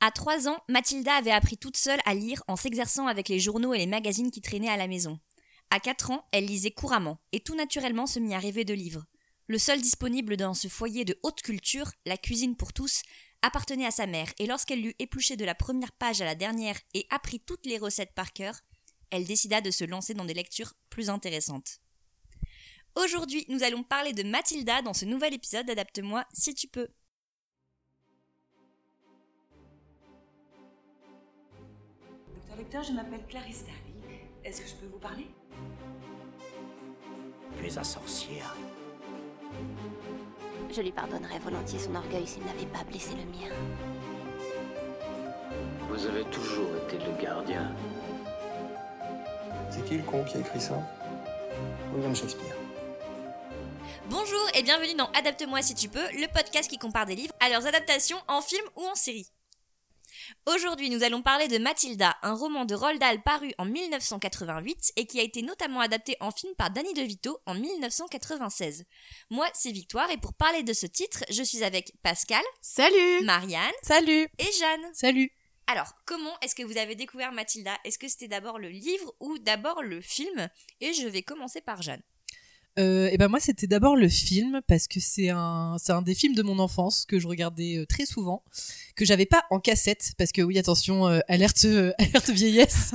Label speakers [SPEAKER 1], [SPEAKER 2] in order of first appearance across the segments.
[SPEAKER 1] À trois ans, Mathilda avait appris toute seule à lire en s'exerçant avec les journaux et les magazines qui traînaient à la maison. À quatre ans, elle lisait couramment et tout naturellement se mit à rêver de livres. Le seul disponible dans ce foyer de haute culture, la cuisine pour tous, appartenait à sa mère et lorsqu'elle l'eut épluché de la première page à la dernière et appris toutes les recettes par cœur, elle décida de se lancer dans des lectures plus intéressantes. Aujourd'hui, nous allons parler de Mathilda dans ce nouvel épisode d'Adapte-moi si tu peux.
[SPEAKER 2] Docteur Lecteur, je m'appelle Clarisse Darling. Est-ce que je peux vous parler
[SPEAKER 3] Tu es un sorcier.
[SPEAKER 4] Je lui pardonnerais volontiers son orgueil s'il n'avait pas blessé le mien.
[SPEAKER 3] Vous avez toujours été le gardien.
[SPEAKER 5] C'est qui le con qui a écrit ça William Shakespeare.
[SPEAKER 1] Bonjour et bienvenue dans Adapte-moi si tu peux, le podcast qui compare des livres à leurs adaptations en film ou en série. Aujourd'hui, nous allons parler de Mathilda, un roman de Roald Dahl paru en 1988 et qui a été notamment adapté en film par Danny DeVito en 1996. Moi, c'est Victoire et pour parler de ce titre, je suis avec Pascal,
[SPEAKER 6] Salut
[SPEAKER 1] Marianne
[SPEAKER 6] Salut
[SPEAKER 1] et Jeanne.
[SPEAKER 6] Salut
[SPEAKER 1] Alors, comment est-ce que vous avez découvert Mathilda Est-ce que c'était d'abord le livre ou d'abord le film Et je vais commencer par Jeanne.
[SPEAKER 6] euh, Et ben moi c'était d'abord le film parce que c'est un, c'est un des films de mon enfance que je regardais euh, très souvent, que j'avais pas en cassette parce que oui attention euh, alerte euh, alerte vieillesse,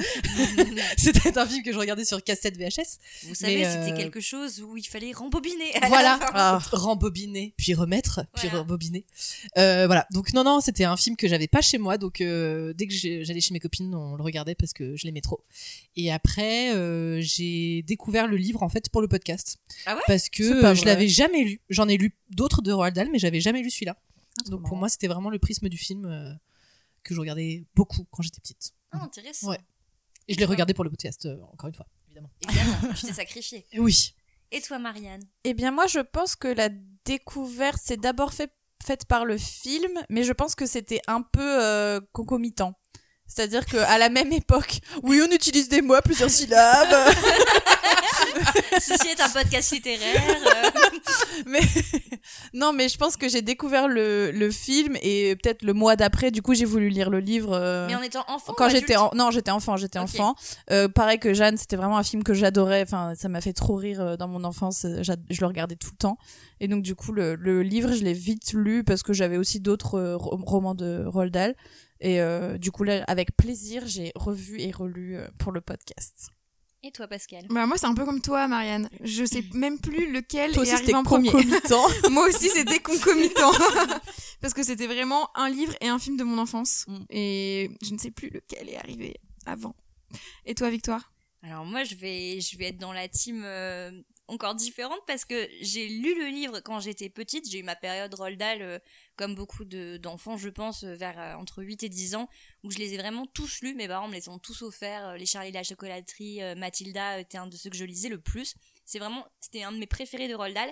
[SPEAKER 6] c'était un film que je regardais sur cassette VHS.
[SPEAKER 1] Vous savez,
[SPEAKER 6] Mais, euh,
[SPEAKER 1] c'était quelque chose où il fallait rembobiner. à la
[SPEAKER 6] voilà,
[SPEAKER 1] fin.
[SPEAKER 6] Ah, rembobiner puis remettre puis
[SPEAKER 1] Voilà.
[SPEAKER 6] rembobiner. Euh, voilà donc non non c'était un film que j'avais pas chez moi donc euh, dès que j'ai- j'allais chez mes copines on le regardait parce que je l'aimais trop. Et après euh, j'ai découvert le livre en fait pour le podcast.
[SPEAKER 1] Ah ouais
[SPEAKER 6] parce que
[SPEAKER 7] C'est pas
[SPEAKER 6] euh, je
[SPEAKER 7] vrai.
[SPEAKER 6] l'avais jamais lu. J'en ai lu d'autres de Roald Dahl, mais j'avais jamais lu celui-là.
[SPEAKER 7] trop
[SPEAKER 6] Donc pour
[SPEAKER 7] marrant.
[SPEAKER 6] moi, c'était vraiment le prisme du film euh, que je regardais beaucoup quand j'étais petite.
[SPEAKER 1] Ah, intéressant.
[SPEAKER 6] Ouais. Et je l'ai regardé pour le podcast, euh, encore une fois, évidemment.
[SPEAKER 1] Évidemment, tu t'es sacrifié.
[SPEAKER 6] Oui.
[SPEAKER 1] Et toi, Marianne
[SPEAKER 7] Eh bien, moi, je pense que la découverte, c'est d'abord fait, faite par le film, mais je pense que c'était un peu euh, concomitant. C'est-à-dire que à la même époque, oui, on utilise des mots à plusieurs syllabes,
[SPEAKER 1] Ceci est un podcast littéraire. euh,
[SPEAKER 7] mais non, mais je pense que j'ai découvert le, le film et peut-être le mois d'après, du coup, j'ai voulu lire le livre. euh,
[SPEAKER 1] mais en étant enfant.
[SPEAKER 7] quand
[SPEAKER 1] ou
[SPEAKER 7] j'étais en...
[SPEAKER 1] adulte
[SPEAKER 7] non j'étais enfant j'étais
[SPEAKER 1] Ok.
[SPEAKER 7] enfant Euh, pareil que Jeanne c'était vraiment un film que j'adorais enfin ça m'a fait trop rire euh, dans mon enfance Euh, j'ad- je le regardais tout le temps et donc du coup le, le livre je l'ai vite lu parce que j'avais aussi d'autres euh, ro- romans de Roald Dahl et euh, du coup là avec plaisir j'ai revu et relu euh, pour le podcast
[SPEAKER 1] Et toi, Pascal
[SPEAKER 8] Bah, moi, c'est un peu comme toi, Marianne. Je sais même plus lequel
[SPEAKER 7] toi
[SPEAKER 8] est
[SPEAKER 7] aussi
[SPEAKER 8] arrivé
[SPEAKER 7] c'était
[SPEAKER 8] en premier.
[SPEAKER 7] concomitant
[SPEAKER 8] moi aussi, c'était concomitant. Parce que c'était vraiment un livre et un film de mon enfance.
[SPEAKER 7] Mm.
[SPEAKER 8] Et je ne sais plus lequel est arrivé avant. Et toi, Victoire
[SPEAKER 1] Alors moi, je vais, je vais être dans la team euh, encore différente parce que j'ai lu le livre quand j'étais petite. J'ai eu ma période Roald Dahl, euh, comme beaucoup de- d'enfants, je pense, euh, vers euh, entre 8 et 10 ans, où je les ai vraiment tous lus. Mes parents me les ont tous offerts. euh, les Charlie et la chocolaterie, euh, Mathilda euh, était un de ceux que je lisais le plus. C'est vraiment, c'était un de mes préférés de Roald Dahl.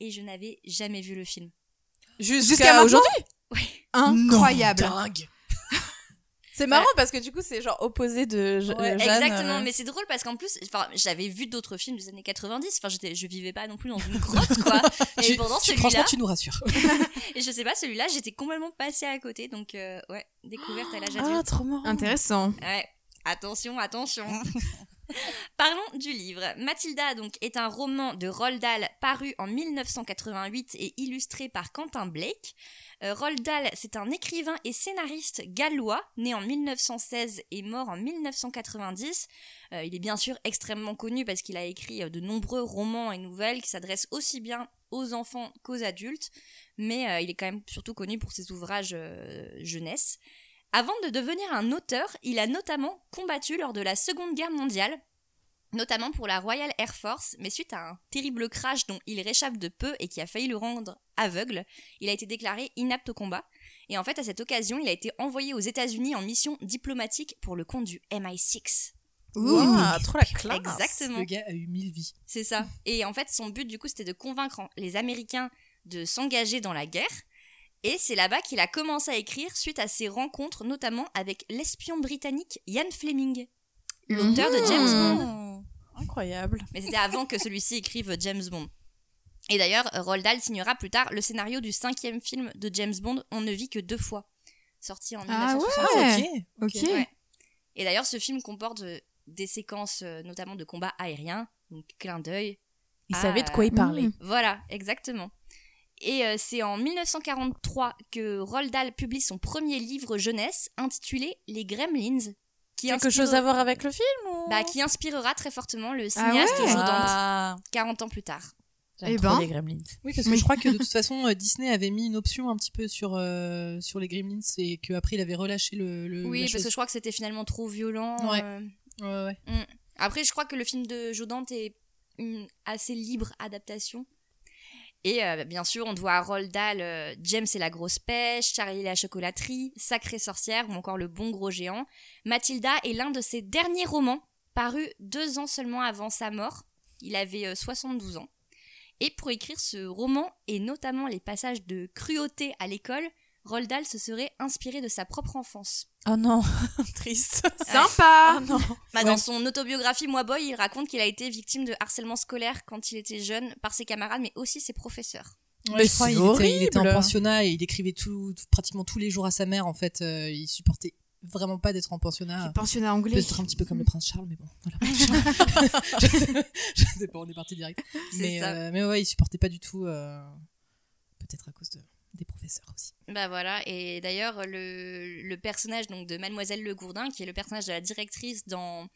[SPEAKER 1] Et je n'avais jamais vu le film.
[SPEAKER 8] Jusqu'à maintenant
[SPEAKER 7] aujourd'hui
[SPEAKER 8] Incroyable. Bah.
[SPEAKER 6] dingue.
[SPEAKER 7] c'est marrant parce que du coup c'est genre opposé de Je-
[SPEAKER 6] Ouais,
[SPEAKER 7] euh, Jeanne
[SPEAKER 1] Exactement,
[SPEAKER 7] euh,
[SPEAKER 1] mais c'est drôle parce qu'en plus, enfin, j'avais vu d'autres films des années 90. Enfin, j'étais, je vivais pas non plus dans une grotte, quoi. Et
[SPEAKER 6] Tu-
[SPEAKER 1] pendant
[SPEAKER 6] tu-
[SPEAKER 1] celui-là,
[SPEAKER 6] franchement, tu nous rassures.
[SPEAKER 1] et je sais pas, celui-là, j'étais complètement passée à côté. Donc, euh, ouais, découverte à l'âge
[SPEAKER 7] ah
[SPEAKER 1] adulte.
[SPEAKER 7] trop marrant
[SPEAKER 8] Intéressant.
[SPEAKER 1] Ouais, attention, attention. Parlons du livre. Mathilda donc est un roman de Roald Dahl paru en 1988 et illustré par Quentin Blake. Euh, Roald Dahl, c'est un écrivain et scénariste gallois, né en 1916 et mort en 1990. Euh, il est bien sûr extrêmement connu parce qu'il a écrit euh, de nombreux romans et nouvelles qui s'adressent aussi bien aux enfants qu'aux adultes, mais euh, il est quand même surtout connu pour ses ouvrages euh, jeunesse. Avant de devenir un auteur, il a notamment combattu lors de la Seconde Guerre mondiale, notamment pour la Royal Air Force, mais suite à un terrible crash dont il réchappe de peu et qui a failli le rendre aveugle, il a été déclaré inapte au combat. Et en fait, à cette occasion, il a été envoyé aux États-Unis en mission diplomatique pour le compte du MI6.
[SPEAKER 7] ah,
[SPEAKER 6] Ouah, trop la classe.
[SPEAKER 1] Exactement.
[SPEAKER 6] Le gars a eu mille vies.
[SPEAKER 1] C'est ça. Et en fait, son but, du coup, c'était de convaincre en- les Américains de s'engager dans la guerre. Et c'est là-bas qu'il a commencé à écrire suite à ses rencontres, notamment avec l'espion britannique Ian Fleming, l'auteur de James
[SPEAKER 8] Mmh.
[SPEAKER 1] Bond.
[SPEAKER 7] incroyable
[SPEAKER 1] Mais c'était avant que celui-ci écrive James Bond. Et d'ailleurs, Roald Dahl signera plus tard le scénario du cinquième film de James Bond, On ne vit que deux fois. sorti en
[SPEAKER 8] Ah
[SPEAKER 1] 1960.
[SPEAKER 8] Ouais.
[SPEAKER 6] ok.
[SPEAKER 8] Ok.
[SPEAKER 1] Ouais. Et d'ailleurs, ce film comporte euh, des séquences, euh, notamment de combats aériens, donc clin d'œil.
[SPEAKER 7] Il
[SPEAKER 1] Ah,
[SPEAKER 7] savait de quoi il parlait.
[SPEAKER 8] Mmh.
[SPEAKER 1] Voilà, exactement. Et euh, c'est en 1943 que Roald Dahl publie son premier livre jeunesse intitulé Les Gremlins, qui,
[SPEAKER 7] Quelque
[SPEAKER 1] inspire-
[SPEAKER 7] chose à voir avec le film ou...
[SPEAKER 1] bah, qui inspirera très fortement le cinéaste
[SPEAKER 8] ouais
[SPEAKER 1] Joe Dante,
[SPEAKER 7] Ah,
[SPEAKER 1] 40 ans plus tard.
[SPEAKER 7] j'aime
[SPEAKER 8] Eh
[SPEAKER 7] trop
[SPEAKER 8] ben.
[SPEAKER 7] les Gremlins.
[SPEAKER 6] Oui, parce que
[SPEAKER 8] Oui.
[SPEAKER 6] je crois que de toute façon, euh, Disney avait mis une option un petit peu sur, euh, sur les Gremlins et qu'après, il avait relâché le. le-
[SPEAKER 1] Oui,
[SPEAKER 6] Hum, la
[SPEAKER 1] parce que
[SPEAKER 6] chose.
[SPEAKER 1] je crois que c'était finalement trop violent.
[SPEAKER 6] Ouais.
[SPEAKER 1] euh.
[SPEAKER 6] Ouais, ouais.
[SPEAKER 1] Après, je crois que le film de Joe Dante est une assez libre adaptation. Et euh, bien sûr, on doit à Roald Dahl euh, James et la grosse pêche, Charlie et la chocolaterie, Sacrée sorcière ou encore Le bon gros géant. Mathilda est l'un de ses derniers romans, paru deux ans seulement avant sa mort. Il avait euh, 72 ans. Et pour écrire ce roman, et notamment les passages de cruauté à l'école, Roald Dahl se serait inspiré de sa propre enfance.
[SPEAKER 7] Oh non, triste.
[SPEAKER 8] Sympa.
[SPEAKER 7] Ah non.
[SPEAKER 1] Bah,
[SPEAKER 6] Ouais.
[SPEAKER 1] Dans son autobiographie Moi Boy, il raconte qu'il a été victime de harcèlement scolaire quand il était jeune par ses camarades, mais aussi ses professeurs.
[SPEAKER 6] Ouais,
[SPEAKER 7] Mais
[SPEAKER 6] je crois
[SPEAKER 7] c'est
[SPEAKER 6] il était, il était en
[SPEAKER 7] horrible.
[SPEAKER 6] pensionnat et il écrivait tout, tout- pratiquement tous les jours à sa mère. En fait, Euh, il supportait vraiment pas d'être en pensionnat.
[SPEAKER 8] Pensionnat anglais.
[SPEAKER 6] Peut-être un petit peu comme le prince Charles, mais bon, voilà. je, je sais pas, on est parti direct.
[SPEAKER 1] C'est
[SPEAKER 6] Mais,
[SPEAKER 1] ça.
[SPEAKER 6] euh, mais ouais, il supportait pas du tout. euh, Peut-être à cause de- des professeurs aussi.
[SPEAKER 1] Bah voilà, et d'ailleurs, le, le personnage donc de Mademoiselle Le Gourdin, qui est le personnage de la directrice dans,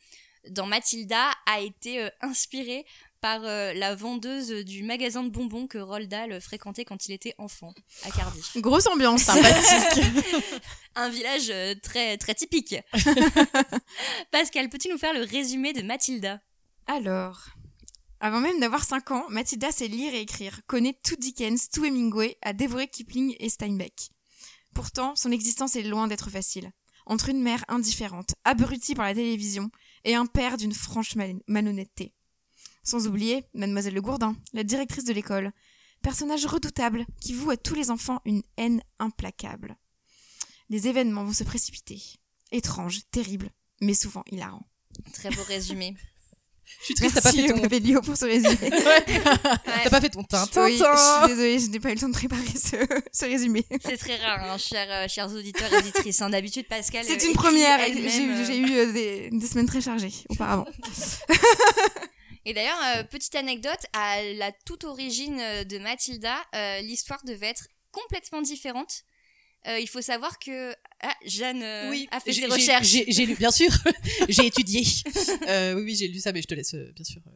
[SPEAKER 1] dans Mathilda, a été euh, inspiré par euh, la vendeuse du magasin de bonbons que Roald Dahl fréquentait quand il était enfant, à Cardiff.
[SPEAKER 8] Grosse ambiance.
[SPEAKER 1] Un village euh, très, très typique. Pascal, peux-tu nous faire le résumé de Mathilda
[SPEAKER 8] Alors, avant même d'avoir 5 ans, Mathilda sait lire et écrire, connaît tout Dickens, tout Hemingway, a dévoré Kipling et Steinbeck. Pourtant, son existence est loin d'être facile. Entre une mère indifférente, abrutie par la télévision, et un père d'une franche mal- malhonnêteté. Sans oublier Mademoiselle Le Gourdin, la directrice de l'école, personnage redoutable qui voue à tous les enfants une haine implacable. Les événements vont se précipiter. Étranges, terribles, mais souvent hilarants.
[SPEAKER 1] Très beau résumé.
[SPEAKER 6] Je suis triste, t'as pas
[SPEAKER 8] Merci
[SPEAKER 6] fait ton.
[SPEAKER 8] au Papa Lio pour ce résumé.
[SPEAKER 1] Ouais.
[SPEAKER 6] T'as pas fait ton teint.
[SPEAKER 8] Oui, je suis désolée, je n'ai pas eu le temps de préparer ce, ce résumé.
[SPEAKER 1] C'est très rare, hein, chers, euh, chers auditeurs et auditrices. hein. D'habitude, Pascal. euh,
[SPEAKER 8] C'est une
[SPEAKER 1] écrit
[SPEAKER 8] première. J'ai
[SPEAKER 1] elle-même, euh.
[SPEAKER 8] eu- j'ai eu euh, des, des semaines très chargées auparavant.
[SPEAKER 1] Et d'ailleurs, euh, petite anecdote, à la toute origine euh, de Mathilda, euh, l'histoire devait être complètement différente. Euh, il faut savoir que ah, Jeanne euh, a fait
[SPEAKER 6] j'ai-
[SPEAKER 1] des
[SPEAKER 6] j'ai-
[SPEAKER 1] recherches.
[SPEAKER 6] J'ai j'ai lu, bien sûr. j'ai étudié. Euh, oui, oui, j'ai lu ça, mais je te laisse, euh, bien sûr. euh,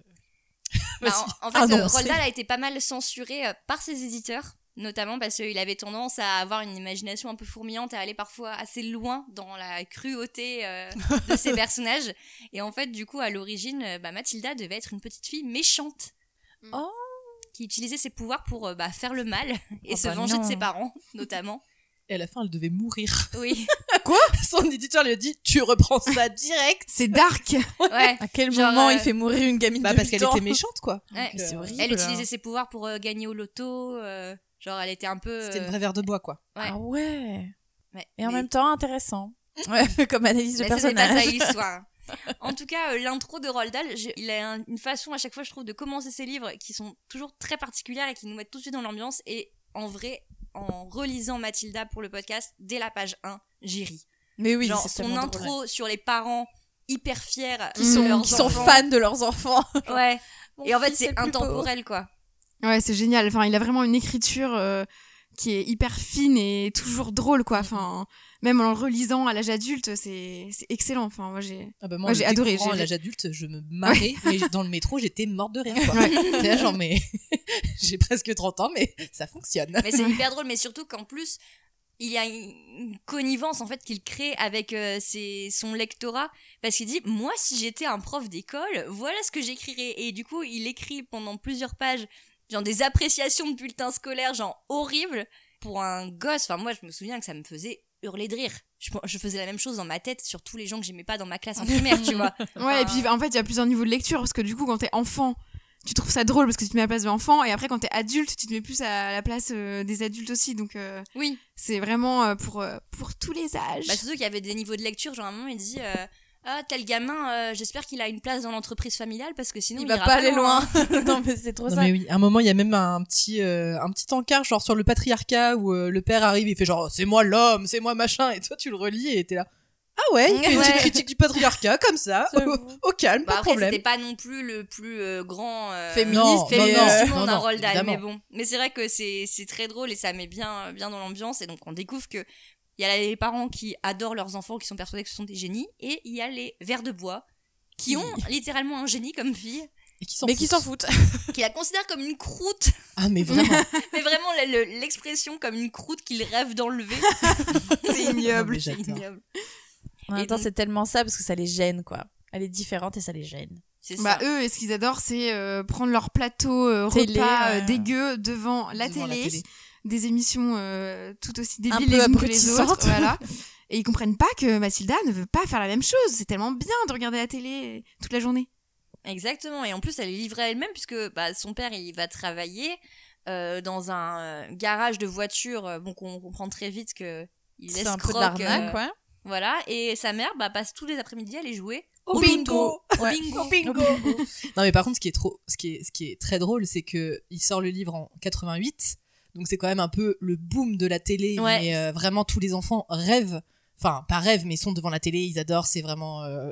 [SPEAKER 1] Bah,
[SPEAKER 6] vas-y.
[SPEAKER 1] en, en fait,
[SPEAKER 6] Ah non,
[SPEAKER 1] euh, Roald
[SPEAKER 6] c'est-
[SPEAKER 1] Dahl a été pas mal censuré euh, par ses éditeurs, notamment parce qu'il avait tendance à avoir une imagination un peu fourmillante, à aller parfois assez loin dans la cruauté euh, de ses personnages. Et en fait, du coup, à l'origine, euh, bah, Mathilda devait être une petite fille méchante.
[SPEAKER 7] Oh.
[SPEAKER 1] Qui utilisait ses pouvoirs pour euh, bah, faire le mal et
[SPEAKER 7] Oh
[SPEAKER 1] se
[SPEAKER 7] bah
[SPEAKER 1] venger de
[SPEAKER 7] non.
[SPEAKER 1] ses parents, notamment.
[SPEAKER 6] Et à la fin, elle devait mourir.
[SPEAKER 1] Oui,
[SPEAKER 6] Son éditeur lui a dit Tu reprends ça direct.
[SPEAKER 8] C'est dark.
[SPEAKER 1] ouais.
[SPEAKER 7] À quel
[SPEAKER 1] Genre,
[SPEAKER 7] moment
[SPEAKER 1] euh,
[SPEAKER 7] il fait mourir une gamine
[SPEAKER 6] Bah,
[SPEAKER 7] de
[SPEAKER 6] parce
[SPEAKER 7] 8
[SPEAKER 6] qu'elle
[SPEAKER 7] ans
[SPEAKER 6] était méchante, quoi.
[SPEAKER 1] Ouais.
[SPEAKER 6] Donc, euh,
[SPEAKER 7] C'est horrible.
[SPEAKER 1] Elle utilisait ses pouvoirs pour euh, gagner au loto. euh, genre, elle était un peu.
[SPEAKER 6] C'était une
[SPEAKER 1] euh,
[SPEAKER 6] vraie verre de bois, quoi.
[SPEAKER 1] Ouais.
[SPEAKER 7] Ah ouais.
[SPEAKER 1] ouais.
[SPEAKER 7] Et en
[SPEAKER 1] Mais- Mm.
[SPEAKER 7] même temps intéressant. Ouais, comme analyse de
[SPEAKER 1] Mais ça, c'est pas ça
[SPEAKER 7] personnage.
[SPEAKER 1] l'histoire. En tout cas, euh, l'intro de Roald Dahl, j'ai- il a un- une façon à chaque fois, je trouve, de commencer ses livres qui sont toujours très particulières et qui nous mettent tout de suite dans l'ambiance. Et en vrai, en relisant Mathilda pour le podcast, dès la page 1, j'ai ri.
[SPEAKER 7] Mais oui,
[SPEAKER 1] Genre
[SPEAKER 7] c'est
[SPEAKER 1] son
[SPEAKER 7] tellement
[SPEAKER 1] intro
[SPEAKER 7] drôle.
[SPEAKER 1] sur les parents hyper fiers
[SPEAKER 7] qui
[SPEAKER 1] de
[SPEAKER 7] sont,
[SPEAKER 1] leurs
[SPEAKER 7] qui sont
[SPEAKER 1] enfants.
[SPEAKER 7] fans de leurs enfants.
[SPEAKER 1] Ouais.
[SPEAKER 7] Mon
[SPEAKER 1] Et en fait,
[SPEAKER 7] fils est
[SPEAKER 1] c'est
[SPEAKER 7] le plus beau.
[SPEAKER 1] intemporel, quoi.
[SPEAKER 8] Ouais, c'est génial. Enfin, il a vraiment une écriture euh, qui est hyper fine et toujours drôle, quoi. Enfin, même en le relisant à l'âge adulte, c'est c'est excellent. Enfin, moi j'ai.
[SPEAKER 6] Ah bah moi,
[SPEAKER 8] Moi,
[SPEAKER 6] j'ai
[SPEAKER 8] j'ai adoré,
[SPEAKER 6] adoré. Découvrant,
[SPEAKER 8] j'ai-
[SPEAKER 6] à l'âge adulte, je me marrais, mais dans le métro, j'étais morte de rire. Quoi.
[SPEAKER 8] Ouais.
[SPEAKER 6] C'est là, genre, mais j'ai presque 30 ans, mais ça fonctionne.
[SPEAKER 1] Mais c'est hyper drôle, mais surtout qu'en plus, il y a une connivence en fait qu'il crée avec euh, ses- son lectorat parce qu'il dit moi si j'étais un prof d'école, voilà ce que j'écrirais et du coup, il écrit pendant plusieurs pages genre des appréciations de bulletins scolaires genre horribles pour un gosse. Enfin moi, je me souviens que ça me faisait hurler de rire. Je, je faisais la même chose dans ma tête sur tous les gens que j'aimais pas dans ma classe en primaire, tu vois.
[SPEAKER 8] Ouais, et puis en fait, il y a plusieurs niveaux de lecture parce que du coup, quand t'es enfant. Tu trouves ça drôle parce que tu te mets à la place de l'enfant et après quand t'es adulte tu te mets plus à la place euh, des adultes aussi donc euh,
[SPEAKER 1] Oui.
[SPEAKER 8] c'est vraiment euh, pour euh, pour tous les âges.
[SPEAKER 6] Bah,
[SPEAKER 1] Bah, surtout qu'il y avait des niveaux de lecture, genre à un moment il dit euh, Ah, tel gamin, euh, j'espère qu'il a une place dans l'entreprise familiale parce que sinon
[SPEAKER 7] Il
[SPEAKER 1] il,
[SPEAKER 7] va
[SPEAKER 1] ira
[SPEAKER 7] pas aller loin. non, mais c'est trop
[SPEAKER 6] Non
[SPEAKER 7] ça.
[SPEAKER 6] mais oui, à un moment il y a même un petit euh, un petit encart genre sur le patriarcat où euh, le père arrive il fait genre Oh, c'est moi l'homme, c'est moi machin et toi tu le relis et t'es là ah ouais, il fait une
[SPEAKER 1] Ouais.
[SPEAKER 6] petite critique du patriarcat comme ça au,
[SPEAKER 7] J'avoue.
[SPEAKER 6] au calme,
[SPEAKER 1] Bah
[SPEAKER 6] pas de
[SPEAKER 1] après, c'était
[SPEAKER 6] problème.
[SPEAKER 1] pas non plus le plus euh, grand euh,
[SPEAKER 6] Féministe, mais,
[SPEAKER 1] féministe
[SPEAKER 6] euh,
[SPEAKER 1] Simon
[SPEAKER 6] non,
[SPEAKER 1] d'un
[SPEAKER 6] non,
[SPEAKER 1] Roald Dahl,
[SPEAKER 6] évidemment.
[SPEAKER 1] mais bon. Mais c'est vrai que c'est c'est très drôle et ça met bien, bien dans l'ambiance. Et donc, on découvre que il y a les parents qui adorent leurs enfants, qui sont persuadés que ce sont des génies, et il y a les vers de bois qui ont littéralement un génie comme fille,
[SPEAKER 6] Et qui s'en
[SPEAKER 7] Mais
[SPEAKER 6] fout.
[SPEAKER 7] qui s'en foutent.
[SPEAKER 1] qui la considère comme une croûte,
[SPEAKER 6] Ah mais vraiment,
[SPEAKER 1] mais vraiment le- le- l'expression comme une croûte qu'il rêve d'enlever.
[SPEAKER 8] C'est ignoble.
[SPEAKER 6] Non, mais j'adore.
[SPEAKER 1] Ignoble.
[SPEAKER 7] En
[SPEAKER 1] Et
[SPEAKER 7] même temps,
[SPEAKER 1] donc-
[SPEAKER 7] c'est tellement ça parce que ça les gêne, quoi. Elle est différente et ça les gêne.
[SPEAKER 1] C'est
[SPEAKER 8] Bah
[SPEAKER 1] ça.
[SPEAKER 8] eux, et ce qu'ils adorent, c'est euh, prendre leur plateau euh,
[SPEAKER 7] Télé,
[SPEAKER 8] repas
[SPEAKER 7] ouais.
[SPEAKER 8] euh, dégueu devant la,
[SPEAKER 6] Devant
[SPEAKER 8] télé, des émissions euh, tout aussi débiles
[SPEAKER 7] peu
[SPEAKER 8] les unes que les
[SPEAKER 7] abrutissantes.
[SPEAKER 8] autres, voilà. Et ils comprennent pas que Mathilda ne veut pas faire la même chose. C'est tellement bien de regarder la télé toute la journée.
[SPEAKER 1] Exactement. Et en plus, elle est livrée à elle-même puisque bah, son père, il va travailler euh, dans un euh, garage de voitures. euh, Bon, qu'on comprend très vite que il euh,
[SPEAKER 7] C'est
[SPEAKER 1] laisse
[SPEAKER 7] un peu de l'arnaque, ouais.
[SPEAKER 1] Voilà. Et sa mère, bah, passe tous les après-midi à aller jouer
[SPEAKER 6] Au bingo.
[SPEAKER 1] Au bingo.
[SPEAKER 6] Non mais par contre ce qui est trop ce qui est ce qui est très drôle c'est que il sort le livre en 88 donc c'est quand même un peu le boom de la télé
[SPEAKER 1] Ouais.
[SPEAKER 6] mais euh, vraiment tous les enfants rêvent enfin pas rêvent mais ils sont devant la télé ils adorent c'est vraiment euh,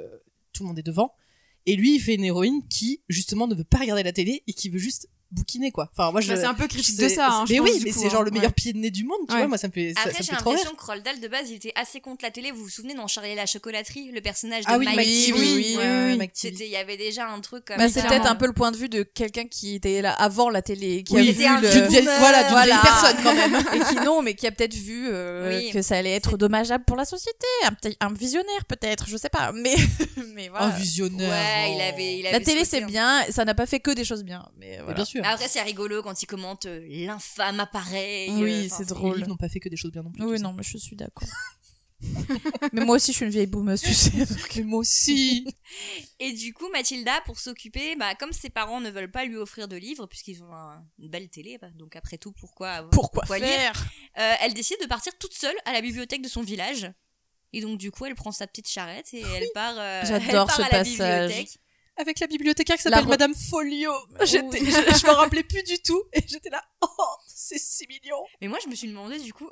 [SPEAKER 6] tout le monde est devant et lui il fait une héroïne qui justement ne veut pas regarder la télé et qui veut juste bouquiner quoi enfin moi je
[SPEAKER 8] Bah, c'est un peu critique
[SPEAKER 6] c'est-
[SPEAKER 8] de ça. hein, je
[SPEAKER 6] mais
[SPEAKER 8] pense,
[SPEAKER 6] oui
[SPEAKER 8] du
[SPEAKER 6] mais
[SPEAKER 8] coup,
[SPEAKER 6] c'est
[SPEAKER 8] hein.
[SPEAKER 6] genre le meilleur
[SPEAKER 8] Ouais.
[SPEAKER 6] pied de nez du monde tu
[SPEAKER 8] Ouais.
[SPEAKER 6] vois moi ça me fait ça, ça
[SPEAKER 1] Après,
[SPEAKER 6] me
[SPEAKER 1] j'ai
[SPEAKER 6] fait trop rire
[SPEAKER 1] l'impression que Roald Dahl, de base, il était assez contre la télé. Vous vous souvenez dans Charlie et la chocolaterie, le personnage de
[SPEAKER 6] ah oui
[SPEAKER 1] Mike
[SPEAKER 6] McTeevy,
[SPEAKER 1] Tibby,
[SPEAKER 8] oui,
[SPEAKER 6] ouais,
[SPEAKER 8] oui,
[SPEAKER 6] ouais,
[SPEAKER 8] oui.
[SPEAKER 6] McTeevy.
[SPEAKER 1] c'était- Il y avait déjà un truc comme
[SPEAKER 7] Bah,
[SPEAKER 1] ça.
[SPEAKER 7] c'est peut-être un peu le point de vue de quelqu'un qui était là avant la télé, qui
[SPEAKER 6] Oui,
[SPEAKER 7] avait
[SPEAKER 1] c'était
[SPEAKER 7] vu
[SPEAKER 1] un
[SPEAKER 7] le-
[SPEAKER 1] vieux
[SPEAKER 6] d'une vieille-
[SPEAKER 1] boomer,
[SPEAKER 6] voilà, d'une vieille
[SPEAKER 7] voilà.
[SPEAKER 6] personne quand même
[SPEAKER 7] et qui non, mais qui a peut-être vu euh,
[SPEAKER 1] Oui.
[SPEAKER 7] que ça allait être dommageable pour la société, un, petit- un visionnaire peut-être, je sais pas, mais mais
[SPEAKER 6] un
[SPEAKER 7] voilà.
[SPEAKER 6] Oh, visionnaire
[SPEAKER 1] Ouais, il
[SPEAKER 6] oh.
[SPEAKER 1] avait. il
[SPEAKER 7] la
[SPEAKER 1] avait ce
[SPEAKER 7] télé
[SPEAKER 1] côté
[SPEAKER 7] c'est
[SPEAKER 1] un
[SPEAKER 7] bien, ça n'a pas fait que des choses bien, mais
[SPEAKER 6] Mais
[SPEAKER 7] voilà.
[SPEAKER 6] bien sûr
[SPEAKER 1] Après, c'est rigolo quand il commente euh, l'infâme appareil.
[SPEAKER 7] Oui,
[SPEAKER 1] euh, enfin,
[SPEAKER 7] c'est
[SPEAKER 6] les
[SPEAKER 7] drôle.
[SPEAKER 6] livres n'ont pas fait que des choses bien non plus
[SPEAKER 7] Oui,
[SPEAKER 6] tu sais.
[SPEAKER 7] non, mais je suis d'accord. mais moi aussi, je suis une vieille boumeuse, tu sais.
[SPEAKER 6] que moi aussi.
[SPEAKER 1] Et du coup, Mathilda, pour s'occuper, bah, comme ses parents ne veulent pas lui offrir de livres, puisqu'ils ont un- une belle télé, bah, donc après tout, pourquoi,
[SPEAKER 7] Pourquoi
[SPEAKER 1] pourquoi lire
[SPEAKER 7] faire
[SPEAKER 1] Euh, Elle décide de partir toute seule à la bibliothèque de son village. Et donc, du coup, elle prend sa petite charrette et elle part, euh,
[SPEAKER 7] J'adore
[SPEAKER 1] elle part
[SPEAKER 7] ce
[SPEAKER 1] à la
[SPEAKER 7] passage.
[SPEAKER 1] bibliothèque.
[SPEAKER 6] Avec la bibliothécaire qui
[SPEAKER 7] La
[SPEAKER 6] s'appelle
[SPEAKER 7] re-
[SPEAKER 6] Madame Folio.
[SPEAKER 7] Oui.
[SPEAKER 6] J'étais- Je, je m'en rappelais plus du tout. Et j'étais là, oh, c'est si mignon.
[SPEAKER 1] Mais moi, je me suis demandé, du coup,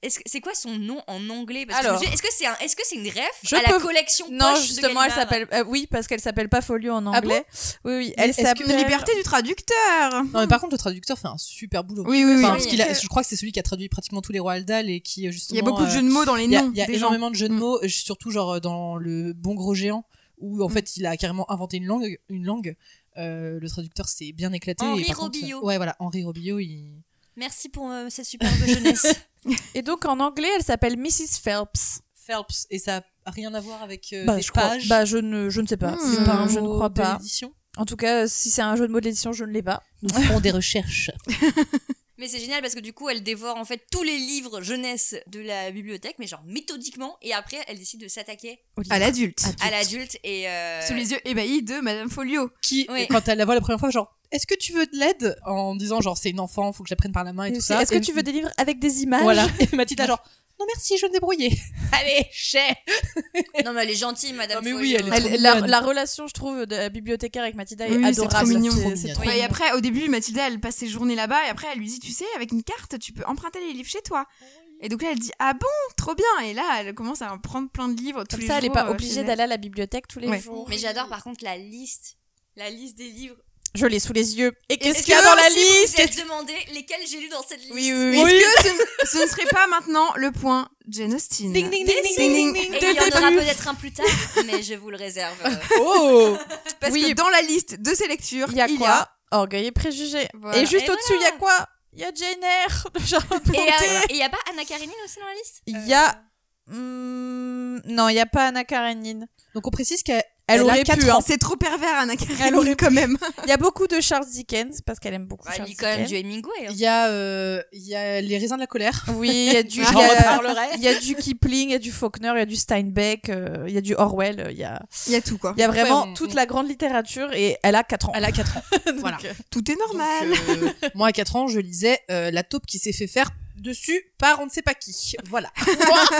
[SPEAKER 1] est-ce que- c'est quoi son nom en anglais Parce que
[SPEAKER 7] Alors.
[SPEAKER 1] je me suis dit, est-ce que c'est un, est-ce que c'est une ref
[SPEAKER 7] Je
[SPEAKER 1] à la
[SPEAKER 7] peux-
[SPEAKER 1] collection
[SPEAKER 7] Non,
[SPEAKER 1] Poche de
[SPEAKER 7] justement, elle
[SPEAKER 1] Gallimard
[SPEAKER 7] s'appelle. euh, oui, parce qu'elle s'appelle pas Folio en
[SPEAKER 6] Ah bon
[SPEAKER 7] anglais. oui, oui.
[SPEAKER 6] Mais
[SPEAKER 7] Elle
[SPEAKER 6] est-ce
[SPEAKER 7] s'appelle.
[SPEAKER 6] que-
[SPEAKER 8] Liberté du traducteur.
[SPEAKER 6] Non, mais par contre, le traducteur fait un super boulot.
[SPEAKER 8] Oui, oui, oui.
[SPEAKER 6] Enfin,
[SPEAKER 1] oui.
[SPEAKER 6] parce qu'il a- je crois que c'est celui qui a traduit pratiquement tous les Roald Dahl et qui, euh,
[SPEAKER 8] Il
[SPEAKER 6] justement.
[SPEAKER 8] y a beaucoup de
[SPEAKER 6] euh,
[SPEAKER 8] jeux de mots dans les
[SPEAKER 6] Il y a,
[SPEAKER 8] noms
[SPEAKER 6] il y a
[SPEAKER 8] des gens.
[SPEAKER 6] énormément de jeux de mots, euh, surtout genre euh, dans le Bon Gros Géant, où en fait il a carrément inventé une langue. Une langue. Euh, le traducteur s'est bien éclaté.
[SPEAKER 1] Henri
[SPEAKER 6] et par contre,
[SPEAKER 1] Robillot.
[SPEAKER 6] euh, ouais, voilà, Henri Robillot, il.
[SPEAKER 1] Merci pour euh, cette superbe jeunesse.
[SPEAKER 7] Et donc en anglais, elle s'appelle Mrs. Phelps.
[SPEAKER 6] Phelps. Et ça a rien à voir avec euh,
[SPEAKER 7] bah,
[SPEAKER 6] des
[SPEAKER 7] je crois-
[SPEAKER 6] pages.
[SPEAKER 7] bah, je ne, je ne sais pas.
[SPEAKER 8] Hmm.
[SPEAKER 7] C'est pas un- je ne crois
[SPEAKER 6] de
[SPEAKER 7] pas.
[SPEAKER 6] l'édition.
[SPEAKER 7] En tout cas, si c'est un jeu de mots de l'édition, je ne l'ai pas.
[SPEAKER 6] Nous ferons des recherches.
[SPEAKER 1] Mais c'est génial parce que du coup, elle dévore en fait tous les livres jeunesse de la bibliothèque, mais genre méthodiquement. Et après, elle décide de s'attaquer
[SPEAKER 8] À l'adulte.
[SPEAKER 1] à l'adulte et. euh,
[SPEAKER 8] Sous les yeux ébahis de Madame Folio.
[SPEAKER 6] qui,
[SPEAKER 1] Oui.
[SPEAKER 6] quand elle la voit la première fois, genre, est-ce que tu veux de l'aide En disant, genre, c'est une enfant, faut que je la prenne par la main et,
[SPEAKER 7] Et
[SPEAKER 6] tout
[SPEAKER 7] aussi,
[SPEAKER 6] ça.
[SPEAKER 7] Est-ce que
[SPEAKER 6] Et-
[SPEAKER 7] tu veux des livres avec des images
[SPEAKER 6] Voilà. Et Mathilde, a genre, non merci, je vais me débrouiller.
[SPEAKER 1] Allez, chais Non, mais elle est gentille, madame. hein.
[SPEAKER 6] Non, mais
[SPEAKER 1] Folio.
[SPEAKER 6] oui, elle est
[SPEAKER 7] Elle-
[SPEAKER 6] trop
[SPEAKER 7] la,
[SPEAKER 6] mignonne.
[SPEAKER 7] la relation, je trouve, de la bibliothécaire avec Mathilda
[SPEAKER 8] Oui,
[SPEAKER 7] est
[SPEAKER 8] c'est
[SPEAKER 6] Ah,
[SPEAKER 7] adorable.
[SPEAKER 8] trop mignon.
[SPEAKER 6] C'est
[SPEAKER 8] Ouais, et
[SPEAKER 7] mignon.
[SPEAKER 8] après, au début, Mathilda, elle passe ses journées là-bas, et après, elle lui dit, tu sais, avec une carte, tu peux emprunter les livres chez toi. Et donc là, elle dit, ah bon, trop bien. Et là, elle commence à en prendre plein de livres tous
[SPEAKER 7] Comme
[SPEAKER 8] les
[SPEAKER 7] ça, elle
[SPEAKER 8] jours.
[SPEAKER 7] n'est pas
[SPEAKER 8] euh, chez
[SPEAKER 7] obligée
[SPEAKER 8] elle.
[SPEAKER 7] d'aller à la bibliothèque tous les
[SPEAKER 8] Ouais.
[SPEAKER 7] jours.
[SPEAKER 1] Mais j'adore par contre la liste. La liste des livres.
[SPEAKER 7] Je l'ai sous les yeux. Et qu'est-ce
[SPEAKER 1] Est-ce
[SPEAKER 7] qu'il y a dans la
[SPEAKER 1] si vous
[SPEAKER 7] liste
[SPEAKER 1] Vous êtes demandé lesquels j'ai lu dans cette liste.
[SPEAKER 7] Oui,
[SPEAKER 8] Mais
[SPEAKER 7] oui, oui.
[SPEAKER 8] Est-ce que ce, ne- ce ne serait pas maintenant le point Jane Austen
[SPEAKER 6] Ding, ding, ding, ding, ding, ding.
[SPEAKER 1] Et
[SPEAKER 8] Dès
[SPEAKER 1] il y en
[SPEAKER 8] le
[SPEAKER 1] aura
[SPEAKER 8] début.
[SPEAKER 1] peut-être un plus tard, mais je vous le réserve.
[SPEAKER 6] Oh
[SPEAKER 8] Parce
[SPEAKER 7] Oui.
[SPEAKER 8] que dans la liste de ses lectures,
[SPEAKER 7] Il y a
[SPEAKER 8] il
[SPEAKER 7] quoi Orgueil et préjugés.
[SPEAKER 8] Voilà.
[SPEAKER 7] Et juste
[SPEAKER 1] Et
[SPEAKER 7] au-dessus, il y a quoi Il y a Jane Eyre. Genre,
[SPEAKER 1] Et euh, et il n'y a pas Anna Karenine aussi dans la liste
[SPEAKER 7] Il y a. Hmm, non, il n'y a pas Anna Karenine.
[SPEAKER 6] Donc on précise qu'elle
[SPEAKER 7] Elle, aurait
[SPEAKER 6] a 4
[SPEAKER 7] pu. hein.
[SPEAKER 8] a- C'est trop pervers, Anna Karenine,
[SPEAKER 7] Elle aurait
[SPEAKER 8] quand même.
[SPEAKER 7] Il y a beaucoup de Charles Dickens parce qu'elle aime beaucoup
[SPEAKER 1] Bah, Elle
[SPEAKER 7] Charles
[SPEAKER 1] lit quand même
[SPEAKER 7] Dickens.
[SPEAKER 1] du Hemingway. hein.
[SPEAKER 6] Il y a, euh, il y a les raisins de la colère.
[SPEAKER 7] Oui, il y a du.
[SPEAKER 6] J'en
[SPEAKER 7] il y a-
[SPEAKER 6] reparlerai.
[SPEAKER 7] Il y a du Kipling, il y a du Faulkner, il y a du Steinbeck, euh, il y a du Orwell, euh, il y a,
[SPEAKER 8] Il y a tout, quoi.
[SPEAKER 7] il y a vraiment
[SPEAKER 6] on-
[SPEAKER 7] toute
[SPEAKER 6] on-
[SPEAKER 7] la grande littérature et elle a 4 ans.
[SPEAKER 6] Elle a 4 ans.
[SPEAKER 7] Donc,
[SPEAKER 6] voilà.
[SPEAKER 7] euh,
[SPEAKER 8] Tout est normal.
[SPEAKER 6] Donc, euh, moi à 4 ans, je lisais euh, La taupe qui s'est fait faire dessus par on ne sait pas qui. Voilà.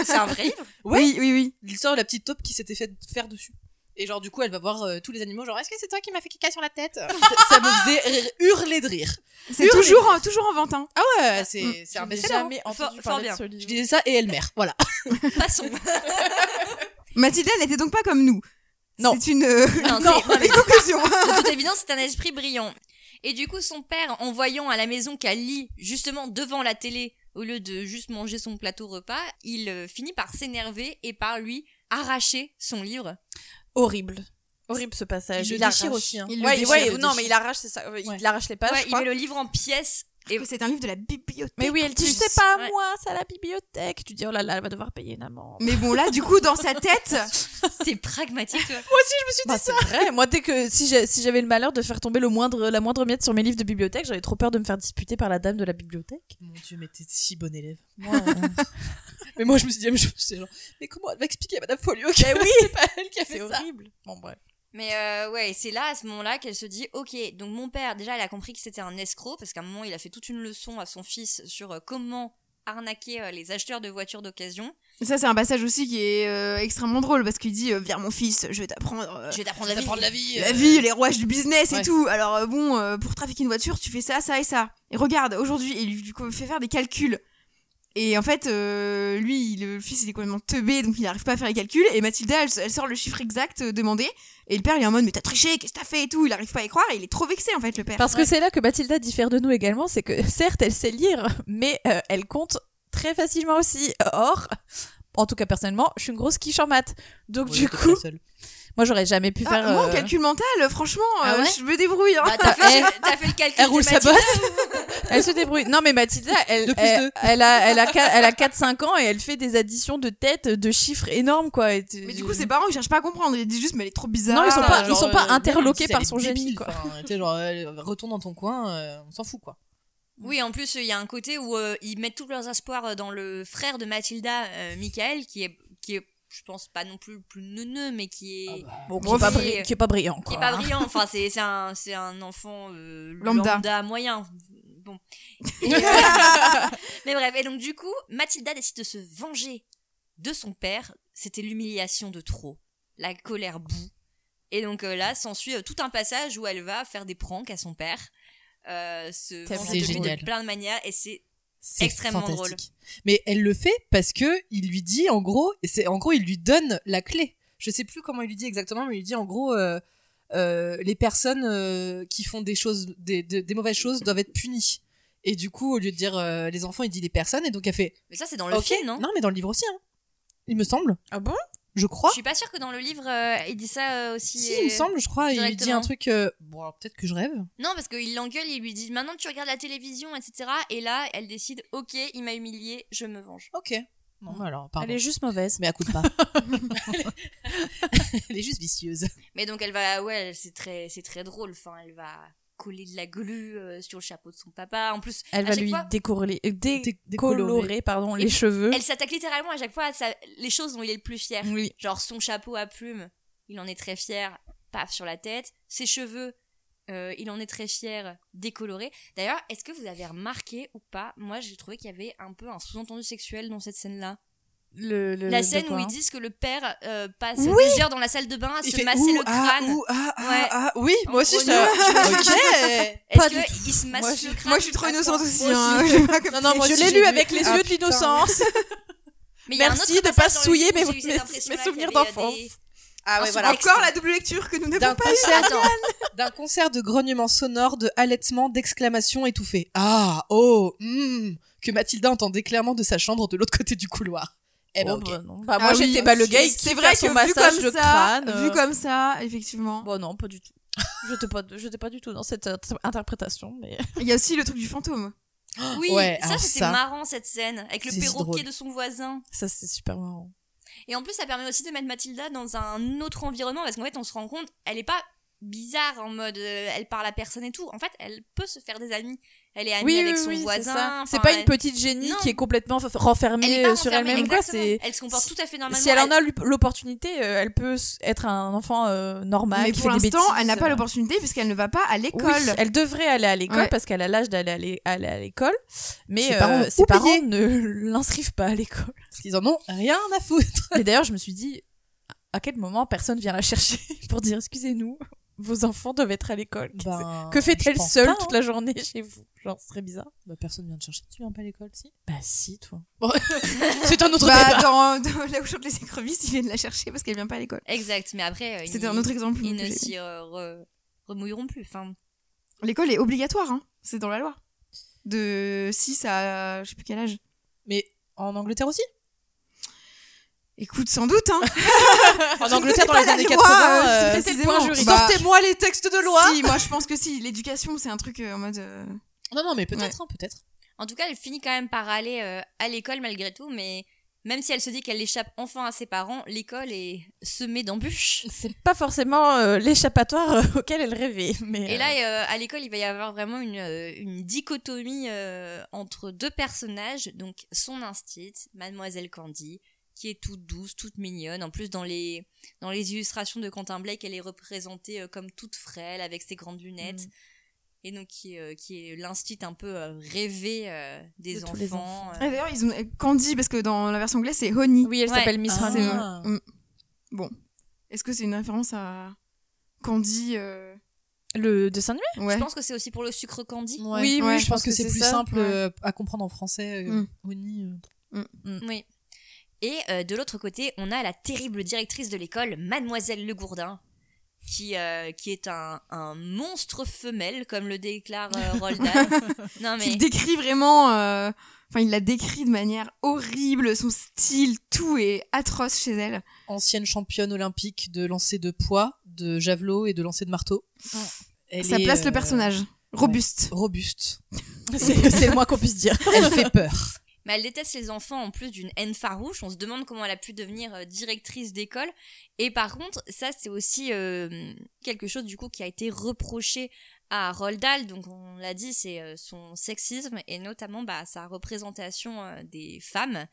[SPEAKER 1] C'est un vrai livre
[SPEAKER 6] Ouais.
[SPEAKER 7] Oui, oui, oui.
[SPEAKER 6] L'histoire de la petite taupe qui s'était fait faire dessus. Et genre, du coup, elle va voir euh, tous les animaux, genre, est-ce que c'est toi qui m'as fait caca sur la tête ça, ça me faisait rire- hurler de rire.
[SPEAKER 8] C'est
[SPEAKER 6] Hurler.
[SPEAKER 8] toujours, en- toujours en hein. ventin.
[SPEAKER 6] Ah ouais, c'est c'est un
[SPEAKER 7] J'ai
[SPEAKER 6] best
[SPEAKER 7] jamais
[SPEAKER 1] Fort-
[SPEAKER 7] entendu
[SPEAKER 1] fort
[SPEAKER 7] parler
[SPEAKER 1] bien.
[SPEAKER 7] de ce
[SPEAKER 6] Je
[SPEAKER 7] livre.
[SPEAKER 6] disais ça et elle mère, voilà.
[SPEAKER 1] Passons.
[SPEAKER 8] Mathilda n'était donc pas comme nous.
[SPEAKER 6] Non.
[SPEAKER 8] C'est une euh,
[SPEAKER 1] Non,
[SPEAKER 6] Non.
[SPEAKER 1] c'est-
[SPEAKER 8] une conclusion.
[SPEAKER 1] De toute évidence, c'est un esprit brillant. Et du coup, son père, en voyant à la maison qu'elle lit justement devant la télé, au lieu de juste manger son plateau repas, il euh, finit par s'énerver et par lui arracher son livre.
[SPEAKER 7] Horrible. Horrible ce passage.
[SPEAKER 6] Il le
[SPEAKER 7] l'arrache.
[SPEAKER 6] déchire aussi, hein.
[SPEAKER 8] Il
[SPEAKER 7] Il le
[SPEAKER 8] le
[SPEAKER 7] ouais,
[SPEAKER 8] déchire,
[SPEAKER 7] ouais,
[SPEAKER 8] il le
[SPEAKER 7] non,
[SPEAKER 8] déchire.
[SPEAKER 7] mais il arrache, c'est ça. euh,
[SPEAKER 6] Ouais.
[SPEAKER 7] Il arrache les pages.
[SPEAKER 1] ouais,
[SPEAKER 7] je
[SPEAKER 1] il
[SPEAKER 7] crois.
[SPEAKER 1] met le livre en pièces. Et-
[SPEAKER 8] C'est un livre de la bibliothèque.
[SPEAKER 7] Mais oui, elle dit,
[SPEAKER 8] en
[SPEAKER 7] je
[SPEAKER 8] plus.
[SPEAKER 7] sais pas,
[SPEAKER 1] Ouais.
[SPEAKER 7] moi, c'est à la bibliothèque. Tu dis, oh là là, elle va devoir payer une amende.
[SPEAKER 8] Mais bon, là, du coup, dans sa tête,
[SPEAKER 1] C'est pragmatique. toi.
[SPEAKER 7] Bah, c'est vrai. Moi, dès que si j'ai- si j'avais le malheur de faire tomber le moindre, la moindre miette sur mes livres de bibliothèque, j'avais trop peur de me faire disputer par la dame de la bibliothèque.
[SPEAKER 6] Mon dieu, mais t'es si bonne élève.
[SPEAKER 7] Moi, euh,
[SPEAKER 6] Mais moi, je me suis dit, la même chose, j'étais genre, mais comment elle va expliquer à Madame Folio que
[SPEAKER 7] oui.
[SPEAKER 6] c'est pas elle qui a fait
[SPEAKER 7] c'est
[SPEAKER 6] ça
[SPEAKER 7] horrible. Bon, bref.
[SPEAKER 1] Mais euh, ouais, c'est là, à ce moment-là, qu'elle se dit, ok, donc mon père, déjà, elle a compris que c'était un escroc, parce qu'à un moment, il a fait toute une leçon à son fils sur euh, comment arnaquer euh, les acheteurs de voitures d'occasion.
[SPEAKER 8] ça c'est un passage aussi qui est euh, extrêmement drôle parce qu'il dit euh, viens mon fils, je vais t'apprendre euh,
[SPEAKER 1] Je vais t'apprendre la vie.
[SPEAKER 6] T'apprends de la vie.
[SPEAKER 8] la
[SPEAKER 6] euh,
[SPEAKER 8] vie, les rouages du business et
[SPEAKER 6] ouais.
[SPEAKER 8] tout. Alors euh, bon, euh, pour trafiquer une voiture, tu fais ça, ça et ça. Et regarde, aujourd'hui, il lui co- fait faire des calculs. Et en fait, euh, lui, le fils, il est complètement teubé, donc il n'arrive pas à faire les calculs. Et Mathilda, elle, elle sort le chiffre exact euh, demandé. Et le père, il est en mode, mais t'as triché, qu'est-ce que t'as fait et tout. Il n'arrive pas à y croire. Et il est trop vexé, en fait, le père.
[SPEAKER 7] Parce que c'est là que Mathilda diffère de nous également, c'est que certes, elle sait lire, mais euh, elle compte très facilement aussi. Or, en tout cas personnellement, je suis une grosse quiche en maths. Donc
[SPEAKER 6] ouais,
[SPEAKER 7] du
[SPEAKER 6] t'es pas la
[SPEAKER 7] coup,
[SPEAKER 6] seule.
[SPEAKER 7] moi j'aurais jamais pu
[SPEAKER 8] Ah,
[SPEAKER 7] faire.
[SPEAKER 8] Moi, en
[SPEAKER 7] euh,
[SPEAKER 8] calcul mental, franchement,
[SPEAKER 7] Ah
[SPEAKER 8] euh,
[SPEAKER 7] ouais
[SPEAKER 8] je me débrouille. hein.
[SPEAKER 1] Bah, t'as fait,
[SPEAKER 7] Elle-
[SPEAKER 1] t'as fait le calcul.
[SPEAKER 6] Elle
[SPEAKER 1] de
[SPEAKER 6] roule sa
[SPEAKER 1] Mathilda.
[SPEAKER 6] bosse.
[SPEAKER 7] Elle se débrouille. Non mais Mathilda, elle,
[SPEAKER 6] De plus
[SPEAKER 7] elle,
[SPEAKER 6] deux.
[SPEAKER 7] elle a, elle a, qua- elle a 4-5 ans et elle fait des additions de têtes, de chiffres énormes quoi. Et tu-
[SPEAKER 8] Mais du coup, ses parents, ils cherchent pas à comprendre. Ils disent juste, mais elle est trop bizarre.
[SPEAKER 7] Non, ils sont
[SPEAKER 6] Ah,
[SPEAKER 7] pas- ils
[SPEAKER 6] genre,
[SPEAKER 7] sont pas
[SPEAKER 6] euh,
[SPEAKER 7] interloqués
[SPEAKER 6] même si
[SPEAKER 7] par
[SPEAKER 6] elle
[SPEAKER 7] son
[SPEAKER 6] est
[SPEAKER 7] génie,
[SPEAKER 6] débile,
[SPEAKER 7] quoi.
[SPEAKER 6] enfin, tu sais, genre, euh, retourne dans ton coin, euh, on s'en fout, quoi.
[SPEAKER 1] Oui, en plus, il y a un côté où euh, ils mettent tous leurs espoirs euh, dans le frère de Mathilda, euh, Michael, qui est, qui est, je pense, pas non plus le plus neuneux, mais qui est,
[SPEAKER 7] Bon, qui,
[SPEAKER 1] Bon,
[SPEAKER 7] est pas
[SPEAKER 1] puis-
[SPEAKER 7] bri- qui est pas brillant
[SPEAKER 1] qui
[SPEAKER 7] bah. quoi. hein.
[SPEAKER 1] est pas brillant. Enfin, c'est c'est un, c'est un enfant euh,
[SPEAKER 8] Lambda.
[SPEAKER 1] lambda. moyen. Bon. Et, euh, mais bref, et donc du coup, Mathilda décide de se venger de son père. C'était l'humiliation de trop, la colère boue. Et donc euh, là, s'ensuit euh, tout un passage où elle va faire des prancs à son père. Euh, se
[SPEAKER 7] C'est
[SPEAKER 1] venger de lui
[SPEAKER 6] génial.
[SPEAKER 1] de plein de manières et c'est
[SPEAKER 6] C'est
[SPEAKER 1] extrêmement
[SPEAKER 6] fantastique. Mais elle le fait parce que il lui dit en gros, et c'est en gros il lui donne la clé. Je sais plus comment il lui dit exactement, mais il lui dit en gros euh, euh, les personnes euh, qui font des choses, des, des- des mauvaises choses doivent être punies. Et du coup, au lieu de dire euh, les enfants, il dit les personnes, et donc elle fait.
[SPEAKER 1] Mais ça, c'est dans le
[SPEAKER 6] ok,
[SPEAKER 1] film, non,
[SPEAKER 6] mais dans le livre aussi, hein. Il me semble.
[SPEAKER 7] Ah bon
[SPEAKER 6] Je crois.
[SPEAKER 1] Je suis pas sûre que dans le livre, euh, il dit ça euh, aussi.
[SPEAKER 6] Si,
[SPEAKER 1] euh,
[SPEAKER 6] il me semble, je crois. Il lui dit
[SPEAKER 1] directement.
[SPEAKER 6] un truc. euh, Bon, alors, peut-être que je rêve.
[SPEAKER 1] Non, parce qu'il l'engueule, il lui dit maintenant tu regardes la télévision, etc. Et là, elle décide ok, il m'a humilié, je me venge.
[SPEAKER 6] Ok. Non, mais alors, pardon.
[SPEAKER 7] Elle est juste mauvaise.
[SPEAKER 6] Mais à coup de pas. elle est juste vicieuse.
[SPEAKER 1] Mais donc elle va, ouais, c'est très, c'est très drôle. Enfin, elle va coller de la glu euh, sur le chapeau de son papa. En plus,
[SPEAKER 7] Elle
[SPEAKER 1] à
[SPEAKER 7] va
[SPEAKER 1] chaque
[SPEAKER 7] lui
[SPEAKER 1] fois,
[SPEAKER 7] décorrer, euh,
[SPEAKER 6] Dé-
[SPEAKER 7] décolorer pardon
[SPEAKER 1] Et
[SPEAKER 7] les
[SPEAKER 6] Euh.
[SPEAKER 7] cheveux.
[SPEAKER 1] elle s'attaque littéralement à chaque fois à sa- les choses dont il est le plus fier.
[SPEAKER 7] Oui.
[SPEAKER 1] Genre son chapeau à plumes, il en est très fier, paf sur la tête. Ses cheveux, euh, il en est très fier, décoloré. D'ailleurs, est-ce que vous avez remarqué ou pas Moi, j'ai trouvé qu'il y avait un peu un sous-entendu sexuel dans cette scène-là.
[SPEAKER 7] Le, le-
[SPEAKER 1] La
[SPEAKER 7] de
[SPEAKER 1] scène
[SPEAKER 7] quoi,
[SPEAKER 1] où ils
[SPEAKER 7] hein
[SPEAKER 1] disent que le père euh, passe
[SPEAKER 8] Oui
[SPEAKER 1] des heures dans la salle de bain à
[SPEAKER 6] Il
[SPEAKER 1] se
[SPEAKER 6] fait
[SPEAKER 1] masser
[SPEAKER 6] ouh,
[SPEAKER 1] le
[SPEAKER 6] ah,
[SPEAKER 1] crâne.
[SPEAKER 6] ouh, ah, ah,
[SPEAKER 1] Ouais.
[SPEAKER 6] ah. Oui,
[SPEAKER 1] En
[SPEAKER 6] moi aussi,
[SPEAKER 1] gros,
[SPEAKER 6] je
[SPEAKER 1] nous,
[SPEAKER 6] Ok.
[SPEAKER 7] Pas
[SPEAKER 1] Est-ce
[SPEAKER 7] du
[SPEAKER 1] qu'il se masse
[SPEAKER 7] Moi,
[SPEAKER 1] le
[SPEAKER 7] je-
[SPEAKER 1] crâne
[SPEAKER 8] Moi, je suis trop
[SPEAKER 1] Attends.
[SPEAKER 8] innocente aussi.
[SPEAKER 6] moi
[SPEAKER 8] hein.
[SPEAKER 6] aussi.
[SPEAKER 8] Je vais pas comme-
[SPEAKER 7] Non, non, moi
[SPEAKER 6] Je
[SPEAKER 7] je
[SPEAKER 6] l'ai
[SPEAKER 7] l'ai
[SPEAKER 6] lu.
[SPEAKER 7] lu avec les
[SPEAKER 6] Ah,
[SPEAKER 7] yeux de
[SPEAKER 6] putain.
[SPEAKER 7] l'innocence.
[SPEAKER 1] Mais il y a un
[SPEAKER 7] Merci
[SPEAKER 1] autre
[SPEAKER 7] de pas
[SPEAKER 1] passage dans le
[SPEAKER 7] souiller
[SPEAKER 1] livre
[SPEAKER 7] mes,
[SPEAKER 1] où j'ai eu cette
[SPEAKER 7] mes-
[SPEAKER 1] impression-là
[SPEAKER 7] mes
[SPEAKER 1] qu'il y
[SPEAKER 7] souvenirs
[SPEAKER 1] avait, euh,
[SPEAKER 7] d'enfance.
[SPEAKER 1] des-
[SPEAKER 6] Ah ouais,
[SPEAKER 1] Un
[SPEAKER 6] voilà.
[SPEAKER 1] sous-texte.
[SPEAKER 8] Encore la double lecture que nous n'avons
[SPEAKER 6] D'un
[SPEAKER 8] pas eue.
[SPEAKER 6] concert,
[SPEAKER 1] Attends,
[SPEAKER 6] d'un concert de grognements sonores, de halètements, d'exclamations étouffées. Ah, oh, hmm, que Mathilda entendait clairement de sa chambre de l'autre côté du couloir. Eh ben,
[SPEAKER 7] Bon,
[SPEAKER 6] ok.
[SPEAKER 7] bah, non. Bah,
[SPEAKER 8] Ah
[SPEAKER 7] moi
[SPEAKER 8] oui.
[SPEAKER 7] j'étais bah, le gars
[SPEAKER 8] Et
[SPEAKER 7] qui
[SPEAKER 8] c'est
[SPEAKER 7] fait
[SPEAKER 8] vrai
[SPEAKER 7] son
[SPEAKER 8] que vu
[SPEAKER 7] massage
[SPEAKER 8] comme
[SPEAKER 7] de
[SPEAKER 8] ça,
[SPEAKER 7] crâne. euh,
[SPEAKER 8] vu comme ça, effectivement.
[SPEAKER 7] Bon non, pas du tout. J'étais pas, j'étais pas du tout dans cette euh, interprétation, mais
[SPEAKER 8] Il y a aussi le truc du fantôme.
[SPEAKER 1] Oui,
[SPEAKER 6] Ouais,
[SPEAKER 1] ça
[SPEAKER 6] alors
[SPEAKER 1] c'était
[SPEAKER 6] ça-
[SPEAKER 1] marrant cette scène avec le
[SPEAKER 6] C'est
[SPEAKER 1] perroquet
[SPEAKER 6] drôle.
[SPEAKER 1] de son voisin.
[SPEAKER 7] ça c'est super marrant.
[SPEAKER 1] Et en plus, ça permet aussi de mettre Mathilda dans un autre environnement parce qu'en fait, on se rend compte, elle est pas bizarre en mode euh, elle parle à personne et tout. En fait, elle peut se faire des amis. Elle est amie
[SPEAKER 7] oui,
[SPEAKER 1] avec
[SPEAKER 7] oui,
[SPEAKER 1] son
[SPEAKER 7] oui, c'est ça.
[SPEAKER 1] voisin.
[SPEAKER 7] C'est
[SPEAKER 1] enfin,
[SPEAKER 7] pas une
[SPEAKER 1] elle-
[SPEAKER 7] petite génie
[SPEAKER 1] Non.
[SPEAKER 7] qui est complètement f-
[SPEAKER 1] elle
[SPEAKER 7] renfermée
[SPEAKER 1] est pas
[SPEAKER 7] euh, sur
[SPEAKER 1] renfermée,
[SPEAKER 7] elle-même. quoi.
[SPEAKER 1] exactement.
[SPEAKER 7] C'est
[SPEAKER 1] Elle se comporte
[SPEAKER 7] si-
[SPEAKER 1] tout à fait normalement.
[SPEAKER 7] si elle en a l'op- l'opportunité, euh, elle peut s- être un enfant euh, normal
[SPEAKER 8] Mais
[SPEAKER 7] qui
[SPEAKER 8] pour
[SPEAKER 7] fait des
[SPEAKER 8] l'instant,
[SPEAKER 7] bêtises.
[SPEAKER 8] elle n'a pas l'opportunité puisqu'elle ne va pas à
[SPEAKER 7] Oui,
[SPEAKER 8] l'école. Bah,
[SPEAKER 7] elle devrait aller à l'école
[SPEAKER 8] Ouais.
[SPEAKER 7] parce qu'elle a l'âge d'aller à l'é- aller à l'école, mais
[SPEAKER 6] Ses
[SPEAKER 7] euh,
[SPEAKER 6] parents
[SPEAKER 7] ses parents
[SPEAKER 6] oubliés.
[SPEAKER 7] ne l'inscrivent pas à l'école.
[SPEAKER 6] Parce qu'ils en ont rien à foutre.
[SPEAKER 7] Mais d'ailleurs, je me suis dit, à quel moment personne vient la chercher pour dire excusez-nous, vos enfants doivent être à l'école.
[SPEAKER 6] Ben,
[SPEAKER 7] que
[SPEAKER 6] je
[SPEAKER 7] fait-elle
[SPEAKER 6] pense
[SPEAKER 7] seule
[SPEAKER 6] pas,
[SPEAKER 7] toute
[SPEAKER 6] hein.
[SPEAKER 7] la journée chez vous Genre, ce serait bizarre.
[SPEAKER 6] Bah, Personne vient te chercher, tu viens pas à l'école, si
[SPEAKER 7] Bah si, toi.
[SPEAKER 6] C'est un autre
[SPEAKER 8] Bah,
[SPEAKER 6] débat.
[SPEAKER 8] dans, dans- là où chantent les écrevisses, ils viennent la chercher parce qu'elle vient pas à l'école.
[SPEAKER 1] Exact, mais après, euh,
[SPEAKER 8] C'était
[SPEAKER 1] ils-
[SPEAKER 8] un autre exemple.
[SPEAKER 1] Ils
[SPEAKER 8] que
[SPEAKER 1] ne
[SPEAKER 8] j'ai.
[SPEAKER 1] s'y euh, re- remouilleront plus. Enfin,
[SPEAKER 8] L'école est obligatoire, hein. c'est dans la loi. De 6 à je sais plus quel âge.
[SPEAKER 6] Mais en Angleterre aussi
[SPEAKER 8] Écoute, sans doute, hein.
[SPEAKER 6] En
[SPEAKER 8] Je connais
[SPEAKER 6] Angleterre dans
[SPEAKER 8] pas
[SPEAKER 6] les
[SPEAKER 8] la
[SPEAKER 6] années
[SPEAKER 8] loi, euh,
[SPEAKER 6] 80, euh,
[SPEAKER 8] précisément.
[SPEAKER 6] juridique.
[SPEAKER 8] Bah,
[SPEAKER 6] Sortez-moi les textes de loi
[SPEAKER 8] Si, moi je pense que si. L'éducation, c'est un truc euh, en mode. euh,
[SPEAKER 6] Non, non, mais peut-être, hein, peut-être.
[SPEAKER 1] En tout cas, elle finit quand même par aller euh, à l'école malgré tout, mais même si elle se dit qu'elle échappe enfin à ses parents, l'école est semée d'embûches.
[SPEAKER 7] C'est pas forcément euh, l'échappatoire euh, auquel elle rêvait. Mais,
[SPEAKER 1] Et
[SPEAKER 7] euh,
[SPEAKER 1] là, euh, à l'école, il va y avoir vraiment une, euh, une dichotomie euh, entre deux personnages, donc son instinct, Mademoiselle Candy, qui est toute douce, toute mignonne. En plus, dans les, dans les illustrations de Quentin Blake, elle est représentée euh, comme toute frêle, avec ses grandes
[SPEAKER 7] Mm.
[SPEAKER 1] lunettes. Et donc, qui, euh, qui est l'instinct un peu euh, rêvé euh, des
[SPEAKER 7] De
[SPEAKER 1] enfants.
[SPEAKER 7] tous les
[SPEAKER 1] euh.
[SPEAKER 8] Ah, D'ailleurs, ils ont euh, Candy parce que dans la version anglaise, c'est Honey.
[SPEAKER 7] euh,
[SPEAKER 8] euh, mm.
[SPEAKER 7] oui, elle
[SPEAKER 1] Ouais.
[SPEAKER 7] s'appelle Miss
[SPEAKER 6] Ah.
[SPEAKER 7] Honey.
[SPEAKER 8] Est-ce que c'est une référence à Candy euh,
[SPEAKER 7] Le dessin animé
[SPEAKER 8] Ouais.
[SPEAKER 1] Je pense que c'est aussi pour le sucre candy.
[SPEAKER 6] Ouais.
[SPEAKER 7] Oui,
[SPEAKER 8] Ouais,
[SPEAKER 7] oui,
[SPEAKER 6] Je pense que, c'est plus
[SPEAKER 7] ça.
[SPEAKER 6] simple
[SPEAKER 8] ouais.
[SPEAKER 6] euh, à comprendre en français. euh,
[SPEAKER 8] Mm.
[SPEAKER 6] Oni, euh,
[SPEAKER 1] Oui. Et euh, de l'autre côté, on a la terrible directrice de l'école, Mademoiselle Legourdin, qui, euh, qui est un, un monstre femelle, comme le déclare euh, Roald Dahl. non, mais
[SPEAKER 8] Qu'il décrit vraiment. euh, Enfin, il la décrit de manière horrible. Son style, tout est atroce chez elle.
[SPEAKER 6] ancienne championne olympique de lancer de poids, de javelot et de lancer de marteau. Elle
[SPEAKER 8] Ça
[SPEAKER 6] est,
[SPEAKER 8] place
[SPEAKER 6] euh,
[SPEAKER 8] le personnage. Robuste.
[SPEAKER 6] Robuste.
[SPEAKER 7] C'est c'est le moins qu'on puisse dire.
[SPEAKER 6] Elle fait peur.
[SPEAKER 1] Mais elle déteste les enfants en plus d'une haine farouche. On se demande comment elle a pu devenir euh, directrice d'école. Et par contre, ça, c'est aussi euh, quelque chose du coup qui a été reproché à Roald Dahl. Donc, on l'a dit, c'est euh, son sexisme et notamment bah, sa représentation euh, des femmes.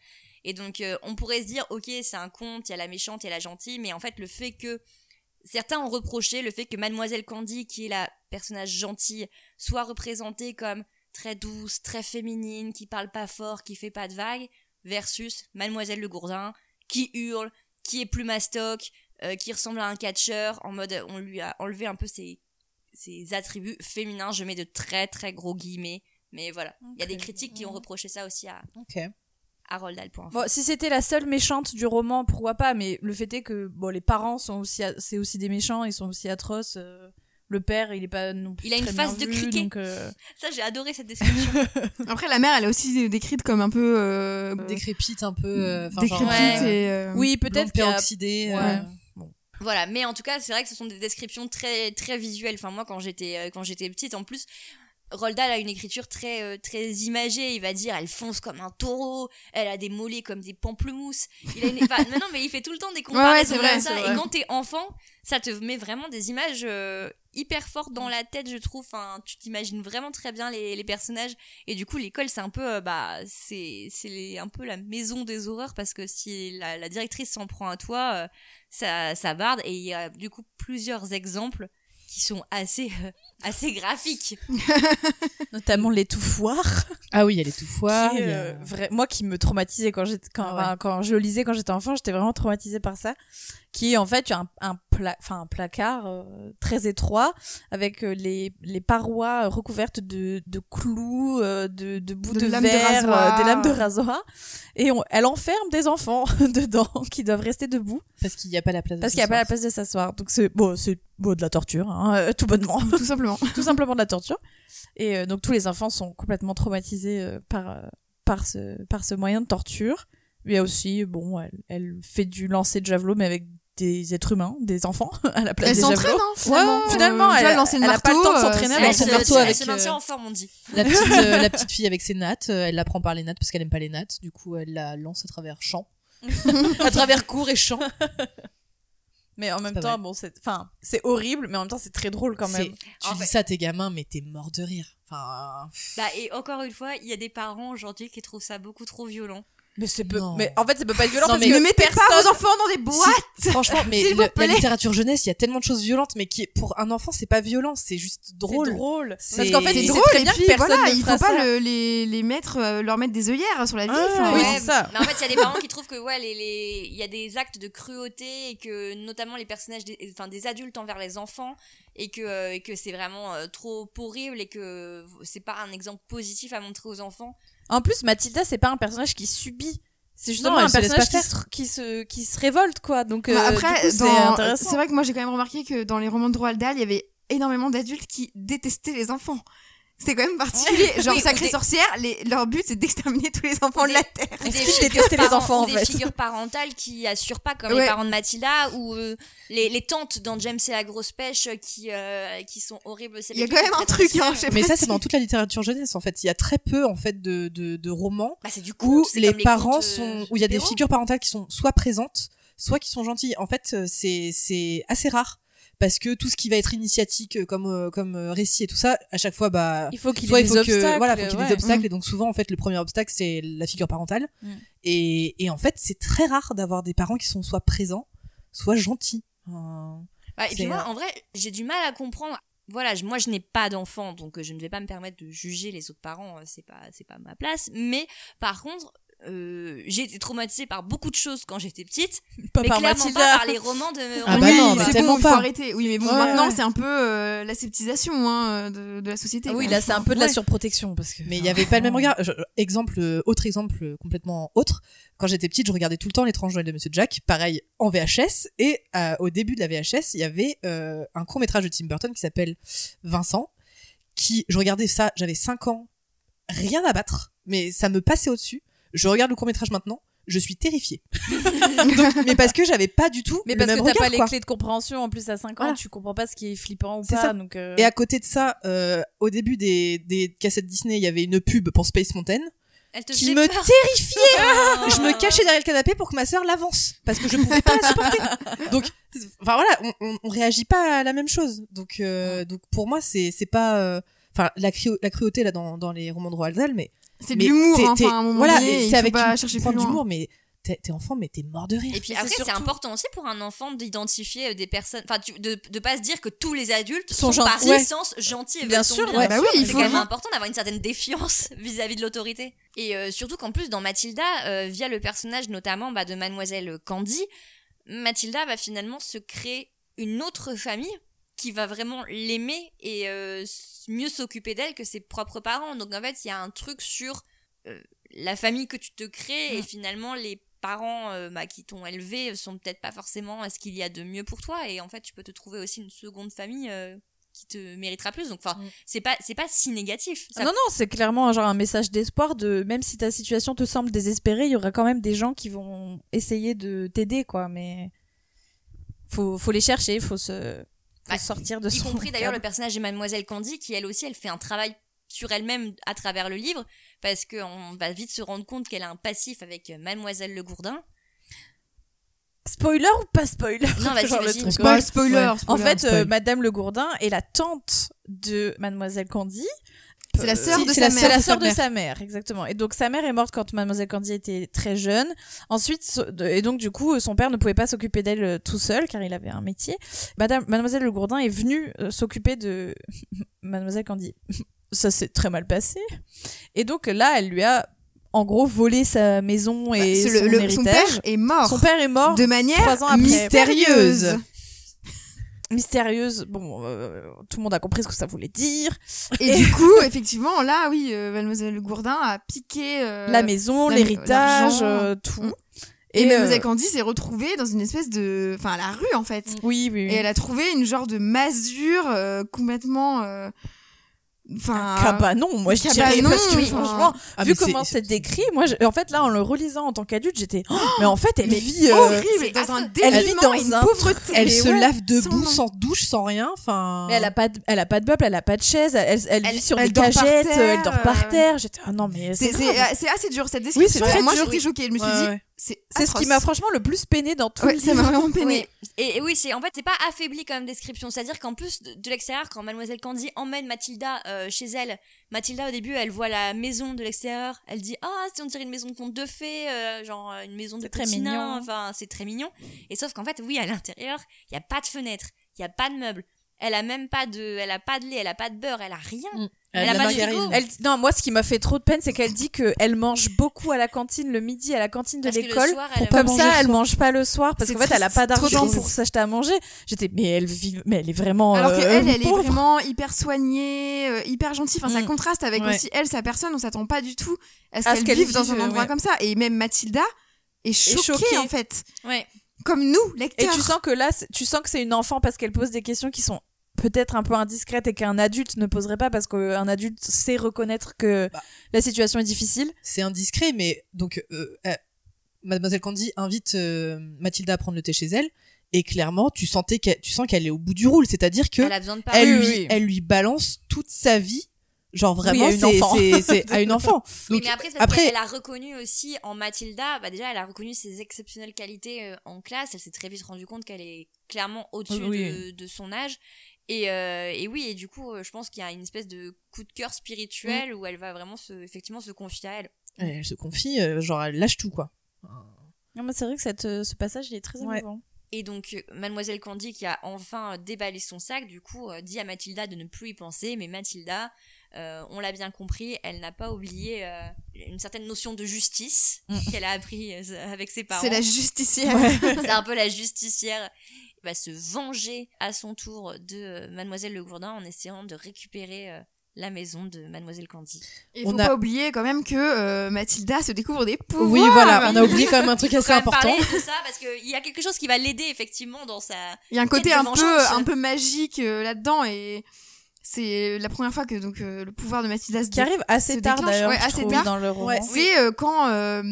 [SPEAKER 1] Et donc, euh, on pourrait se dire, ok, c'est un conte, il y a la méchante, il y a la gentille, mais en fait, le fait que certains ont reproché le fait que Mademoiselle Candy, qui est la personnage gentille, soit représentée comme très douce, très féminine, qui parle pas fort, qui fait pas de vagues, versus Mademoiselle Le Gourdin, qui hurle, qui est plus mastoc, euh, qui ressemble à un catcheur, en mode euh, on lui a enlevé un peu ses, ses attributs féminins, je mets de très très gros guillemets, mais voilà. Il y a des
[SPEAKER 6] Ok.
[SPEAKER 1] critiques qui ont reproché ça aussi à,
[SPEAKER 6] Ok.
[SPEAKER 1] à Roald Dahl pour info.
[SPEAKER 7] Bon, si c'était la seule méchante du roman, pourquoi pas Mais le fait est que bon, les parents sont aussi, a- c'est aussi des méchants, ils sont aussi atroces. euh, le père, il est pas non plus.
[SPEAKER 1] Il a une
[SPEAKER 7] très
[SPEAKER 1] face
[SPEAKER 7] bien
[SPEAKER 1] de
[SPEAKER 7] vu,
[SPEAKER 1] criquet.
[SPEAKER 7] donc, euh,
[SPEAKER 1] Ça, j'ai adoré cette description.
[SPEAKER 8] Après, la mère, elle est aussi décrite comme un peu. euh,
[SPEAKER 6] Décrépite un peu. euh, enfin, genre,
[SPEAKER 8] décrépite
[SPEAKER 1] Ouais.
[SPEAKER 8] et. euh,
[SPEAKER 7] Oui,
[SPEAKER 6] blonde
[SPEAKER 7] peut-être qu'il y a-
[SPEAKER 6] peroxydée.
[SPEAKER 7] Ouais.
[SPEAKER 6] euh,
[SPEAKER 1] Voilà, mais en tout cas, c'est vrai que ce sont des descriptions très très visuelles. Enfin moi quand j'étais euh, quand j'étais petite en plus Roald Dahl a une écriture très euh, très imagée, il va dire elle fonce comme un taureau, elle a des mollets comme des pamplemousses. Il a une... enfin, non, non, mais il fait tout le temps des
[SPEAKER 8] ouais,
[SPEAKER 1] comparaisons
[SPEAKER 8] c'est vrai,
[SPEAKER 1] comme
[SPEAKER 8] c'est
[SPEAKER 1] ça
[SPEAKER 8] vrai.
[SPEAKER 1] et quand t'es enfant, ça te met vraiment des images euh, hyper fortes dans la tête, je trouve. Enfin, tu t'imagines vraiment très bien les, les personnages et du coup l'école c'est un peu euh, bah c'est c'est les- un peu la maison des horreurs parce que si la, la directrice s'en prend à toi euh, ça, ça barde et il y a du coup plusieurs exemples qui sont assez euh, assez graphiques.
[SPEAKER 7] notamment l'étouffoir.
[SPEAKER 6] Ah oui, elle est tout foire.
[SPEAKER 7] qui est,
[SPEAKER 6] il y a-
[SPEAKER 7] euh, vrai- Moi, qui me traumatisait quand j'étais, quand,
[SPEAKER 6] Ah ouais.
[SPEAKER 7] enfin, quand je le lisais quand j'étais enfant, j'étais vraiment traumatisée par ça. Qui est en fait un, un, pla- enfin, un placard euh, très étroit avec euh, les, les parois euh, recouvertes de, de clous, euh, de, de bouts
[SPEAKER 8] De
[SPEAKER 7] de,
[SPEAKER 8] lames de
[SPEAKER 7] verre, euh, des
[SPEAKER 8] rasoir.
[SPEAKER 7] lames de rasoir. Et on- elle enferme des enfants dedans qui doivent rester debout
[SPEAKER 6] Parce qu'il n'y a pas la place. de
[SPEAKER 7] parce
[SPEAKER 6] ce
[SPEAKER 7] qu'il n'y a pas la
[SPEAKER 6] soir.
[SPEAKER 7] place de s'asseoir. Donc c'est bon, c'est bon, de la torture, hein, euh, tout bonnement
[SPEAKER 8] Tout simplement.
[SPEAKER 7] tout simplement de la torture. Et euh, donc tous les enfants sont complètement traumatisés euh, par, euh, par, ce, par ce moyen de torture. Il y a aussi, bon, elle, elle fait du lancer de javelot, mais avec des êtres humains, des enfants, à la place
[SPEAKER 8] Elle
[SPEAKER 7] des
[SPEAKER 8] s'entraîne,
[SPEAKER 7] javelots.
[SPEAKER 8] hein, finalement.
[SPEAKER 7] Ouais, finalement,
[SPEAKER 8] tu vois,
[SPEAKER 7] elle-
[SPEAKER 8] lancer le
[SPEAKER 7] elle a pas le
[SPEAKER 8] marteau,
[SPEAKER 7] temps de
[SPEAKER 8] euh,
[SPEAKER 7] s'entraîner,
[SPEAKER 6] elle
[SPEAKER 8] c'est-
[SPEAKER 6] lance son marteau avec,
[SPEAKER 1] se
[SPEAKER 6] euh,
[SPEAKER 1] maintient en forme, on dit.
[SPEAKER 6] La petite, euh, la petite fille avec ses nattes, euh, elle la prend par les nattes parce qu'elle aime pas les nattes. Du coup, elle la lance à travers champs. à travers cours et champs.
[SPEAKER 7] Mais en même
[SPEAKER 6] pas
[SPEAKER 7] temps,
[SPEAKER 6] vrai.
[SPEAKER 7] bon, c'est, enfin, c'est horrible, mais en même temps, c'est très drôle quand même.
[SPEAKER 6] C'est- Tu
[SPEAKER 1] En
[SPEAKER 6] dis
[SPEAKER 1] fait-
[SPEAKER 6] ça à tes gamins, mais t'es mort de rire. Enfin,
[SPEAKER 1] Bah, et encore une fois, il y a des parents aujourd'hui qui trouvent ça beaucoup trop violent.
[SPEAKER 7] Mais c'est peu,
[SPEAKER 6] Non.
[SPEAKER 7] mais en fait, ça peut pas être violent
[SPEAKER 6] Non,
[SPEAKER 7] parce
[SPEAKER 6] mais-
[SPEAKER 7] que
[SPEAKER 6] Ne
[SPEAKER 8] mettez
[SPEAKER 7] personne.
[SPEAKER 8] pas vos enfants dans des boîtes
[SPEAKER 6] franchement, mais
[SPEAKER 8] S'il
[SPEAKER 6] le-
[SPEAKER 8] vous plaît.
[SPEAKER 6] la littérature jeunesse, il y a tellement de choses violentes, mais qui pour un enfant, c'est pas violent, c'est juste drôle.
[SPEAKER 7] C'est drôle.
[SPEAKER 6] C'est-
[SPEAKER 7] Parce qu'en fait,
[SPEAKER 6] c'est
[SPEAKER 7] il sait
[SPEAKER 6] drôle,
[SPEAKER 7] très
[SPEAKER 8] et
[SPEAKER 7] bien
[SPEAKER 8] puis,
[SPEAKER 7] que personne
[SPEAKER 8] voilà,
[SPEAKER 7] ne
[SPEAKER 8] il faut
[SPEAKER 7] fera ça.
[SPEAKER 8] pas le- les, les mettre, euh, leur mettre des œillères sur la vie.
[SPEAKER 6] Ah,
[SPEAKER 8] enfin,
[SPEAKER 7] Oui,
[SPEAKER 1] Ouais,
[SPEAKER 7] c'est ça.
[SPEAKER 1] Mais en fait, il y a des parents qui trouvent que ouais, les, les- il y a des actes de cruauté et que notamment les personnages, des, enfin des adultes envers les enfants et que euh, et que c'est vraiment euh, trop horrible et que c'est pas un exemple positif à montrer aux enfants.
[SPEAKER 7] En plus, Mathilda, c'est pas un personnage qui subit. C'est justement
[SPEAKER 6] Non, elle
[SPEAKER 7] un
[SPEAKER 6] se laisse
[SPEAKER 7] personnage
[SPEAKER 6] pas
[SPEAKER 7] qui se, qui se, qui se révolte, quoi. Donc,
[SPEAKER 8] Bah,
[SPEAKER 7] euh, du
[SPEAKER 8] après,
[SPEAKER 7] coup, c'est
[SPEAKER 8] dans-
[SPEAKER 7] intéressant.
[SPEAKER 8] c'est vrai que moi j'ai quand même remarqué que dans les romans de Roald Dahl, il y avait énormément d'adultes qui détestaient les enfants. C'était quand même particulier. Genre,
[SPEAKER 1] Oui, ou
[SPEAKER 8] Sacrée
[SPEAKER 1] des-
[SPEAKER 8] Sorcière, les- leur but c'est d'exterminer tous les enfants de la Terre.
[SPEAKER 1] Ou des
[SPEAKER 7] qu'ils
[SPEAKER 1] figures
[SPEAKER 7] détestaient les
[SPEAKER 1] parent-
[SPEAKER 7] enfants,
[SPEAKER 1] ou
[SPEAKER 7] en
[SPEAKER 1] des
[SPEAKER 7] fait.
[SPEAKER 1] figures parentales qui assurent pas comme
[SPEAKER 8] Ouais.
[SPEAKER 1] les parents de Mathilda ou euh, les, les tantes dans James et la grosse pêche qui euh, qui sont horribles. C'est
[SPEAKER 8] Il y a
[SPEAKER 1] les
[SPEAKER 8] quand
[SPEAKER 1] trucs
[SPEAKER 8] même un
[SPEAKER 1] très, très
[SPEAKER 8] truc, hein,
[SPEAKER 1] seuls.
[SPEAKER 8] je sais
[SPEAKER 6] Mais
[SPEAKER 8] pas
[SPEAKER 6] ça,
[SPEAKER 8] si-
[SPEAKER 6] c'est dans toute la littérature jeunesse, en fait. Il y a très peu, en fait, de, de, de romans
[SPEAKER 1] Bah, c'est du
[SPEAKER 6] où
[SPEAKER 1] coup
[SPEAKER 6] les, parents
[SPEAKER 7] euh,
[SPEAKER 1] euh,
[SPEAKER 6] sont, où il y a des figures parentales qui sont soit présentes, soit qui sont gentilles. En fait, euh, c'est, c'est assez rare. Parce que tout ce qui va être initiatique euh, comme, euh, comme euh, récit et tout ça, à chaque fois, bah,
[SPEAKER 7] Il faut qu'il y
[SPEAKER 6] soit
[SPEAKER 7] ait
[SPEAKER 6] il
[SPEAKER 7] des
[SPEAKER 6] faut
[SPEAKER 7] obstacles.
[SPEAKER 6] que voilà faut qu'il y ait des
[SPEAKER 7] ouais.
[SPEAKER 6] obstacles et donc souvent en fait le premier obstacle c'est la figure parentale
[SPEAKER 7] Mm.
[SPEAKER 6] et, et en fait c'est très rare d'avoir des parents qui sont soit présents soit gentils Euh,
[SPEAKER 1] Bah, et
[SPEAKER 6] C'est,
[SPEAKER 1] puis moi,
[SPEAKER 6] euh,
[SPEAKER 1] en vrai, j'ai du mal à comprendre. Voilà, je- moi je n'ai pas d'enfant, donc euh, je ne vais pas me permettre de juger les autres parents, euh, c'est pas c'est pas ma place. Mais par contre, euh, j'ai été traumatisée par beaucoup de choses quand j'étais petite,
[SPEAKER 7] Pas
[SPEAKER 1] mais
[SPEAKER 7] par
[SPEAKER 1] clairement
[SPEAKER 7] Mathilda.
[SPEAKER 1] pas par les romans de.
[SPEAKER 6] Ah bah
[SPEAKER 1] Oui,
[SPEAKER 6] non, mais
[SPEAKER 1] quoi.
[SPEAKER 8] c'est
[SPEAKER 6] tellement
[SPEAKER 8] bon, il
[SPEAKER 6] pas.
[SPEAKER 8] faut arrêter. Oui, mais bon,
[SPEAKER 6] Ouais,
[SPEAKER 8] maintenant
[SPEAKER 6] ouais.
[SPEAKER 8] c'est un peu euh, l'aseptisation hein, de, de la société.
[SPEAKER 7] Ah oui,
[SPEAKER 8] quoi.
[SPEAKER 7] là, c'est un peu de la
[SPEAKER 6] Ouais.
[SPEAKER 7] surprotection. Parce que,
[SPEAKER 6] mais il y avait pas
[SPEAKER 7] Oh.
[SPEAKER 6] le même regard Je- exemple euh, autre exemple euh, complètement autre quand j'étais petite je regardais tout le temps l'étrange Noël de Monsieur Jack pareil en VHS et euh, au début de la VHS il y avait euh, un court métrage de Tim Burton qui s'appelle Vincent qui je regardais ça j'avais 5 ans rien à battre mais ça me passait au-dessus je regarde le court métrage maintenant je suis terrifiée Donc, mais parce que j'avais pas du tout
[SPEAKER 7] Mais
[SPEAKER 6] le
[SPEAKER 7] parce
[SPEAKER 6] même
[SPEAKER 7] que t'as
[SPEAKER 6] regard,
[SPEAKER 7] pas les
[SPEAKER 6] quoi.
[SPEAKER 7] clés de compréhension, en plus à 5 ans,
[SPEAKER 6] Voilà.
[SPEAKER 7] tu comprends pas ce qui est flippant ou
[SPEAKER 6] C'est
[SPEAKER 7] pas.
[SPEAKER 6] ça.
[SPEAKER 7] Donc, euh,
[SPEAKER 6] Et à côté de ça, euh, au début des, des cassettes Disney, il y avait une pub pour Space Mountain
[SPEAKER 1] Elle te
[SPEAKER 6] qui
[SPEAKER 1] faisait
[SPEAKER 6] me
[SPEAKER 1] peur.
[SPEAKER 6] terrifiait.
[SPEAKER 1] Ah.
[SPEAKER 6] Je me cachais derrière le canapé pour que ma sœur l'avance parce que je pouvais pas la supporter. Donc, enfin voilà, on, on, on réagit pas à la même chose. Donc, euh, donc pour moi, c'est c'est pas, euh, enfin la, cru- la cruauté là dans, dans les romans de Roald Dahl, mais
[SPEAKER 8] c'est de
[SPEAKER 6] mais
[SPEAKER 8] l'humour.
[SPEAKER 6] t'es-
[SPEAKER 8] hein,
[SPEAKER 6] t'es-
[SPEAKER 8] Enfin, à un moment
[SPEAKER 6] voilà,
[SPEAKER 8] donné,
[SPEAKER 6] et
[SPEAKER 8] il
[SPEAKER 6] c'est
[SPEAKER 8] faut
[SPEAKER 6] avec
[SPEAKER 8] pas
[SPEAKER 6] une
[SPEAKER 8] chercher
[SPEAKER 6] pointe
[SPEAKER 8] plus loin.
[SPEAKER 6] d'humour, mais t'es t'es enfant, mais t'es mort de rire.
[SPEAKER 1] Et puis
[SPEAKER 7] Mais
[SPEAKER 1] après,
[SPEAKER 7] c'est
[SPEAKER 1] c'est
[SPEAKER 7] surtout-
[SPEAKER 1] important aussi pour un enfant d'identifier euh, des personnes, enfin, tu- de de pas se dire que tous les adultes
[SPEAKER 7] Sont
[SPEAKER 1] sont,
[SPEAKER 7] gentils,
[SPEAKER 1] par
[SPEAKER 7] ouais.
[SPEAKER 1] essence gentils et
[SPEAKER 7] Bien
[SPEAKER 1] veulent ton
[SPEAKER 7] sûr,
[SPEAKER 1] bien.
[SPEAKER 7] ouais.
[SPEAKER 8] Bah oui, il
[SPEAKER 1] C'est
[SPEAKER 8] faut.
[SPEAKER 1] quand même important d'avoir une certaine défiance vis-à-vis de l'autorité. Et euh, surtout qu'en plus, dans Mathilda, euh, via le personnage notamment bah, de Mademoiselle Candy, Mathilda va finalement se créer une autre famille qui va vraiment l'aimer et euh, s- mieux s'occuper d'elle que ses propres parents. Donc en fait, il y a un truc sur euh, la famille que tu te crées
[SPEAKER 7] Mm.
[SPEAKER 1] et finalement les parents euh, bah, qui t'ont élevé sont peut-être pas forcément à ce qu'il y a de mieux pour toi et en fait tu peux te trouver aussi une seconde famille euh, qui te méritera plus donc enfin
[SPEAKER 7] Mm.
[SPEAKER 1] c'est pas c'est pas si négatif Ça-
[SPEAKER 7] Non, non, c'est clairement genre un message d'espoir de même si ta situation te semble désespérée, il y aura quand même des gens qui vont essayer de t'aider, quoi. Mais faut, faut les chercher, faut se faut
[SPEAKER 1] Bah,
[SPEAKER 7] sortir de
[SPEAKER 1] y
[SPEAKER 7] son.
[SPEAKER 1] compris d'ailleurs le
[SPEAKER 7] cadre.
[SPEAKER 1] personnage de Mademoiselle Candy qui elle aussi elle fait un travail sur elle-même à travers le livre parce qu'on va vite se rendre compte qu'elle a un passif avec euh, Mademoiselle Le Gourdin
[SPEAKER 7] Spoiler ou pas spoiler
[SPEAKER 1] Non, vas-y,
[SPEAKER 7] Genre le
[SPEAKER 1] vas-y.
[SPEAKER 7] truc,
[SPEAKER 8] Spoil,
[SPEAKER 7] ouais.
[SPEAKER 8] spoiler,
[SPEAKER 7] En
[SPEAKER 8] spoiler.
[SPEAKER 7] fait, euh,
[SPEAKER 6] spoil.
[SPEAKER 7] Madame Le Gourdin est la tante de Mademoiselle Candy.
[SPEAKER 8] c'est la
[SPEAKER 7] Euh,
[SPEAKER 8] sœur
[SPEAKER 6] si,
[SPEAKER 8] de
[SPEAKER 6] c'est
[SPEAKER 8] sa
[SPEAKER 6] la
[SPEAKER 7] C'est
[SPEAKER 8] mère.
[SPEAKER 7] la sœur de sa mère, exactement. Et donc sa mère est morte quand Mademoiselle Candy était très jeune. Ensuite, so- de- et donc du coup, euh, son père ne pouvait pas s'occuper d'elle euh, tout seul car il avait un métier. Madame, Mademoiselle Le Gourdin est venue euh, s'occuper de Mademoiselle Candy. Ça s'est très mal passé. Et donc là, elle lui a en gros volé sa maison et
[SPEAKER 8] Bah, C'est
[SPEAKER 7] Bah, son
[SPEAKER 8] le- le- son
[SPEAKER 7] héritage.
[SPEAKER 8] père est mort.
[SPEAKER 7] Son père est mort
[SPEAKER 8] de manière
[SPEAKER 7] trois ans après.
[SPEAKER 8] mystérieuse.
[SPEAKER 7] mystérieuse. Bon, euh, tout le monde a compris ce que ça voulait dire.
[SPEAKER 8] Et du coup, effectivement, là, oui, euh, Mademoiselle Gourdin a piqué euh,
[SPEAKER 7] la maison,
[SPEAKER 8] la-
[SPEAKER 7] l'héritage,
[SPEAKER 8] l'argent.
[SPEAKER 7] euh, tout.
[SPEAKER 8] Mm.
[SPEAKER 7] Et, euh,
[SPEAKER 8] Et
[SPEAKER 7] le-
[SPEAKER 8] Mademoiselle Candy s'est retrouvée dans une espèce de, enfin, à la rue en fait.
[SPEAKER 7] Oui, oui, oui.
[SPEAKER 8] Et elle a trouvé une genre de masure euh, complètement, euh, enfin,
[SPEAKER 7] Ah. Cabanon, moi je dirais
[SPEAKER 8] cabanon,
[SPEAKER 7] parce que
[SPEAKER 8] oui.
[SPEAKER 7] franchement,
[SPEAKER 6] Ah,
[SPEAKER 7] vu
[SPEAKER 6] mais
[SPEAKER 7] comment c'est décrit, moi je- en fait là en le relisant en tant qu'adulte, j'étais Oh, mais en fait elle
[SPEAKER 8] mais
[SPEAKER 7] vit euh,
[SPEAKER 8] horrible, Ah,
[SPEAKER 1] c'est
[SPEAKER 8] dans un
[SPEAKER 1] affreux.
[SPEAKER 8] dénuement,
[SPEAKER 7] Elle vit dans
[SPEAKER 8] et une
[SPEAKER 7] un-
[SPEAKER 8] pauvreté.
[SPEAKER 6] Elle
[SPEAKER 8] mais
[SPEAKER 6] se
[SPEAKER 8] ouais,
[SPEAKER 6] lave debout,
[SPEAKER 8] nom.
[SPEAKER 6] sans douche, sans rien. Enfin,
[SPEAKER 7] mais elle a pas de, elle a pas de meubles, elle a pas de chaise, elle, elle- elle
[SPEAKER 1] Elle-
[SPEAKER 7] vit sur
[SPEAKER 8] elle
[SPEAKER 7] des
[SPEAKER 8] dort par
[SPEAKER 7] cagettes,
[SPEAKER 8] terre,
[SPEAKER 7] euh, elle dort par
[SPEAKER 8] euh,
[SPEAKER 7] terre. J'étais ah non mais
[SPEAKER 8] C'est
[SPEAKER 7] c'est
[SPEAKER 8] c'est- euh,
[SPEAKER 7] grave.
[SPEAKER 8] c'est assez dur cette
[SPEAKER 7] Oui, c'est
[SPEAKER 8] description.
[SPEAKER 7] très
[SPEAKER 8] Moi,
[SPEAKER 7] dur,
[SPEAKER 8] j'étais
[SPEAKER 7] oui.
[SPEAKER 8] choquée. Je me suis
[SPEAKER 6] Ouais,
[SPEAKER 8] dit,
[SPEAKER 6] ouais.
[SPEAKER 8] C'est
[SPEAKER 7] C'est ce qui
[SPEAKER 8] atroce.
[SPEAKER 7] m'a franchement le plus peiné dans tout
[SPEAKER 8] Ouais,
[SPEAKER 7] le
[SPEAKER 8] ça m'a
[SPEAKER 7] livre.
[SPEAKER 8] vraiment peiné.
[SPEAKER 1] Et, et oui, c'est en fait c'est pas affaibli comme description, c'est-à-dire qu'en plus de, de l'extérieur, quand Mademoiselle Candy emmène Mathilda euh, chez elle, Mathilda au début elle voit la maison de l'extérieur, elle dit ah si on dirait une maison de conte de fées, euh, genre euh, une maison de
[SPEAKER 7] C'est très
[SPEAKER 1] petits nains,
[SPEAKER 7] mignon.
[SPEAKER 1] enfin c'est très mignon. Et sauf qu'en fait oui à l'intérieur il y a pas de fenêtre, il y a pas de meubles, elle a même pas de, elle a pas de lait, elle a pas de beurre, elle a rien.
[SPEAKER 6] Mm.
[SPEAKER 1] Elle
[SPEAKER 6] a
[SPEAKER 1] a
[SPEAKER 6] la
[SPEAKER 1] pas de
[SPEAKER 6] margarine.
[SPEAKER 1] frigo.
[SPEAKER 7] Elle, non, moi, ce qui m'a fait trop de peine, c'est qu'elle dit qu'elle mange beaucoup à la cantine le midi, à la cantine de
[SPEAKER 1] Parce que le
[SPEAKER 7] l'école.
[SPEAKER 1] soir, elle-
[SPEAKER 7] Comme
[SPEAKER 6] Pas manger
[SPEAKER 7] ça,
[SPEAKER 6] le
[SPEAKER 7] elle
[SPEAKER 6] soir.
[SPEAKER 7] mange pas le soir parce
[SPEAKER 6] C'est
[SPEAKER 7] qu'en fait, elle a
[SPEAKER 6] triste,
[SPEAKER 7] pas
[SPEAKER 6] trop
[SPEAKER 7] d'argent
[SPEAKER 6] triste.
[SPEAKER 7] pour s'acheter à manger. J'étais, mais elle vit, mais elle est vraiment.
[SPEAKER 8] Alors que
[SPEAKER 7] euh,
[SPEAKER 8] elle, elle est
[SPEAKER 7] pauvre.
[SPEAKER 8] vraiment hyper soignée, euh, hyper gentille. Enfin, ça
[SPEAKER 6] Mm.
[SPEAKER 8] contraste avec
[SPEAKER 6] Ouais.
[SPEAKER 8] aussi elle, sa personne. On s'attend pas du tout à ce
[SPEAKER 7] À
[SPEAKER 8] qu'elle
[SPEAKER 7] ce qu'elle
[SPEAKER 8] vive dans
[SPEAKER 7] vive,
[SPEAKER 8] un
[SPEAKER 7] euh,
[SPEAKER 8] endroit
[SPEAKER 7] ouais.
[SPEAKER 8] comme ça. Et même Mathilda est choquée,
[SPEAKER 7] choquée.
[SPEAKER 8] en fait.
[SPEAKER 1] Ouais.
[SPEAKER 8] Comme nous,
[SPEAKER 7] Et
[SPEAKER 8] lecteurs.
[SPEAKER 7] tu sens que là, c'est- tu sens que c'est une enfant parce qu'elle pose des questions qui sont peut-être un peu indiscrètes et qu'un adulte ne poserait pas parce qu'un adulte sait reconnaître que
[SPEAKER 6] Bah.
[SPEAKER 7] la situation est difficile.
[SPEAKER 6] C'est indiscret, mais donc euh, euh, Mademoiselle Candy invite euh, Mathilda à prendre le thé chez elle, et clairement, tu sentais qu'elle- tu sens qu'elle est au bout du rôle, c'est-à-dire que
[SPEAKER 1] Elle a besoin de parler.
[SPEAKER 6] elle,
[SPEAKER 7] oui,
[SPEAKER 6] lui,
[SPEAKER 7] oui.
[SPEAKER 6] elle lui balance toute sa vie, genre vraiment,
[SPEAKER 7] à une
[SPEAKER 6] c'est-
[SPEAKER 7] enfant.
[SPEAKER 6] c'est c'est à une enfant.
[SPEAKER 1] Oui,
[SPEAKER 6] Donc,
[SPEAKER 1] mais après, c'est parce
[SPEAKER 6] après-
[SPEAKER 1] qu'elle a reconnu aussi en Mathilda, bah déjà, elle a reconnu ses exceptionnelles qualités euh, en classe. Elle s'est très vite rendue compte qu'elle est clairement au-dessus
[SPEAKER 7] Oui.
[SPEAKER 1] de, de son âge. Et, euh, et oui, et du coup, euh, je pense qu'il y a une espèce de coup de cœur spirituel où elle va vraiment se, effectivement se confier à elle.
[SPEAKER 6] elle se confie, euh, genre elle lâche tout quoi.
[SPEAKER 7] Non, mais c'est vrai que cette, euh, ce passage, il est très
[SPEAKER 6] Ouais.
[SPEAKER 7] émouvant.
[SPEAKER 1] Et donc, euh, Mademoiselle Candy, qui a enfin euh, déballé son sac, du coup, euh, dit à Mathilda de ne plus y penser. Mais Mathilda, euh, on l'a bien compris, elle n'a pas oublié euh, une certaine notion de justice
[SPEAKER 7] Mm.
[SPEAKER 1] qu'elle a appris euh, avec ses parents.
[SPEAKER 8] C'est la justicière.
[SPEAKER 1] c'est un peu la justicière Elle va se venger à son tour de euh, Mademoiselle Le Gourdin en essayant de récupérer euh, la maison de Mademoiselle Candy.
[SPEAKER 8] Et faut
[SPEAKER 6] On a-
[SPEAKER 8] pas oublier quand même que euh, Mathilda se découvre des pouvoirs.
[SPEAKER 6] oui, voilà, on a oublié quand même un truc
[SPEAKER 1] Faut
[SPEAKER 6] assez
[SPEAKER 1] quand même
[SPEAKER 6] important.
[SPEAKER 1] parler de ça parce qu'il y a quelque chose qui va l'aider effectivement dans sa.
[SPEAKER 8] Il y a un côté
[SPEAKER 1] quête de
[SPEAKER 8] un peu,
[SPEAKER 1] vengeance.
[SPEAKER 8] un peu magique euh, là-dedans et c'est la première fois que donc euh, le pouvoir de Mathilda se
[SPEAKER 7] Qui arrive assez
[SPEAKER 8] se
[SPEAKER 7] tard
[SPEAKER 8] déclenche,
[SPEAKER 7] d'ailleurs
[SPEAKER 8] ouais,
[SPEAKER 7] je
[SPEAKER 8] assez
[SPEAKER 7] trouve,
[SPEAKER 8] tard.
[SPEAKER 7] dans le roman.
[SPEAKER 6] Ouais.
[SPEAKER 8] C'est euh, quand euh,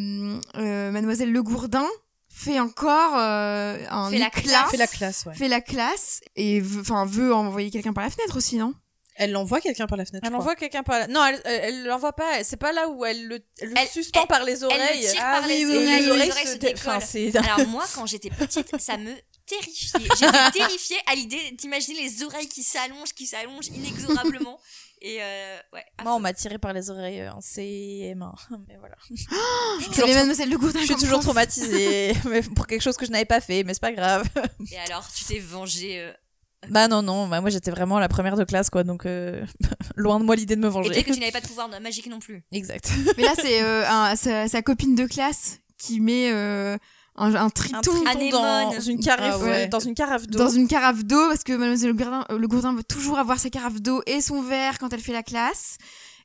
[SPEAKER 8] euh, Mademoiselle Le Gourdin fait encore euh, un
[SPEAKER 1] Fait la
[SPEAKER 8] éclat,
[SPEAKER 1] classe.
[SPEAKER 6] Fait la classe, ouais.
[SPEAKER 8] fait la classe et veut- enfin veut envoyer quelqu'un par la fenêtre aussi, non
[SPEAKER 6] Elle l'envoie quelqu'un par la fenêtre.
[SPEAKER 7] Elle
[SPEAKER 6] je crois.
[SPEAKER 7] envoie quelqu'un par là. Non, elle- elle elle l'envoie pas. C'est pas là où elle le, elle le
[SPEAKER 1] Elle-
[SPEAKER 7] suspend
[SPEAKER 1] elle-
[SPEAKER 7] par les oreilles.
[SPEAKER 1] tire
[SPEAKER 7] ah,
[SPEAKER 1] par
[SPEAKER 7] oui,
[SPEAKER 1] les
[SPEAKER 7] oui,
[SPEAKER 1] oreilles, les
[SPEAKER 7] oreilles
[SPEAKER 1] oreilles se
[SPEAKER 7] dé- enfin,
[SPEAKER 1] décollent.
[SPEAKER 7] c'est-
[SPEAKER 1] Alors moi, quand j'étais petite, ça me terrifiait. J'étais terrifiée à l'idée d'imaginer les oreilles qui s'allongent, qui s'allongent inexorablement. Et euh, ouais.
[SPEAKER 7] Moi, on m'a tiré par les oreilles euh, en CM1. Mais voilà.
[SPEAKER 8] Je
[SPEAKER 7] toujours trop-
[SPEAKER 8] Mademoiselle Le Gourdin.
[SPEAKER 7] Je suis
[SPEAKER 8] comme
[SPEAKER 7] toujours
[SPEAKER 8] prof.
[SPEAKER 7] traumatisée mais pour quelque chose que je n'avais pas fait, mais c'est pas grave.
[SPEAKER 1] Et alors, tu t'es vengée. euh,
[SPEAKER 7] bah non, non, bah, moi j'étais vraiment la première de classe, quoi, donc euh, loin de moi l'idée de me
[SPEAKER 1] Et
[SPEAKER 7] venger.
[SPEAKER 1] peut-être que tu n'avais pas de pouvoir magique non plus.
[SPEAKER 7] Exact.
[SPEAKER 8] Mais là c'est euh, un- sa, sa copine de classe qui met euh, un, un
[SPEAKER 7] Un
[SPEAKER 8] triton
[SPEAKER 7] triton
[SPEAKER 1] Anémone.
[SPEAKER 7] dans une carafe,
[SPEAKER 6] Ah ouais.
[SPEAKER 7] dans une carafe d'eau.
[SPEAKER 8] dans une carafe d'eau parce que mademoiselle Le Gourdin, euh, Le Gourdin veut toujours avoir sa carafe d'eau et son verre quand elle fait la classe.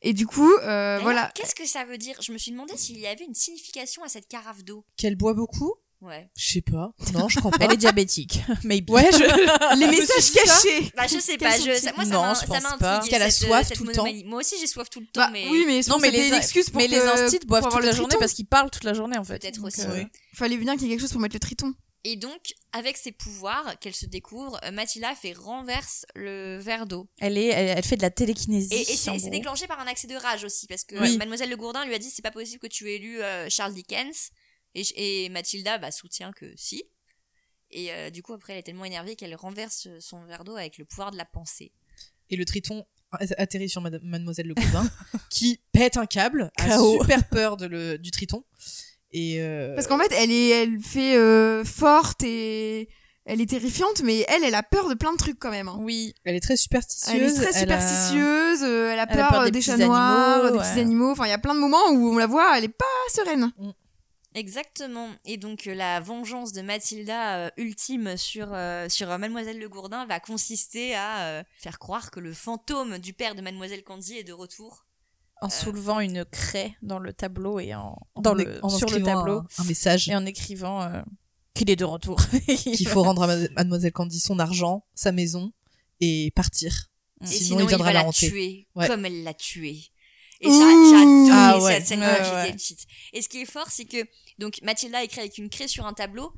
[SPEAKER 8] Et du coup, euh,
[SPEAKER 1] D'ailleurs,
[SPEAKER 8] voilà.
[SPEAKER 1] Qu'est-ce que ça veut dire Je me suis demandé s'il y avait une signification à cette carafe d'eau.
[SPEAKER 6] Qu'elle boit beaucoup
[SPEAKER 1] Ouais.
[SPEAKER 6] Je sais pas. Non, je crois pas.
[SPEAKER 7] Elle est diabétique, maybe.
[SPEAKER 6] Ouais, je...
[SPEAKER 8] Les
[SPEAKER 6] je me
[SPEAKER 8] messages
[SPEAKER 6] suis dit ça.
[SPEAKER 8] cachés.
[SPEAKER 1] Bah, je sais
[SPEAKER 7] Quels
[SPEAKER 1] pas. Je,
[SPEAKER 7] sont-ils
[SPEAKER 1] ça, moi, ça
[SPEAKER 7] Non,
[SPEAKER 1] m'a-
[SPEAKER 7] je
[SPEAKER 1] ça
[SPEAKER 7] pense
[SPEAKER 1] m'a
[SPEAKER 7] pas.
[SPEAKER 1] intriguée.
[SPEAKER 6] Qu'elle a
[SPEAKER 1] cette, euh,
[SPEAKER 6] soif
[SPEAKER 1] cette
[SPEAKER 6] tout le temps.
[SPEAKER 1] monomanie. Moi aussi, j'ai soif tout le temps,
[SPEAKER 8] Bah,
[SPEAKER 1] mais
[SPEAKER 8] Oui, mais je
[SPEAKER 7] Non,
[SPEAKER 8] pense
[SPEAKER 7] mais
[SPEAKER 8] que c'était
[SPEAKER 7] les,
[SPEAKER 8] une excuse pour
[SPEAKER 7] mais les
[SPEAKER 8] que-
[SPEAKER 7] instits boivent
[SPEAKER 8] pour avoir
[SPEAKER 7] toute
[SPEAKER 8] le
[SPEAKER 7] la journée
[SPEAKER 8] triton.
[SPEAKER 7] parce qu'ils parlent toute la journée en fait.
[SPEAKER 1] peut-être
[SPEAKER 7] Donc,
[SPEAKER 1] aussi.
[SPEAKER 7] euh,
[SPEAKER 8] Fallait bien qu'il y ait quelque chose pour mettre le triton.
[SPEAKER 1] Et donc, avec ses pouvoirs qu'elle se découvre, euh, Mathilda fait renverse le verre d'eau.
[SPEAKER 7] Elle, est, elle, elle fait de la télékinésie.
[SPEAKER 1] Et, et
[SPEAKER 7] en
[SPEAKER 1] c'est c'est
[SPEAKER 7] gros.
[SPEAKER 1] déclenché par un accès de rage aussi, parce que
[SPEAKER 6] Oui.
[SPEAKER 1] euh, Mademoiselle Le Gourdin lui a dit c'est pas possible que tu aies lu euh, Charles Dickens. Et, j- et Mathilda bah, soutient que si. Et euh, du coup, après, elle est tellement énervée qu'elle renverse euh, son verre d'eau avec le pouvoir de la pensée.
[SPEAKER 6] Et le triton atterrit sur madame- Mademoiselle Le Gourdin, qui pète un câble, a
[SPEAKER 7] K.O.
[SPEAKER 6] super peur de le- du triton. Et euh,
[SPEAKER 8] Parce qu'en fait, elle est, elle fait euh, forte et elle est terrifiante, mais elle, elle a peur de plein de trucs quand même. hein.
[SPEAKER 7] Oui.
[SPEAKER 6] elle est très superstitieuse.
[SPEAKER 8] Elle est très
[SPEAKER 6] a-
[SPEAKER 8] superstitieuse, euh, elle a, peur, euh, des,
[SPEAKER 7] petits
[SPEAKER 8] chats
[SPEAKER 7] animaux,
[SPEAKER 8] noirs, des
[SPEAKER 7] ouais.
[SPEAKER 8] petits animaux. Enfin, il y a plein de moments où on la voit, elle est pas sereine.
[SPEAKER 1] Exactement. Et donc euh, la vengeance de Mathilda euh, ultime sur, euh, sur euh, Mademoiselle Le Gourdin va consister à euh, faire croire que le fantôme du père de Mademoiselle Candy est de retour. Euh.
[SPEAKER 7] En soulevant une craie dans le tableau et en, dans
[SPEAKER 6] en-
[SPEAKER 7] le,
[SPEAKER 6] en
[SPEAKER 7] sur le
[SPEAKER 6] inscrivant
[SPEAKER 7] tableau.
[SPEAKER 6] un, un message
[SPEAKER 7] Et en écrivant euh, qu'il est de retour.
[SPEAKER 6] qu'il faut rendre à ma- Mademoiselle Candy son argent, sa maison et partir.
[SPEAKER 7] Et
[SPEAKER 1] Et
[SPEAKER 6] Mm. Sinon,
[SPEAKER 1] sinon,
[SPEAKER 6] il
[SPEAKER 1] il,
[SPEAKER 6] viendra
[SPEAKER 1] va
[SPEAKER 6] la
[SPEAKER 1] la
[SPEAKER 6] hanter.
[SPEAKER 1] tuer
[SPEAKER 6] Ouais.
[SPEAKER 1] comme elle l'a tuée. Et ça, j'ai adoré
[SPEAKER 6] Ah
[SPEAKER 1] cette
[SPEAKER 6] ouais.
[SPEAKER 1] scène
[SPEAKER 7] Ouais,
[SPEAKER 1] quand j'étais
[SPEAKER 7] ouais.
[SPEAKER 1] petite. Et ce qui est fort, c'est que donc Mathilda écrit avec une craie sur un tableau.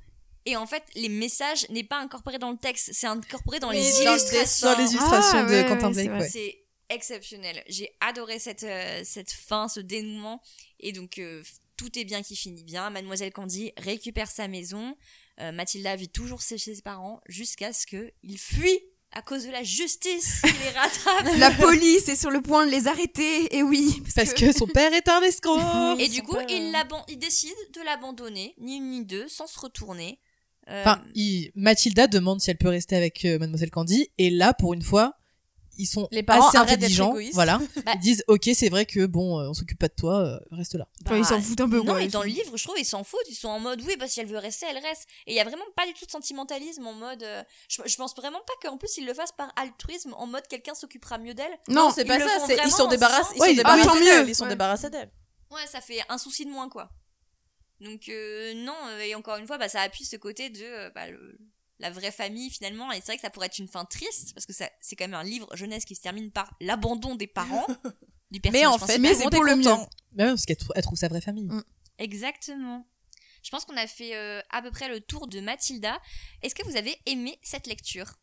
[SPEAKER 1] Et en fait, les messages n'est pas incorporé dans le texte, c'est incorporé dans les
[SPEAKER 7] Oui, dans le
[SPEAKER 1] illustrations.
[SPEAKER 6] Dans les illustrations
[SPEAKER 8] Ah,
[SPEAKER 6] de
[SPEAKER 8] ouais,
[SPEAKER 6] Quentin
[SPEAKER 8] ouais, c'est
[SPEAKER 6] Blake,
[SPEAKER 8] vrai.
[SPEAKER 6] ouais.
[SPEAKER 1] C'est exceptionnel. J'ai adoré cette, euh, cette fin, ce dénouement. Et donc, euh, Tout est bien qui finit bien. Mademoiselle Candy récupère sa maison. Euh, Mathilda vit toujours chez ses parents jusqu'à ce qu'il fuit à cause de la justice qui les rattrape.
[SPEAKER 8] La police est sur le point de les arrêter, et oui.
[SPEAKER 6] Parce que son père est un escroc.
[SPEAKER 1] Et du coup, il, l'aban- il décide de l'abandonner, ni une ni deux, sans se retourner. Euh,
[SPEAKER 6] Enfin, il- Mathilda demande si elle peut rester avec euh, Mademoiselle Candy, et là, pour une fois, ils sont
[SPEAKER 7] Les parents
[SPEAKER 6] assez
[SPEAKER 7] arrêtent d'être
[SPEAKER 6] intelligents.
[SPEAKER 7] égoïstes. Bah.
[SPEAKER 6] Voilà, ils disent ok, c'est vrai que bon, euh, on s'occupe pas de toi, euh, reste là.
[SPEAKER 1] bah,
[SPEAKER 8] Enfin, ils s'en foutent un peu.
[SPEAKER 1] non,
[SPEAKER 8] quoi.
[SPEAKER 1] et dans le livre, je trouve, ils s'en foutent. Ils sont en mode, oui, bah, si elle veut rester, elle reste. Et il n'y a vraiment pas du tout de sentimentalisme en mode. euh, je, je pense vraiment pas qu'en plus, ils le fassent par altruisme, en mode quelqu'un s'occupera mieux d'elle.
[SPEAKER 8] Non,
[SPEAKER 1] ils le font vraiment en se
[SPEAKER 7] ils sont
[SPEAKER 6] Ouais, ah,
[SPEAKER 7] débarrassés
[SPEAKER 8] tant mieux.
[SPEAKER 7] d'elle, Ils sont
[SPEAKER 8] Ouais.
[SPEAKER 7] débarrassés d'elle.
[SPEAKER 1] Ouais, ça fait un souci de moins, quoi. Donc, euh, non, euh, et encore une fois, bah, ça appuie ce côté de euh, bah, le- la vraie famille, finalement. Et c'est vrai que ça pourrait être une fin triste, parce que ça, c'est quand même un livre jeunesse qui se termine par l'abandon des parents du personnage
[SPEAKER 7] Mais en
[SPEAKER 1] principal.
[SPEAKER 7] fait,
[SPEAKER 8] mais
[SPEAKER 7] tout
[SPEAKER 8] c'est
[SPEAKER 7] monde est
[SPEAKER 8] pour le
[SPEAKER 7] content.
[SPEAKER 8] mieux.
[SPEAKER 6] Bah ouais, parce qu'elle trou- elle trouve sa vraie
[SPEAKER 7] Mm.
[SPEAKER 6] famille.
[SPEAKER 1] Exactement. Je pense qu'on a fait euh, à peu près le tour de Mathilda. Est-ce que vous avez aimé cette lecture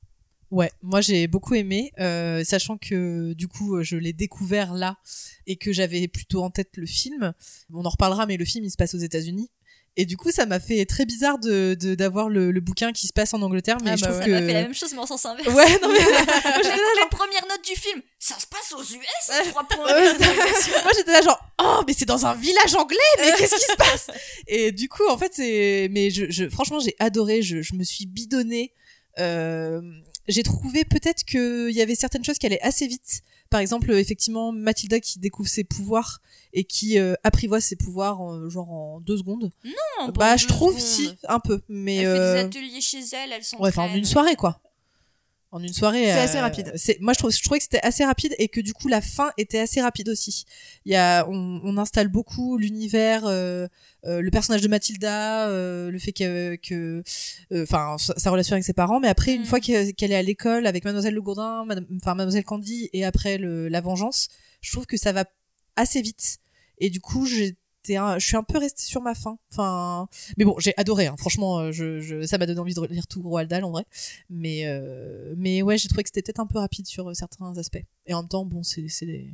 [SPEAKER 6] Ouais, moi j'ai beaucoup aimé, euh, sachant que du coup euh, je l'ai découvert là et que j'avais plutôt en tête le film. On en reparlera, mais le film il se passe aux États-Unis. Et du coup, ça m'a fait très bizarre de de- d'avoir le, le bouquin qui se passe en Angleterre, mais
[SPEAKER 7] Ah
[SPEAKER 6] je
[SPEAKER 7] bah
[SPEAKER 6] trouve
[SPEAKER 1] Ça
[SPEAKER 7] ouais.
[SPEAKER 1] m'a fait la
[SPEAKER 6] que
[SPEAKER 1] même chose, mais en sens inverse.
[SPEAKER 6] ouais, non mais
[SPEAKER 1] Moi, j'ai la première note du film. Ça se passe aux US, trois points.
[SPEAKER 6] Ouais, c'est vrai. Moi j'étais là genre oh mais c'est dans un village anglais mais qu'est-ce qui se passe et du coup en fait c'est mais je, je- franchement j'ai adoré je, je me suis bidonnée Euh, j'ai trouvé peut-être que il y avait certaines choses qui allaient assez vite par exemple effectivement Mathilda qui découvre ses pouvoirs et qui euh, apprivoise ses pouvoirs en- genre en deux secondes
[SPEAKER 1] Non, pas
[SPEAKER 6] bah
[SPEAKER 1] en
[SPEAKER 6] je
[SPEAKER 1] deux
[SPEAKER 6] trouve si
[SPEAKER 1] secondes.
[SPEAKER 6] un peu mais
[SPEAKER 1] Ah, Elle
[SPEAKER 6] euh,
[SPEAKER 1] fait des ateliers chez elle, elle s'entraîne.
[SPEAKER 6] Ouais, enfin, en une soirée, quoi. En une soirée. euh,
[SPEAKER 8] C'est assez rapide.
[SPEAKER 6] C'est, moi, je, trouve, je trouvais que c'était assez rapide et que du coup, la fin était assez rapide aussi. Il y a, on, on installe beaucoup l'univers, euh, euh, le personnage de Mathilda, euh, le fait que, que, euh, enfin, sa, sa relation avec ses parents. Mais après,
[SPEAKER 1] Mm.
[SPEAKER 6] une fois que- qu'elle est à l'école avec Mademoiselle Le Gourdin, madame- enfin Mademoiselle Candy, et après le, la vengeance, je trouve que ça va assez vite. Et du coup, j'étais, un- je suis un peu restée sur ma fin. Enfin, mais bon, j'ai adoré. hein. Franchement, euh, je, je- ça m'a donné envie de lire tout Roald Dahl en vrai. Mais, euh, mais ouais, j'ai trouvé que c'était peut-être un peu rapide sur euh, certains aspects. Et en même temps, bon, c'est c'est des.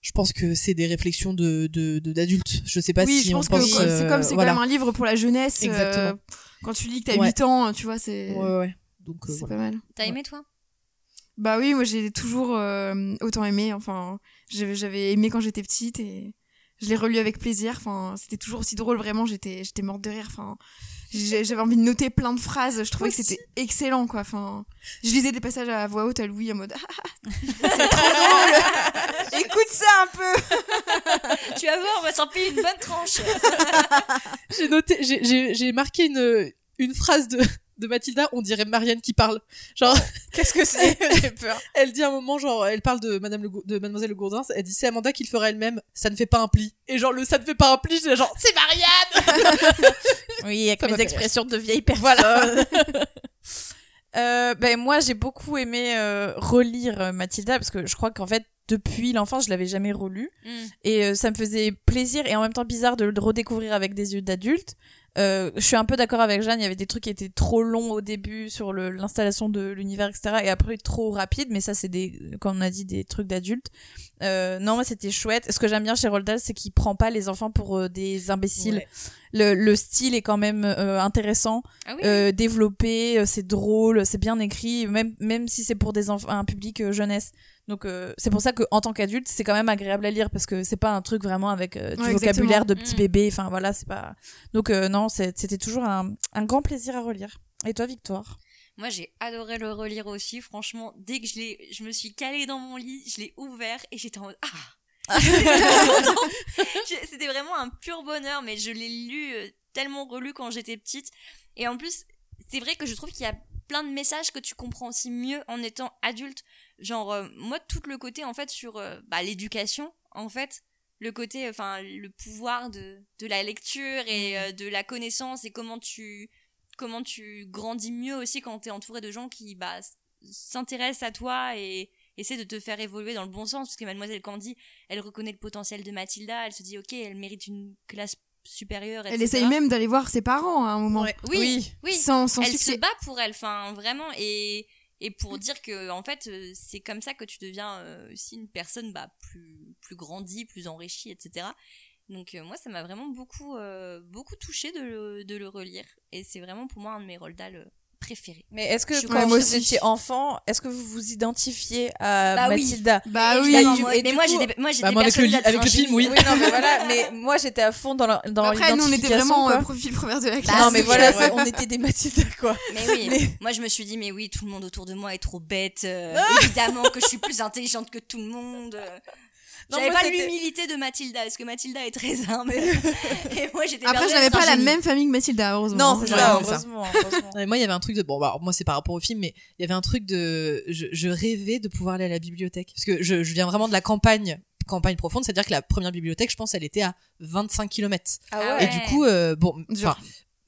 [SPEAKER 6] Je pense que c'est des réflexions de de- de- d'adultes. je sais pas
[SPEAKER 8] oui,
[SPEAKER 6] Bah, si
[SPEAKER 8] je pense
[SPEAKER 6] on
[SPEAKER 8] que
[SPEAKER 6] pense.
[SPEAKER 8] c'est
[SPEAKER 6] euh,
[SPEAKER 8] comme c'est
[SPEAKER 6] voilà.
[SPEAKER 8] quand même un livre pour la jeunesse. euh,
[SPEAKER 6] Exactement.
[SPEAKER 8] quand tu lis que t'as
[SPEAKER 6] Ouais.
[SPEAKER 8] 8 ans, tu vois, c'est
[SPEAKER 6] Ouais, ouais. Donc euh,
[SPEAKER 8] c'est
[SPEAKER 6] voilà.
[SPEAKER 8] pas mal.
[SPEAKER 1] T'as aimé, toi
[SPEAKER 8] Bah oui, moi j'ai toujours euh, autant aimé. Enfin, j'avais j'avais aimé quand j'étais petite et je l'ai relu avec plaisir. Enfin, c'était toujours aussi drôle. Vraiment, j'étais j'étais morte de rire. Enfin, j'ai- j'avais envie de noter plein de phrases. Je trouvais que c'était excellent, quoi. Enfin, je lisais des passages à voix haute à Louis en mode Ah, ah, ah, c'est trop drôle. Écoute ça un peu.
[SPEAKER 1] Tu vas voir, on va s'en payer une bonne tranche.
[SPEAKER 6] J'ai noté, j'ai- j'ai j'ai marqué une, une phrase de, de Mathilda, on dirait Marianne qui parle. Genre, qu'est-ce que c'est J'ai peur. Elle dit à un moment, genre, elle parle de, Madame le Gour- de Mademoiselle Le Gourdin, elle dit c'est Amanda qui le fera elle-même, ça ne fait pas un pli. Et genre, le ça ne fait pas un pli, j'étais genre, c'est Marianne
[SPEAKER 7] Oui, avec
[SPEAKER 6] Ça m'a
[SPEAKER 7] mes
[SPEAKER 6] fait
[SPEAKER 7] expressions de vieille personne. Euh, ben moi j'ai beaucoup aimé euh, relire euh, Mathilda parce que je crois qu'en fait depuis l'enfance je l'avais jamais relu
[SPEAKER 1] Mm.
[SPEAKER 7] et euh, ça me faisait plaisir et en même temps bizarre de le redécouvrir avec des yeux d'adulte. Euh, je suis un peu d'accord avec Jeanne, il y avait des trucs qui étaient trop longs au début sur le- l'installation de l'univers, etc. Et après trop rapide, mais ça c'est des, comme on a dit, des trucs d'adultes. Euh, non, moi c'était chouette. Ce que j'aime bien chez Roald Dahl, c'est qu'il prend pas les enfants pour euh, des imbéciles.
[SPEAKER 6] Ouais.
[SPEAKER 7] Le, le style est quand même euh, intéressant,
[SPEAKER 1] Ah oui
[SPEAKER 7] euh, développé, euh, c'est drôle, c'est bien écrit, même, même si c'est pour des enfants, un public euh, jeunesse. Donc euh, c'est pour ça que en tant qu'adulte, c'est quand même agréable à lire parce que c'est pas un truc vraiment avec euh, du
[SPEAKER 8] Ouais,
[SPEAKER 7] vocabulaire de petit
[SPEAKER 1] Mm.
[SPEAKER 7] bébé. Enfin voilà, c'est pas. Donc euh, non, c'est- c'était toujours un, un grand plaisir à relire. Et toi, Victoire
[SPEAKER 1] Moi, j'ai adoré le relire aussi. Franchement, dès que je l'ai, je me suis calée dans mon lit, je l'ai ouvert et j'étais en mode ah. J'étais trop contente. J'ai- C'était vraiment un pur bonheur, mais je l'ai lu euh, tellement relu quand j'étais petite. Et en plus, c'est vrai que je trouve qu'il y a plein de messages que tu comprends aussi mieux en étant adulte. Genre, euh, moi, tout le côté en fait sur euh, bah, l'éducation, en fait, le côté, enfin, le pouvoir de, de la lecture
[SPEAKER 8] Mm.
[SPEAKER 1] et euh, de la connaissance et comment tu comment tu grandis mieux aussi quand t'es entouré de gens qui bah, s- s'intéressent à toi et essaient de te faire évoluer dans le bon sens. Parce que Mademoiselle Candy, elle reconnaît le potentiel de Mathilda, elle se dit ok, elle mérite une classe supérieure.
[SPEAKER 8] Elle
[SPEAKER 1] etc.
[SPEAKER 8] essaye même d'aller voir ses parents hein, à un moment.
[SPEAKER 1] Oui, oui.
[SPEAKER 8] Sans, sans
[SPEAKER 1] elle
[SPEAKER 8] succès.
[SPEAKER 1] se bat pour elle, enfin vraiment et et
[SPEAKER 7] Mm.
[SPEAKER 1] pour dire que en fait euh, c'est comme ça que tu deviens euh, aussi une personne bah, plus plus grandie, plus enrichie, etc. Donc euh, moi, ça m'a vraiment beaucoup, euh, beaucoup touché de le, de le relire. Et c'est vraiment pour moi un de mes Roald Dahl euh, préférés.
[SPEAKER 7] Mais est-ce que
[SPEAKER 8] Je
[SPEAKER 7] quand
[SPEAKER 8] pense
[SPEAKER 7] vous
[SPEAKER 8] aussi.
[SPEAKER 7] étiez enfant, est-ce que vous vous identifiez à
[SPEAKER 1] Bah oui.
[SPEAKER 7] Mathilda
[SPEAKER 8] Bah oui.
[SPEAKER 1] Évidemment,
[SPEAKER 7] du-
[SPEAKER 1] moi-
[SPEAKER 7] Ah et
[SPEAKER 1] mais
[SPEAKER 7] du
[SPEAKER 1] moi,
[SPEAKER 7] coup-
[SPEAKER 1] j'étais moi, j'étais
[SPEAKER 6] Bah, moi, avec le,
[SPEAKER 1] persuadée
[SPEAKER 6] li-
[SPEAKER 1] de la
[SPEAKER 6] avec le film, oui.
[SPEAKER 7] Oui, non, mais voilà, mais moi j'étais à fond dans la- dans
[SPEAKER 8] Après, nous, on était
[SPEAKER 7] l'identification,
[SPEAKER 8] vraiment
[SPEAKER 7] quoi.
[SPEAKER 8] euh, profil première de la classe.
[SPEAKER 1] Bah,
[SPEAKER 7] non, mais
[SPEAKER 1] c'est
[SPEAKER 7] voilà,
[SPEAKER 1] clair.
[SPEAKER 7] c'est- on était des Mathilda, quoi.
[SPEAKER 1] Mais oui,
[SPEAKER 7] Mais-
[SPEAKER 1] moi je me suis dit, mais oui, tout le monde autour de moi est trop bête. euh,
[SPEAKER 7] Ah
[SPEAKER 1] évidemment que je suis plus intelligente que tout le monde. euh.
[SPEAKER 7] Non,
[SPEAKER 1] J'avais
[SPEAKER 7] moi,
[SPEAKER 1] pas
[SPEAKER 7] c'était-
[SPEAKER 1] l'humilité de Mathilda, parce que Mathilda est très humble. et moi j'étais
[SPEAKER 8] Après,
[SPEAKER 1] persuadée
[SPEAKER 8] je n'avais
[SPEAKER 1] d'être un
[SPEAKER 8] pas la
[SPEAKER 1] génie.
[SPEAKER 8] même famille que Mathilda, heureusement. hein.
[SPEAKER 7] Non, c'est
[SPEAKER 6] Ouais,
[SPEAKER 7] ça,
[SPEAKER 6] c'est ça.
[SPEAKER 7] heureusement. heureusement.
[SPEAKER 6] Ouais, Moi, il y avait un truc de. Bon, bah, alors, moi, c'est par rapport au film, mais il y avait un truc de. Je, je rêvais de pouvoir aller à la bibliothèque. Parce que je, je viens vraiment de la campagne, campagne profonde, c'est-à-dire que la première bibliothèque, je pense, elle était à 25 km.
[SPEAKER 7] Ah
[SPEAKER 1] ouais.
[SPEAKER 6] Et du coup, euh, bon,
[SPEAKER 8] Dur.
[SPEAKER 6] enfin,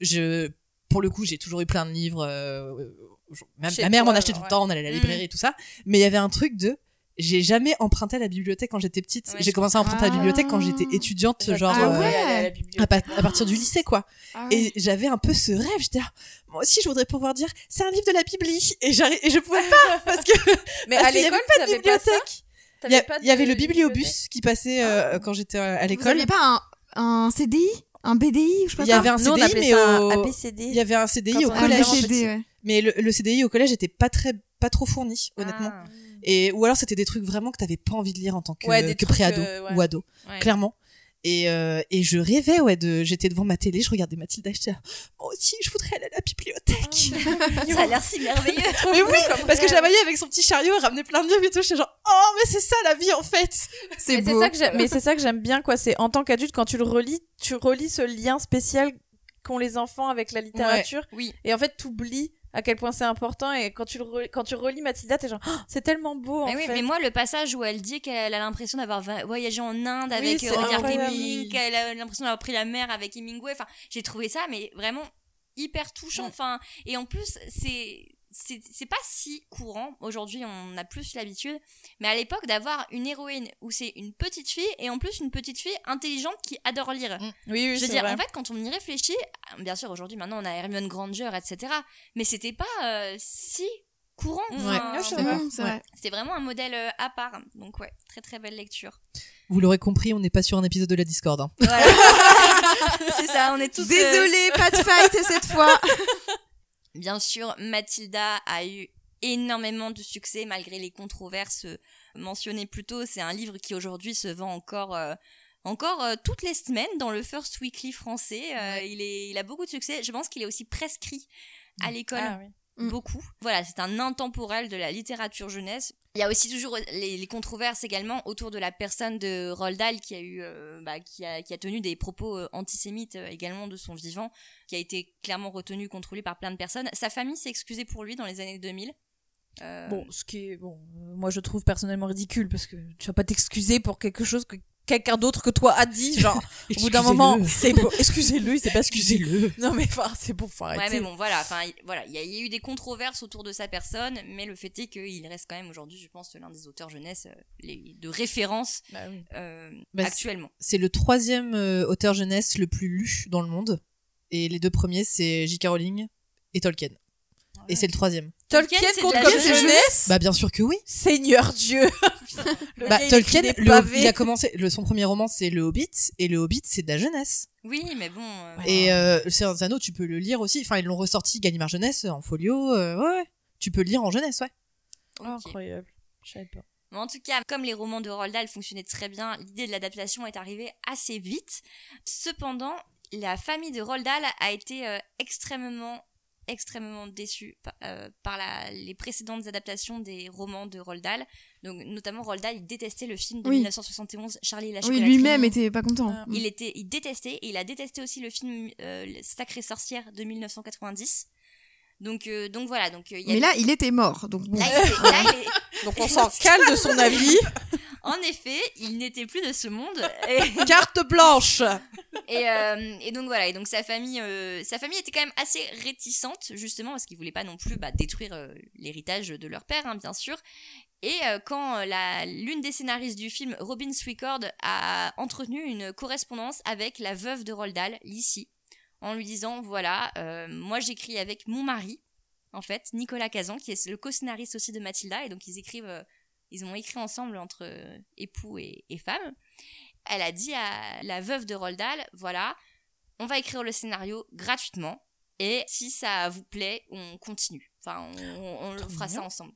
[SPEAKER 6] je. Pour le coup, j'ai toujours eu plein de livres. euh, je- ma,
[SPEAKER 7] Chez
[SPEAKER 6] ma mère m'en
[SPEAKER 7] toi,
[SPEAKER 6] achetait tout
[SPEAKER 7] ouais.
[SPEAKER 6] le temps, on allait à la
[SPEAKER 1] Mm.
[SPEAKER 6] librairie et tout ça. Mais il y avait un truc de. J'ai jamais emprunté à la bibliothèque quand j'étais petite.
[SPEAKER 1] Ouais, je
[SPEAKER 6] j'ai commencé à emprunter à la
[SPEAKER 8] Ah.
[SPEAKER 6] bibliothèque quand j'étais étudiante, genre.
[SPEAKER 8] Ah
[SPEAKER 6] euh,
[SPEAKER 8] ouais.
[SPEAKER 6] à pa- à partir du lycée, quoi.
[SPEAKER 8] Ah ouais.
[SPEAKER 6] Et j'avais un peu ce rêve, j'étais ah, moi aussi je voudrais pouvoir dire c'est un livre de la Bibli et j'arri- et je pouvais Ah, pas parce que
[SPEAKER 7] Mais
[SPEAKER 6] parce
[SPEAKER 7] à
[SPEAKER 6] qu'il y
[SPEAKER 7] l'école,
[SPEAKER 6] avait pas de
[SPEAKER 7] t'avais pas ça
[SPEAKER 6] bibliothèque. Il y,
[SPEAKER 7] T'avais
[SPEAKER 6] a-
[SPEAKER 7] pas
[SPEAKER 6] il y avait
[SPEAKER 7] de
[SPEAKER 6] le
[SPEAKER 7] bibliothèque
[SPEAKER 6] bibliobus qui passait euh, quand j'étais euh, à
[SPEAKER 8] Vous
[SPEAKER 6] l'école.
[SPEAKER 8] aviez pas un, un CDI Un BDI ou je sais pas
[SPEAKER 6] Il y avait un
[SPEAKER 7] Nous, on
[SPEAKER 6] CDI
[SPEAKER 7] appelait
[SPEAKER 6] mais
[SPEAKER 7] ça un
[SPEAKER 6] au...
[SPEAKER 7] ABCD.
[SPEAKER 6] il y avait un CDI
[SPEAKER 7] Quand
[SPEAKER 6] au
[SPEAKER 7] on
[SPEAKER 8] un
[SPEAKER 7] avait
[SPEAKER 6] collège.
[SPEAKER 7] en
[SPEAKER 8] CD, ouais.
[SPEAKER 6] Mais le, le CDI au collège était pas très pas trop fourni
[SPEAKER 7] Ah.
[SPEAKER 6] honnêtement. Et ou alors c'était des trucs vraiment que t'avais pas envie de lire en tant que,
[SPEAKER 7] Ouais, des
[SPEAKER 6] que
[SPEAKER 7] trucs,
[SPEAKER 6] préado
[SPEAKER 7] euh, ouais.
[SPEAKER 6] ou ado.
[SPEAKER 1] Ah, ouais.
[SPEAKER 6] clairement. Et, euh, et je rêvais, ouais, de, j'étais devant ma télé, je regardais Mathilda, j'étais là, moi aussi, je voudrais aller à la bibliothèque.
[SPEAKER 7] Ah.
[SPEAKER 1] Ça a l'air si merveilleux.
[SPEAKER 6] mais oui, parce que je la voyais avec son petit chariot, elle ramenait plein de livres et tout, j'étais genre, oh, mais c'est ça la vie, en fait.
[SPEAKER 8] C'est
[SPEAKER 7] Mais c'est
[SPEAKER 8] beau.
[SPEAKER 7] ça que j'aime- mais c'est ça que j'aime bien, quoi. C'est en tant qu'adulte, quand tu le relis, tu relis ce lien spécial qu'ont les enfants avec la littérature.
[SPEAKER 1] Oui.
[SPEAKER 7] Et en fait, t'oublies à quel point c'est important. Et quand tu, le relis, quand tu relis Mathilda, t'es genre, Oh, c'est tellement beau, en
[SPEAKER 1] Mais, oui,
[SPEAKER 7] fait.
[SPEAKER 1] mais moi, le passage où elle dit qu'elle a l'impression d'avoir va- voyagé en Inde avec
[SPEAKER 7] c'est
[SPEAKER 1] euh, Rudyard
[SPEAKER 7] incroyable.
[SPEAKER 1] Kipling, qu'elle a l'impression d'avoir pris la mer avec Hemingway, enfin, j'ai trouvé ça, mais vraiment hyper touchant. Enfin, et en plus, c'est. C'est c'est pas si courant, aujourd'hui on a plus l'habitude, mais à l'époque d'avoir une héroïne où c'est une petite fille et en plus une petite fille intelligente qui adore lire.
[SPEAKER 7] Oui, oui,
[SPEAKER 1] Je veux
[SPEAKER 7] c'est
[SPEAKER 1] dire,
[SPEAKER 7] vrai.
[SPEAKER 1] en fait, quand on y réfléchit, ah, bien sûr, aujourd'hui, maintenant, on a Hermione Granger, etc. Mais c'était pas euh, si courant.
[SPEAKER 7] Ouais.
[SPEAKER 1] Enfin,
[SPEAKER 7] Ouais, je sais
[SPEAKER 1] voilà.
[SPEAKER 8] Mmh, c'est
[SPEAKER 6] Ouais.
[SPEAKER 8] vrai.
[SPEAKER 1] C'était vraiment un modèle euh, à part. Donc, ouais, très très belle lecture.
[SPEAKER 6] Vous l'aurez compris, on n'est pas sur un épisode de la Discord. hein.
[SPEAKER 1] Voilà. C'est ça, on est tous. euh,
[SPEAKER 8] Désolée, pas de fight cette fois.
[SPEAKER 1] Bien sûr, Mathilda a eu énormément de succès malgré les controverses euh, mentionnées plus tôt. C'est un livre qui aujourd'hui se vend encore. euh, encore euh, toutes les semaines dans le First Weekly français, Euh, il, est, il a beaucoup de succès. Je pense qu'il est aussi prescrit à l'école.
[SPEAKER 7] Ah, oui.
[SPEAKER 8] Mm.
[SPEAKER 1] beaucoup. Voilà, c'est un intemporel de la littérature jeunesse. Il y a aussi toujours les, les controverses également autour de la personne de Roald Dahl qui a eu, euh, bah, qui, a, qui a tenu des propos euh, antisémites euh, également de son vivant, qui a été clairement retenu, contrôlé par plein de personnes. Sa famille s'est excusée pour lui dans les années 2000. Euh,
[SPEAKER 7] Bon, ce qui est bon, euh, moi je trouve personnellement ridicule parce que tu vas pas t'excuser pour quelque chose que quelqu'un d'autre que toi a dit. Genre, au bout d'un moment, c'est bon. Excusez-le, il s'est pas excusé.
[SPEAKER 6] excusez-le.
[SPEAKER 7] Non mais enfin, c'est bon, faut
[SPEAKER 1] Ouais,
[SPEAKER 7] arrêter.
[SPEAKER 1] mais bon, voilà. Enfin, il- voilà, il y, a- il y a eu des controverses autour de sa personne, mais le fait est qu'il reste quand même aujourd'hui, je pense, l'un des auteurs jeunesse euh, les- de référence
[SPEAKER 7] Bah oui.
[SPEAKER 1] euh,
[SPEAKER 6] Bah, c'est-
[SPEAKER 1] actuellement.
[SPEAKER 6] C'est le troisième euh, auteur jeunesse le plus lu dans le monde. Et les deux premiers, c'est J.K. Rowling et Tolkien. Et c'est le troisième.
[SPEAKER 7] Tolkien
[SPEAKER 1] Tolkien, c'est de
[SPEAKER 7] compte
[SPEAKER 1] la
[SPEAKER 7] comme
[SPEAKER 1] jeunesse.
[SPEAKER 7] jeunesse
[SPEAKER 6] Bah, bien sûr que oui.
[SPEAKER 7] Seigneur Dieu. Le
[SPEAKER 6] Bah,
[SPEAKER 7] gars, il écrit
[SPEAKER 6] Tolkien,
[SPEAKER 7] des
[SPEAKER 6] le-
[SPEAKER 7] pavés.
[SPEAKER 6] il a commencé, le, son premier roman, c'est Le Hobbit, et Le Hobbit, c'est de la jeunesse.
[SPEAKER 1] Oui, mais bon. euh,
[SPEAKER 6] Et euh, Le Seigneur des Anneaux, tu peux le lire aussi. Enfin, ils l'ont ressorti Gallimard Jeunesse en folio. euh, ouais, ouais. Tu peux le lire en jeunesse, ouais.
[SPEAKER 1] ok.
[SPEAKER 7] Incroyable. Je savais pas.
[SPEAKER 1] Mais en tout cas, comme les romans de Roald Dahl fonctionnaient très bien, l'idée de l'adaptation est arrivée assez vite. Cependant, la famille de Roald Dahl a été euh, extrêmement extrêmement déçue par, euh, par la- les précédentes adaptations des romans de Roald Dahl. Donc, notamment, Roald Dahl il détestait le film de
[SPEAKER 8] Oui.
[SPEAKER 1] 1971, Charlie et la
[SPEAKER 8] Oui,
[SPEAKER 1] chocolaterie.
[SPEAKER 8] lui-même était pas content.
[SPEAKER 7] Ah.
[SPEAKER 1] Il, était, il détestait, et il a détesté aussi le film euh, Le Sacré Sorcière de 1990. Donc, euh, donc voilà. Donc, euh, il y a-
[SPEAKER 8] Mais là, il était mort. Donc bon.
[SPEAKER 1] là, il est- là, il est-
[SPEAKER 7] Donc on s'en calme de son avis.
[SPEAKER 1] en effet, il n'était plus de ce monde. Et-
[SPEAKER 7] Carte blanche.
[SPEAKER 1] Et, euh, et donc voilà, et donc sa famille, euh, sa famille était quand même assez réticente justement parce qu'ils voulaient pas non plus bah, détruire euh, l'héritage de leur père, hein, bien sûr. Et euh, quand euh, la- l'une des scénaristes du film, Robin Swicord, a entretenu une correspondance avec la veuve de Roald Dahl, Lissy, en lui disant voilà, euh, moi j'écris avec mon mari, en fait, Nicolas Kazan, qui est le co-scénariste aussi de Mathilda, et donc ils écrivent, euh, ils ont écrit ensemble entre euh, époux et, et femme. elle a dit à la veuve de Roald Dahl, voilà, on va écrire le scénario gratuitement et si ça vous plaît, on continue. Enfin, on, on- on
[SPEAKER 6] Trop
[SPEAKER 1] fera ça
[SPEAKER 6] mignon.
[SPEAKER 1] ensemble.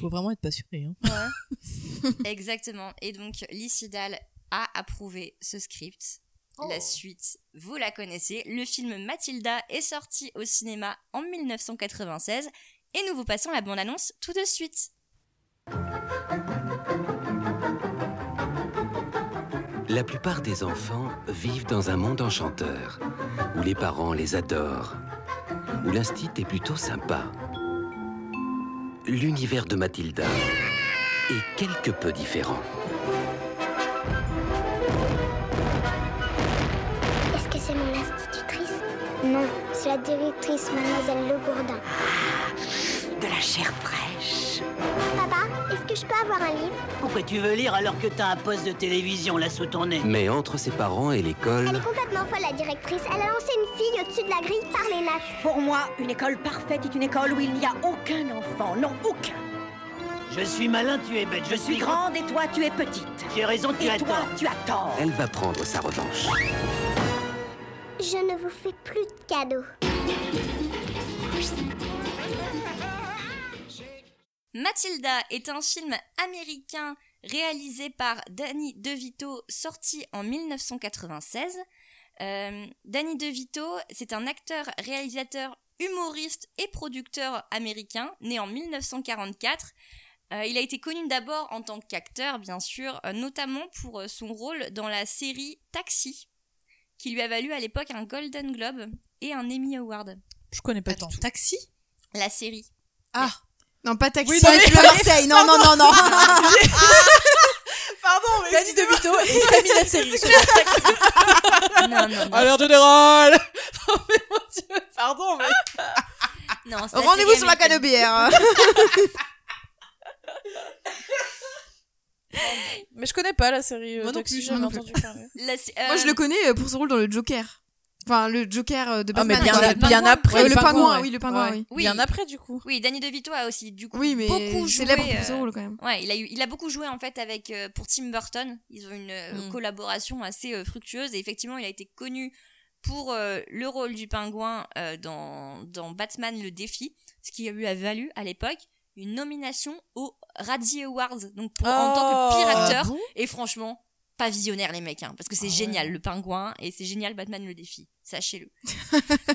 [SPEAKER 6] Faut vraiment être passionné. Hein.
[SPEAKER 1] Exactement. Et donc, Lissidal a approuvé ce script. La suite, vous la connaissez. Le film Mathilda est sorti au cinéma en 1996. Et nous vous passons la bande-annonce tout de suite.
[SPEAKER 9] La plupart des enfants vivent dans un monde enchanteur, où les parents les adorent, où l'instit est plutôt sympa. L'univers de Mathilda est quelque peu différent.
[SPEAKER 10] Est-ce que c'est mon institutrice Non, c'est la directrice, mademoiselle Le Gourdin.
[SPEAKER 4] Ah, De la chair fraîche.
[SPEAKER 10] Papa, est-ce que je peux avoir un livre
[SPEAKER 11] Pourquoi tu veux lire alors que t'as un poste de télévision là sous ton nez
[SPEAKER 9] Mais entre ses parents et
[SPEAKER 10] Elle
[SPEAKER 9] l'école,
[SPEAKER 10] est complètement folle, la directrice. Elle a lancé une fille au-dessus de la grille par les nattes.
[SPEAKER 11] Pour moi, une école parfaite est une école où il n'y a aucun enfant, non aucun. Je suis malin, tu es bête. Je, suis grande et toi, tu es petite. J'ai raison, tu as toi, tu as tort.
[SPEAKER 9] elle va prendre sa revanche.
[SPEAKER 10] Je ne vous fais plus de cadeaux.
[SPEAKER 1] Mathilda est un film américain réalisé par Danny DeVito, sorti en 1996. Euh, Danny DeVito, c'est un acteur, réalisateur, humoriste et producteur américain, né en 1944. Euh, il a été connu d'abord en tant qu'acteur, bien sûr, euh, notamment pour euh, son rôle dans la série Taxi, qui lui a valu à l'époque un Golden Globe et un Emmy Award.
[SPEAKER 7] Je connais pas
[SPEAKER 6] Attends,
[SPEAKER 7] du tout.
[SPEAKER 6] taxi
[SPEAKER 1] La série.
[SPEAKER 8] Non, pas taxi.
[SPEAKER 6] Oui, non, mais-
[SPEAKER 8] tu vas à Marseille. Non, non, non, non.
[SPEAKER 6] Pardon, mais. Danny DeVito et Samy Nasseri.
[SPEAKER 1] non, non, non.
[SPEAKER 6] À l'heure générale Non, mais mon dieu, pardon, mais.
[SPEAKER 1] non c'est la
[SPEAKER 8] Rendez-vous
[SPEAKER 1] série
[SPEAKER 8] sur la
[SPEAKER 1] américaine.
[SPEAKER 8] canne de bière.
[SPEAKER 7] Mais je connais pas la série. euh,
[SPEAKER 6] Moi non
[SPEAKER 7] Taxi,
[SPEAKER 6] plus,
[SPEAKER 7] j'ai jamais
[SPEAKER 8] moi non plus.
[SPEAKER 7] entendu parler.
[SPEAKER 1] La sé-
[SPEAKER 8] Moi, je
[SPEAKER 1] euh,
[SPEAKER 8] le connais euh, pour son rôle dans le Joker. Enfin, le Joker euh, de
[SPEAKER 7] Ah,
[SPEAKER 8] Batman.
[SPEAKER 7] mais bien,
[SPEAKER 8] Enfin,
[SPEAKER 1] a-
[SPEAKER 8] le-
[SPEAKER 1] pingouin.
[SPEAKER 7] bien après.
[SPEAKER 8] Ouais, le pingouin,
[SPEAKER 7] ouais.
[SPEAKER 8] oui, le pingouin,
[SPEAKER 7] Ouais.
[SPEAKER 8] oui.
[SPEAKER 1] Oui.
[SPEAKER 7] Bien après, du coup.
[SPEAKER 1] Oui, Danny DeVito a aussi du coup
[SPEAKER 8] Oui, mais
[SPEAKER 1] beaucoup joué.
[SPEAKER 8] célèbre pour
[SPEAKER 1] euh,
[SPEAKER 8] son rôle quand même.
[SPEAKER 1] Ouais, il a, eu, il a beaucoup joué en fait avec euh, pour Tim Burton. Ils ont une euh,
[SPEAKER 6] Mm.
[SPEAKER 1] collaboration assez euh, fructueuse et effectivement, il a été connu pour euh, le rôle du pingouin euh, dans, dans Batman le défi, ce qui lui a valu à l'époque une nomination aux Radie Awards, donc pour- en tant que pire
[SPEAKER 7] Oh.
[SPEAKER 1] acteur.
[SPEAKER 6] Ah bon
[SPEAKER 1] et franchement, pas visionnaire les mecs, hein, parce que c'est
[SPEAKER 7] Ah ouais.
[SPEAKER 1] génial le pingouin et c'est génial Batman le défi, sachez-le.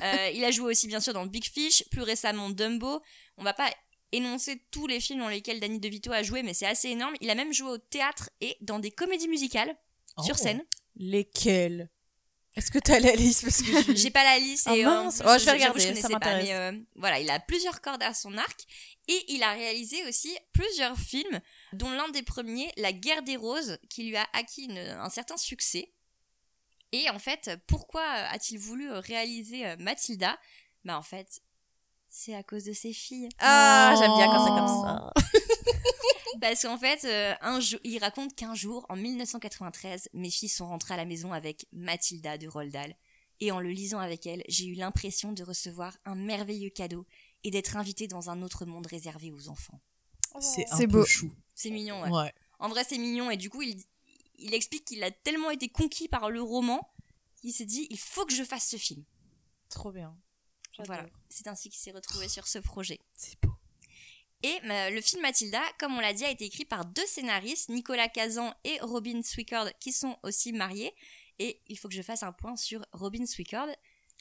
[SPEAKER 1] Euh, il a joué aussi bien sûr dans Big Fish, plus récemment Dumbo. On va pas énoncer tous les films dans lesquels Danny DeVito a joué, mais c'est assez énorme. Il a même joué au théâtre et dans des comédies musicales sur
[SPEAKER 6] Oh.
[SPEAKER 1] scène.
[SPEAKER 7] Lesquels Est-ce que t'as la liste Parce que je-
[SPEAKER 1] J'ai pas la liste
[SPEAKER 7] Ah
[SPEAKER 1] et euh,
[SPEAKER 7] mince.
[SPEAKER 1] en plus,
[SPEAKER 7] Oh, je vais
[SPEAKER 1] j'avoue,
[SPEAKER 7] regarder, ça
[SPEAKER 1] connaissais pas,
[SPEAKER 7] m'intéresse.
[SPEAKER 1] mais, euh, voilà, il a plusieurs cordes à son arc et il a réalisé aussi plusieurs films, dont l'un des premiers, La Guerre des Roses, qui lui a acquis une- un certain succès. Et en fait, pourquoi euh, a-t-il voulu euh, réaliser euh, Mathilda Bah en fait, c'est à cause de ses filles.
[SPEAKER 7] Ah, j'aime bien quand
[SPEAKER 8] Oh.
[SPEAKER 7] c'est comme ça.
[SPEAKER 1] Parce qu'en fait, euh, un jour, il raconte qu'un jour, en 1993, mes filles sont rentrées à la maison avec Mathilda de Roald Dahl. Et en le lisant avec elle, j'ai eu l'impression de recevoir un merveilleux cadeau et d'être invitée dans un autre monde réservé aux enfants.
[SPEAKER 6] C'est un
[SPEAKER 8] C'est
[SPEAKER 6] peu
[SPEAKER 8] beau.
[SPEAKER 6] chou.
[SPEAKER 1] C'est mignon, ouais.
[SPEAKER 6] Ouais.
[SPEAKER 1] En vrai, c'est mignon. Et du coup, il, il explique qu'il a tellement été conquis par le roman qu'il s'est dit il faut que je fasse ce film.
[SPEAKER 7] Trop bien.
[SPEAKER 1] Voilà. C'est ainsi qu'il s'est retrouvé sur ce projet.
[SPEAKER 6] C'est beau.
[SPEAKER 1] Et euh, le film Mathilda, comme on l'a dit, a été écrit par deux scénaristes, Nicolas Kazan et Robin Swickard, qui sont aussi mariés. Et il faut que je fasse un point sur Robin Swickard,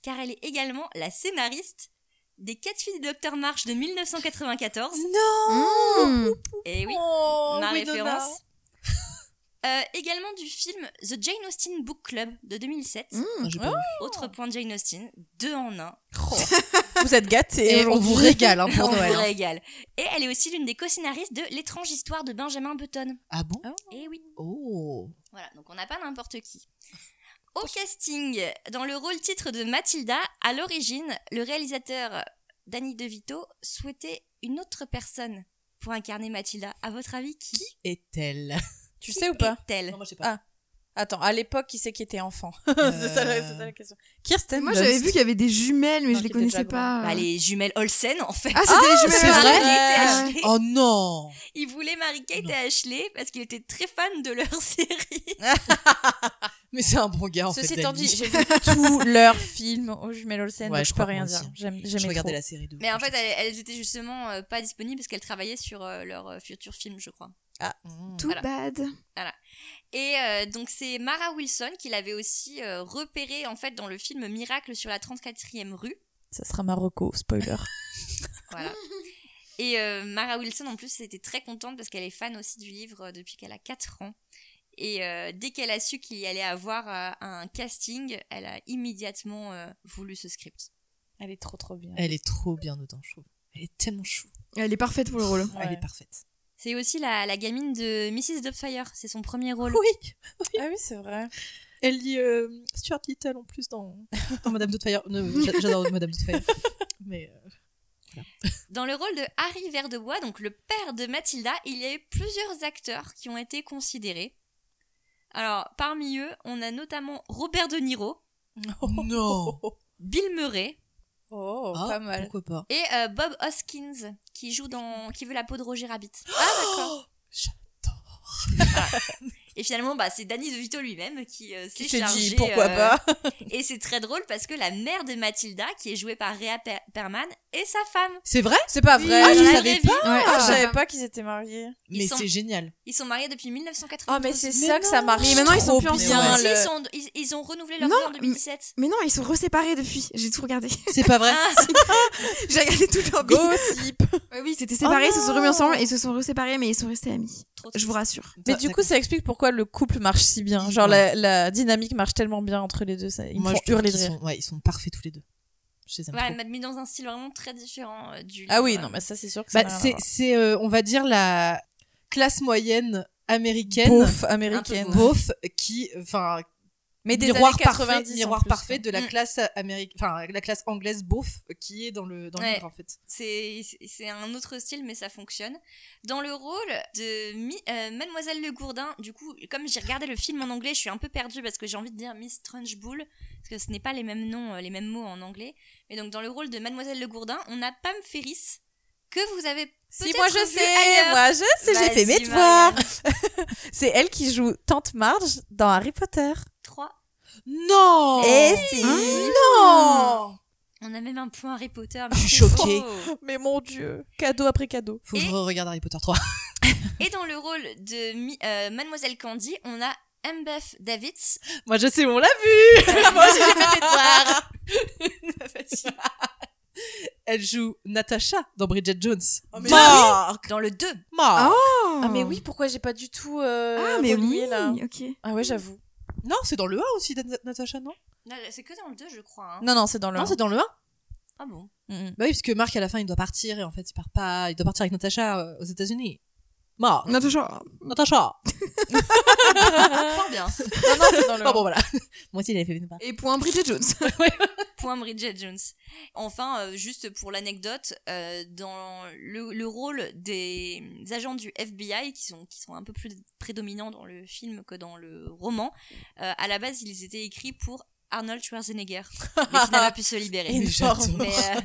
[SPEAKER 1] car elle est également la scénariste des Quatre filles du Docteur March de 1994.
[SPEAKER 6] Non
[SPEAKER 8] Mmh.
[SPEAKER 1] Et oui,
[SPEAKER 6] Oh,
[SPEAKER 1] ma
[SPEAKER 6] Winona.
[SPEAKER 1] référence. Euh, également du film The Jane Austen Book Club de 2007.
[SPEAKER 6] Ah, j'ai pas vu.
[SPEAKER 1] Autre point de Jane Austen, deux en un.
[SPEAKER 7] Vous êtes gâtés.
[SPEAKER 6] Et, on vous
[SPEAKER 7] aujourd'hui.
[SPEAKER 6] régale hein, pour
[SPEAKER 1] On
[SPEAKER 6] Noël.
[SPEAKER 1] vous
[SPEAKER 6] hein.
[SPEAKER 1] régale. Et elle est aussi l'une des co-scénaristes de L'étrange histoire de Benjamin Button.
[SPEAKER 6] Ah bon
[SPEAKER 1] Et oui.
[SPEAKER 6] Oh.
[SPEAKER 1] Voilà, donc on n'a pas n'importe qui. Au casting, dans le rôle titre de Mathilda, à l'origine, le réalisateur Danny DeVito souhaitait une autre personne pour incarner Mathilda. À votre avis, qui
[SPEAKER 6] Est-elle
[SPEAKER 7] Tu sais ou pas
[SPEAKER 1] est-elle
[SPEAKER 6] Ah. moi je sais
[SPEAKER 7] pas. Attends, à l'époque, qui c'est qui était enfant C'est ça, la- c'est ça la question. Kirsten
[SPEAKER 8] Moi,
[SPEAKER 7] Dunst.
[SPEAKER 8] j'avais vu qu'il y avait des jumelles, mais je
[SPEAKER 7] Non, qui
[SPEAKER 8] les
[SPEAKER 7] était
[SPEAKER 8] connaissais
[SPEAKER 7] déjà
[SPEAKER 8] pas.
[SPEAKER 1] Bah, les jumelles Olsen, en fait.
[SPEAKER 8] Ah, c'était les jumelles
[SPEAKER 6] c'est
[SPEAKER 8] Olsen.
[SPEAKER 6] vrai
[SPEAKER 1] Marie-Kate et Ashley.
[SPEAKER 6] Oh non
[SPEAKER 1] Il voulait Marie-Kate et Ashley parce qu'il était très fan de leur série.
[SPEAKER 6] Mais c'est un bon gars en
[SPEAKER 7] Ceci
[SPEAKER 6] fait.
[SPEAKER 7] étant
[SPEAKER 6] Dany.
[SPEAKER 7] dit, j'ai vu tous leurs films aux jumelles Olsen,
[SPEAKER 6] Ouais,
[SPEAKER 7] donc
[SPEAKER 6] je
[SPEAKER 7] je peux
[SPEAKER 6] crois que
[SPEAKER 7] rien
[SPEAKER 6] moi
[SPEAKER 7] dire.
[SPEAKER 6] aussi.
[SPEAKER 7] J'aime,
[SPEAKER 6] je
[SPEAKER 7] j'aimais
[SPEAKER 6] regardais
[SPEAKER 7] trop.
[SPEAKER 6] la série de.
[SPEAKER 1] Mais en fait, elles, elles étaient justement euh, pas disponibles parce qu'elles travaillaient sur euh, leur euh, futur film, je crois.
[SPEAKER 6] Mm.
[SPEAKER 8] Too
[SPEAKER 1] Voilà.
[SPEAKER 8] bad.
[SPEAKER 1] Et euh, donc c'est Mara Wilson qui l'avait aussi euh, repéré en fait dans le film Miracle sur la 34e rue.
[SPEAKER 7] Ça sera Marocco, spoiler.
[SPEAKER 1] Voilà. Et euh, Mara Wilson en plus était très contente parce qu'elle est fan aussi du livre euh, depuis qu'elle a 4 ans. Et euh, dès qu'elle a su qu'il y allait avoir euh, un casting, elle a immédiatement euh, voulu ce script.
[SPEAKER 7] Elle est trop trop bien.
[SPEAKER 6] Elle est trop bien dedans, je trouve. Elle est tellement chou.
[SPEAKER 8] Elle est parfaite pour le rôle.
[SPEAKER 6] Elle est
[SPEAKER 7] Ouais.
[SPEAKER 6] parfaite.
[SPEAKER 1] C'est aussi la, la gamine de Mrs. Doubtfire, c'est son premier rôle.
[SPEAKER 6] Oui.
[SPEAKER 7] Ah oui, c'est vrai.
[SPEAKER 6] Elle lit euh, Stuart Little en plus dans, dans Madame Doubtfire. Non, j'a- J'adore Madame Doubtfire. Mais euh,
[SPEAKER 1] Dans le rôle de Harry Verdebois, donc le père de Mathilda, il y a eu plusieurs acteurs qui ont été considérés. Alors, parmi eux, on a notamment Robert De Niro,
[SPEAKER 6] non.
[SPEAKER 1] Bill Murray
[SPEAKER 7] Oh,
[SPEAKER 6] Ah,
[SPEAKER 7] pas mal.
[SPEAKER 6] Pourquoi Oh, pas
[SPEAKER 1] et euh, Bob Hoskins, qui joue dans... qui veut la peau de Roger Rabbit. Ah.
[SPEAKER 7] Ah d'accord.
[SPEAKER 1] Et finalement, bah, c'est Danny DeVito lui-même qui euh, s'est
[SPEAKER 7] Qui s'est
[SPEAKER 1] chargé.
[SPEAKER 7] dit pourquoi
[SPEAKER 1] euh,
[SPEAKER 7] pas
[SPEAKER 1] Et c'est très drôle parce que la mère de Mathilda, qui est jouée par Rhea Per- Perman, est sa femme.
[SPEAKER 6] C'est vrai
[SPEAKER 7] C'est pas
[SPEAKER 8] Oui,
[SPEAKER 7] vrai.
[SPEAKER 8] ah,
[SPEAKER 1] Dans
[SPEAKER 8] je
[SPEAKER 1] la
[SPEAKER 8] oui.
[SPEAKER 1] vraie
[SPEAKER 7] savais
[SPEAKER 1] vie.
[SPEAKER 7] pas. Ah, je
[SPEAKER 8] Ah.
[SPEAKER 7] savais pas qu'ils étaient mariés.
[SPEAKER 1] Ils
[SPEAKER 6] Mais
[SPEAKER 1] sont-
[SPEAKER 6] c'est génial.
[SPEAKER 1] Ils sont mariés depuis 1980.
[SPEAKER 7] Oh mais c'est
[SPEAKER 6] Mais
[SPEAKER 7] ça que ça
[SPEAKER 6] non.
[SPEAKER 7] marche.
[SPEAKER 8] Mais maintenant, ils sont
[SPEAKER 7] trop
[SPEAKER 8] plus ensemble.
[SPEAKER 7] bien.
[SPEAKER 8] Ah,
[SPEAKER 1] Si,
[SPEAKER 7] le-
[SPEAKER 1] ils, sont- ils- ils ont renouvelé leur
[SPEAKER 8] Non,
[SPEAKER 1] vie en 2017.
[SPEAKER 8] Mais non, ils sont reséparés depuis. J'ai tout regardé.
[SPEAKER 6] C'est pas vrai
[SPEAKER 1] Ah,
[SPEAKER 8] J'ai regardé tout leur vie.
[SPEAKER 7] Gossip.
[SPEAKER 8] Ouais, oui, ils étaient séparés,
[SPEAKER 7] Oh
[SPEAKER 8] ils se sont
[SPEAKER 7] non.
[SPEAKER 8] remis ensemble et ils se sont reséparés, mais ils sont restés amis.
[SPEAKER 1] trop
[SPEAKER 8] Je vous
[SPEAKER 1] triste.
[SPEAKER 8] rassure.
[SPEAKER 7] Mais du coup, ça explique pourquoi le couple marche si bien. Genre la, la dynamique marche tellement bien entre les deux. Ça, ils me
[SPEAKER 6] Moi,
[SPEAKER 7] font
[SPEAKER 6] je trouve
[SPEAKER 7] hurler de
[SPEAKER 6] qu'ils
[SPEAKER 7] rire.
[SPEAKER 6] sont- ouais, ils sont parfaits tous les deux. Je les aime
[SPEAKER 1] Voilà,
[SPEAKER 6] trop.
[SPEAKER 1] elle m'a mis dans un style vraiment très différent euh, du.
[SPEAKER 7] Ah oui,
[SPEAKER 1] livre.
[SPEAKER 7] non, mais ça c'est sûr que ça
[SPEAKER 6] Bah,
[SPEAKER 7] n'a rien à
[SPEAKER 6] c'est,
[SPEAKER 7] voir.
[SPEAKER 6] c'est euh, on va dire, la classe moyenne américaine.
[SPEAKER 7] beauf
[SPEAKER 1] Un
[SPEAKER 7] américaine.
[SPEAKER 1] peu
[SPEAKER 6] Beauf, qui, enfin,
[SPEAKER 7] Mais des
[SPEAKER 6] miroir
[SPEAKER 7] années
[SPEAKER 6] parfait,
[SPEAKER 7] 90 en
[SPEAKER 6] miroir
[SPEAKER 7] plus,
[SPEAKER 6] parfait
[SPEAKER 7] quoi.
[SPEAKER 6] de la
[SPEAKER 1] Mm.
[SPEAKER 6] classe américaine, enfin, la classe anglaise beauf qui est dans le, dans le
[SPEAKER 1] Ouais.
[SPEAKER 6] livre, en fait.
[SPEAKER 1] C'est c'est un autre style, mais ça fonctionne. Dans le rôle de Mi- euh, Mademoiselle Le Gourdin, du coup, comme j'ai regardé le film en anglais, je suis un peu perdue parce que j'ai envie de dire Miss Trunchbull, parce que ce n'est pas les mêmes noms, euh, les mêmes mots en anglais. Mais donc, dans le rôle de Mademoiselle Le Gourdin, on a Pam Ferris, que vous avez
[SPEAKER 7] Si
[SPEAKER 1] peut-être
[SPEAKER 7] moi je
[SPEAKER 1] vu
[SPEAKER 7] sais,
[SPEAKER 1] ailleurs.
[SPEAKER 7] moi je sais, j'ai fait mes
[SPEAKER 1] Vas-y,
[SPEAKER 7] devoirs.
[SPEAKER 1] Marianne.
[SPEAKER 7] C'est elle qui joue Tante Marge dans Harry Potter.
[SPEAKER 1] Trois. Oh. Hein
[SPEAKER 6] Non
[SPEAKER 7] Et si
[SPEAKER 6] Non
[SPEAKER 1] On a même un point Harry Potter. Mais
[SPEAKER 6] suis
[SPEAKER 1] c'est
[SPEAKER 6] choquée.
[SPEAKER 1] faux.
[SPEAKER 7] Mais mon dieu, cadeau après cadeau.
[SPEAKER 6] Faut que
[SPEAKER 1] Et-
[SPEAKER 6] je regarde Harry Potter 3.
[SPEAKER 1] Et dans le rôle de Mi- euh, Mademoiselle Candy, on a Mbeth Davids,
[SPEAKER 6] Moi, je sais, on l'a vu
[SPEAKER 7] Moi aussi j'ai fait mes devoirs.
[SPEAKER 6] Elle joue Natasha dans Bridget Jones.
[SPEAKER 7] Oh, mais
[SPEAKER 6] Marc
[SPEAKER 1] dans le 2.
[SPEAKER 6] Marc
[SPEAKER 8] Oh
[SPEAKER 7] Ah mais oui, pourquoi j'ai pas du tout euh,
[SPEAKER 8] Ah, mais
[SPEAKER 7] relié,
[SPEAKER 8] oui,
[SPEAKER 7] là
[SPEAKER 8] ok.
[SPEAKER 7] Ah ouais, j'avoue.
[SPEAKER 6] Non, c'est dans le 1 aussi, Dan- Natasha, non
[SPEAKER 1] Non, C'est que dans le 2, je crois. hein.
[SPEAKER 7] Non non, c'est dans le.
[SPEAKER 6] Non, c'est dans le 1.
[SPEAKER 1] Ah bon
[SPEAKER 7] Mm, mm.
[SPEAKER 6] Bah oui, parce que Marc, à la fin, il doit partir, et en fait, il part pas, il doit partir avec Natasha euh, aux États-Unis. Marc
[SPEAKER 8] Non, toujours.
[SPEAKER 6] Natasha
[SPEAKER 1] Fort bien.
[SPEAKER 7] Non non, c'est dans le.
[SPEAKER 6] Ah bon, voilà. Moi aussi, il avait fait une part.
[SPEAKER 8] Et point Bridget Jones.
[SPEAKER 1] Point Bridget Jones. Enfin, euh, juste pour l'anecdote, euh, dans le, le rôle des agents du FBI, qui sont, qui sont un peu plus prédominants dans le film que dans le roman, euh, à la base, ils étaient écrits pour Arnold Schwarzenegger, mais qui n'a pas pu se libérer.
[SPEAKER 6] Mais j'adore.
[SPEAKER 1] Mais, euh,